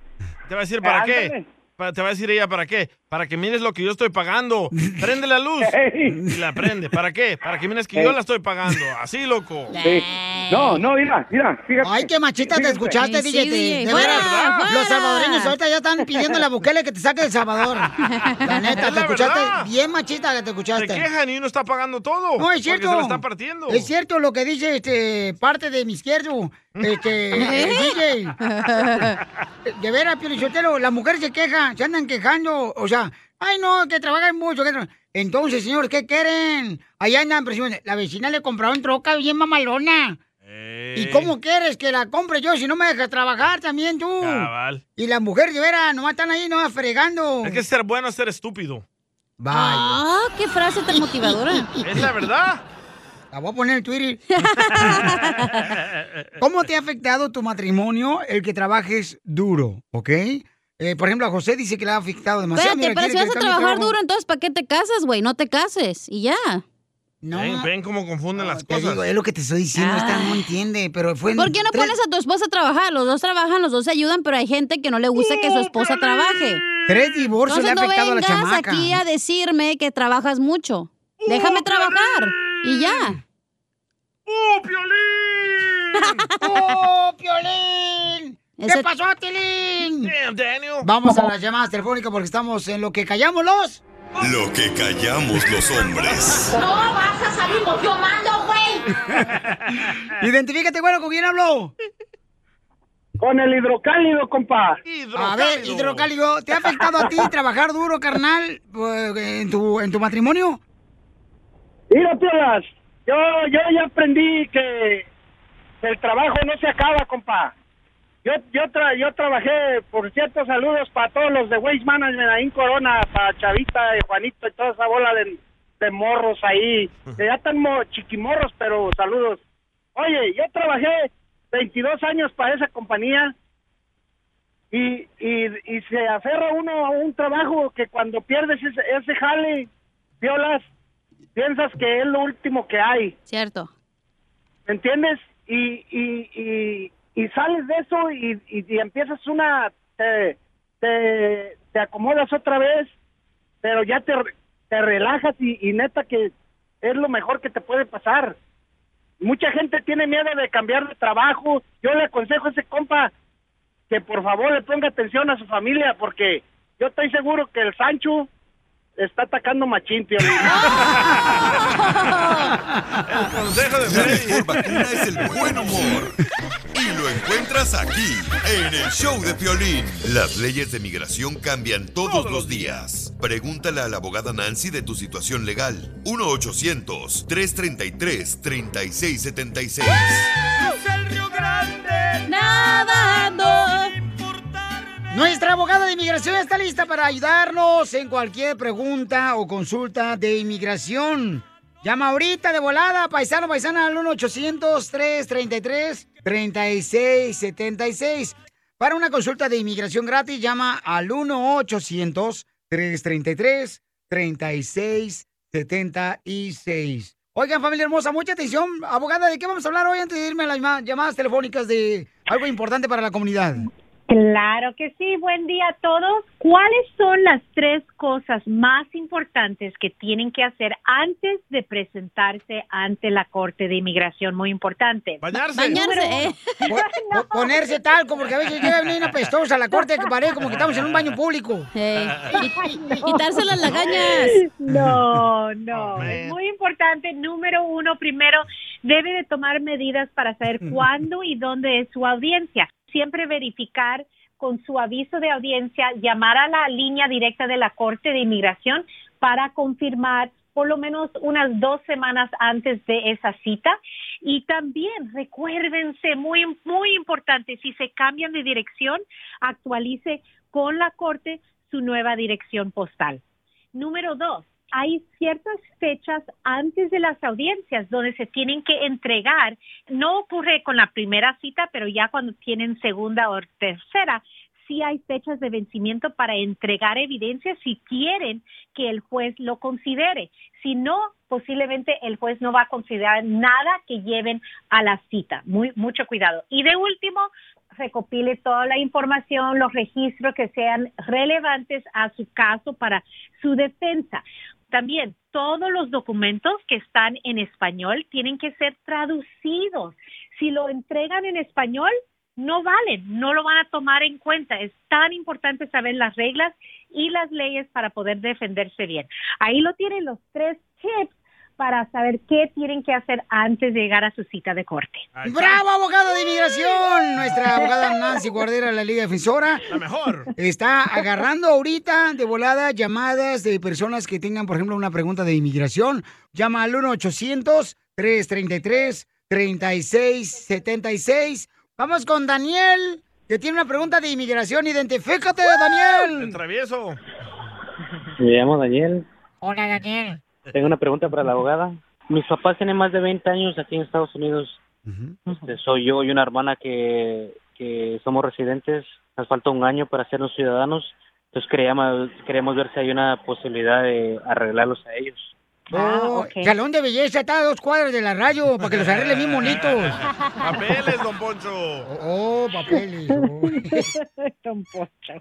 Speaker 2: Te va a decir, ¿para qué?
Speaker 26: Ándale.
Speaker 2: Pa- Te va a decir ella, ¿para qué? Para que mires lo que yo estoy
Speaker 26: [LAUGHS]
Speaker 2: pagando. Prende la luz. Y la prende. ¿Para qué? Para que mires que yo
Speaker 26: Ey.
Speaker 2: la estoy pagando. Así, loco.
Speaker 26: Sí. No, no, mira, mira, fíjate.
Speaker 1: Ay, qué machita te
Speaker 26: Fíjate.
Speaker 1: escuchaste, DJ. te- de
Speaker 3: fuera,
Speaker 1: veras.
Speaker 3: fuera.
Speaker 1: Los salvadoreños ahorita ya están pidiéndole a Bukele que te saque de
Speaker 3: [LAUGHS]
Speaker 1: El Salvador. La neta,
Speaker 2: Es
Speaker 1: te
Speaker 2: la
Speaker 1: escuchaste
Speaker 2: verdad.
Speaker 1: bien machita que te escuchaste.
Speaker 2: Se quejan y uno está pagando todo.
Speaker 1: No, es
Speaker 2: porque
Speaker 1: cierto.
Speaker 2: se lo está partiendo.
Speaker 1: Es cierto lo que dice este parte de mi izquierdo. Este,
Speaker 2: [LAUGHS]
Speaker 1: el DJ. De veras, Piolichotero, las mujeres se quejan, se andan quejando. O sea, ay no, que trabajan mucho. que tra- Entonces, señores, ¿qué quieren? Allá andan presionando. La vecina le compraron troca bien mamalona. ¿Y cómo quieres que la compre yo si no me dejas trabajar también tú?
Speaker 2: Cabal.
Speaker 1: Y las mujeres de veras nomás están ahí, nomás fregando.
Speaker 2: Es que ser bueno es ser estúpido.
Speaker 3: Ah, qué frase tan motivadora.
Speaker 2: Es la verdad.
Speaker 1: La voy a poner en Twitter. ¿Cómo te ha afectado tu matrimonio el que trabajes duro, ok? Eh, por ejemplo, a José dice que le ha afectado demasiado.
Speaker 3: Espérate, pero si vas a trabajar duro,
Speaker 1: en
Speaker 3: entonces ¿para qué te casas, güey? No te cases y ya.
Speaker 2: Ven, ven cómo confunden las cosas.
Speaker 1: es lo que te estoy diciendo, esta no entiende, pero fue... en
Speaker 3: Ah. ¿Por qué no
Speaker 1: Pues, tres-
Speaker 3: pones a tu esposa a trabajar? Los dos trabajan, los dos se ayudan, pero hay gente que no le gusta que su esposa trabaje.
Speaker 1: Tres divorcios
Speaker 3: Entonces
Speaker 1: le ha
Speaker 3: no
Speaker 1: afectado a la
Speaker 3: vengas
Speaker 1: chamaca.
Speaker 3: aquí a decirme que trabajas mucho. Déjame trabajar y ya.
Speaker 2: ¡Oh, Piolín!
Speaker 1: ¡Oh, Piolín! ¿Qué
Speaker 3: Ese-
Speaker 1: pasó, Tilín?
Speaker 2: Damn, Daniel.
Speaker 1: Vamos a las llamadas telefónicas porque estamos en lo que callamos los...
Speaker 16: Lo que callamos los hombres.
Speaker 8: No vas a salir yo mando,
Speaker 1: [LAUGHS]
Speaker 8: güey.
Speaker 1: Identifícate, bueno, ¿con quién hablo?
Speaker 26: Con el hidrocálido, compa.
Speaker 1: A ver, hidrocálido, ¿te ha afectado a ti trabajar duro, carnal, eh, en tu, en tu matrimonio?
Speaker 32: Mira, Piolas, yo, yo ya aprendí que el trabajo no se acaba, compa. Yo, yo, tra- yo trabajé, por cierto, saludos para todos los de Waste Management ahí en Corona, para Chavita, eh, Juanito y toda esa bola de, de morros ahí, que ya están mo- chiquimorros, pero saludos. Oye, yo trabajé 22 años para esa compañía y, y, y se aferra uno a un trabajo que cuando pierdes ese, ese jale, Piolas, piensas que es lo último que hay.
Speaker 3: Cierto.
Speaker 32: ¿Me entiendes? Y, y, y, y sales de eso y, y- y empiezas una... Te, te, te acomodas otra vez, pero ya te, re- te relajas y, y neta que es lo mejor que te puede pasar. Mucha gente tiene miedo de cambiar de trabajo. Yo le aconsejo a ese compa que por favor le ponga atención a su familia porque yo estoy seguro que el Sancho está atacando machín, Piolín.
Speaker 16: La mejor vacuna es el buen humor. Y lo encuentras aquí, en el show de Piolín. Las leyes de migración cambian todos los días. Pregúntale a la abogada Nancy de tu situación legal. 1-800-333-3676.
Speaker 8: Nadando.
Speaker 1: Nuestra abogada de inmigración está lista para ayudarnos en cualquier pregunta o consulta de inmigración. Llama ahorita de volada, paisano, paisana, al 1-800-333-3676. Para una consulta de inmigración gratis, llama al 1-800-333-3676. Oigan, familia hermosa, mucha atención. Abogada, ¿de qué vamos a hablar hoy antes de irme a las llama- llamadas telefónicas de algo importante para la comunidad?
Speaker 5: Claro que sí, buen día a todos. ¿Cuáles son las tres cosas más importantes que tienen que hacer antes de presentarse ante la Corte de Inmigración? Muy importante. Número
Speaker 1: eh.
Speaker 5: uno. [LAUGHS]
Speaker 1: [LAUGHS] Po- po- ponerse talco, porque a veces llega bien apestosa a la corte que parece como que estamos en un baño público.
Speaker 5: Eh, [LAUGHS]
Speaker 8: quitarse las lagañas.
Speaker 5: No, no. es muy importante. Número uno, primero, debe de tomar medidas para saber cuándo y dónde es su audiencia. Siempre verificar con su aviso de audiencia, llamar a la línea directa de la Corte de Inmigración para confirmar por lo menos unas dos semanas antes de esa cita. Y también recuérdense, muy, muy importante, si se cambian de dirección, actualice con la Corte su nueva dirección postal. Número dos, hay ciertas fechas antes de las audiencias donde se tienen que entregar. No ocurre con la primera cita, pero ya cuando tienen segunda o tercera, sí hay fechas de vencimiento para entregar evidencia si quieren que el juez lo considere. Si no, posiblemente el juez no va a considerar nada que lleven a la cita. Muy, mucho cuidado. Y de último, recopile toda la información, los registros que sean relevantes a su caso para su defensa. También todos los documentos que están en español tienen que ser traducidos. Si lo entregan en español, no valen, no lo van a tomar en cuenta. Es tan importante saber las reglas y las leyes para poder defenderse bien. Ahí lo tienen los tres tips para saber qué tienen que hacer antes de llegar a su cita de corte.
Speaker 1: ¡Bravo, abogada de inmigración! Nuestra
Speaker 2: [LAUGHS]
Speaker 1: abogada Nancy Guardera de la Liga Defensora.
Speaker 2: La mejor.
Speaker 1: Está agarrando ahorita de volada llamadas de personas que tengan, por ejemplo, una pregunta de inmigración. Llama al 1-800-333-3676. Vamos con Daniel, que tiene una pregunta de inmigración. ¡Identifícate, Daniel!
Speaker 2: [LAUGHS] Travieso.
Speaker 19: Me llamo Daniel.
Speaker 1: Hola, Daniel.
Speaker 19: Tengo una pregunta para la abogada. Mis papás tienen más de 20 años aquí en Estados Unidos. Este, soy yo y una hermana que, que somos residentes. Nos falta un año para sernos ciudadanos. Entonces queríamos, queremos ver si hay una posibilidad de arreglarlos a ellos.
Speaker 1: Oh, Salón de belleza está a dos cuadras de la radio para que los arregle bien bonitos.
Speaker 2: Papeles, don Poncho.
Speaker 1: Oh, papeles.
Speaker 5: [LAUGHS] Don Poncho.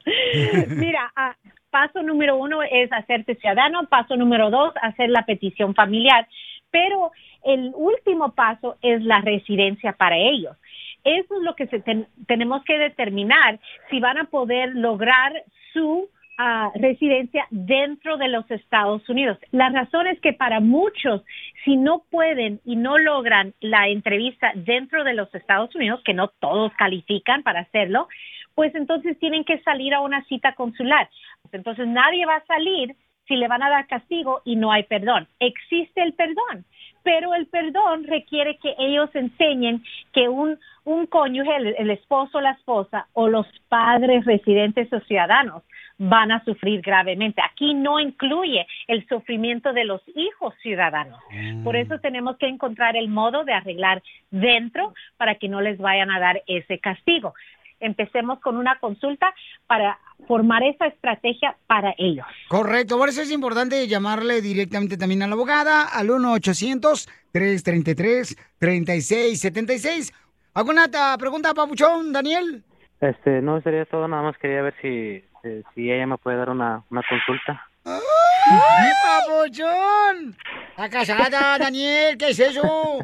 Speaker 5: Mira, ah, paso número uno es hacerte ciudadano, paso número dos, hacer la petición familiar, pero el último paso es la residencia para ellos. Eso es lo que se ten- tenemos que determinar si van a poder lograr su ah, residencia dentro de los Estados Unidos. La razón es que para muchos, si no pueden y no logran la entrevista dentro de los Estados Unidos, que no todos califican para hacerlo, pues entonces tienen que salir a una cita consular. Entonces nadie va a salir si le van a dar castigo y no hay perdón. Existe el perdón, pero el perdón requiere que ellos enseñen que un, un cónyuge, el, el esposo, la esposa o los padres residentes o ciudadanos van a sufrir gravemente. Aquí no incluye el sufrimiento de los hijos ciudadanos. Por eso tenemos que encontrar el modo de arreglar dentro para que no les vayan a dar ese castigo. Empecemos con una consulta para formar esa estrategia para ellos.
Speaker 1: Correcto, por eso es importante llamarle directamente también a la abogada al 1-800-333-3676. ¿Alguna ta- pregunta, Papuchón, Daniel?
Speaker 19: Este, no, sería todo. Nada más quería ver si, eh, si ella me puede dar una, una consulta.
Speaker 1: ¡Ay, Papuchón! Está casada, Daniel, ¿qué es eso?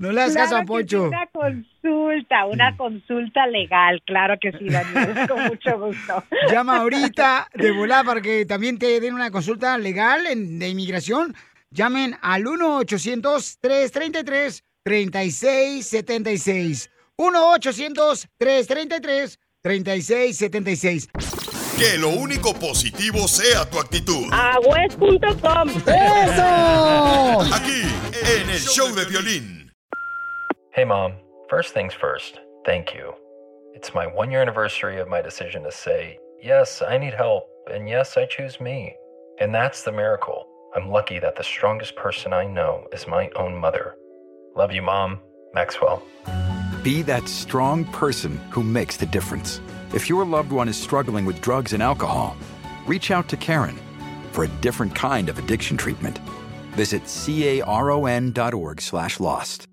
Speaker 1: No le hagas caso a
Speaker 5: que sí,
Speaker 1: Poncho.
Speaker 5: Una consulta, una consulta legal, claro que sí,
Speaker 1: [LAUGHS]
Speaker 5: Daniel, con mucho gusto.
Speaker 1: Llama ahorita de volada para que también te den una consulta legal en- de inmigración. Llamen al 1-800-333-3676. 3676 1-800-333-3676.
Speaker 16: Que lo único positivo sea tu actitud.
Speaker 1: Agüez.com.
Speaker 16: [LAUGHS]
Speaker 1: ¡Eso!
Speaker 16: Aquí, en el show de violín.
Speaker 33: Hey, Mom. First things first, thank you. It's my one year anniversary of my decision to say, yes, I need help, and yes, I choose me. And that's the miracle. I'm lucky that the strongest person I know is my own mother. Love you, Mom. Maxwell.
Speaker 34: Be that strong person who makes the difference. If your loved one is struggling with drugs and alcohol, reach out to Karen for a different kind of addiction treatment. Visit caron.org/lost.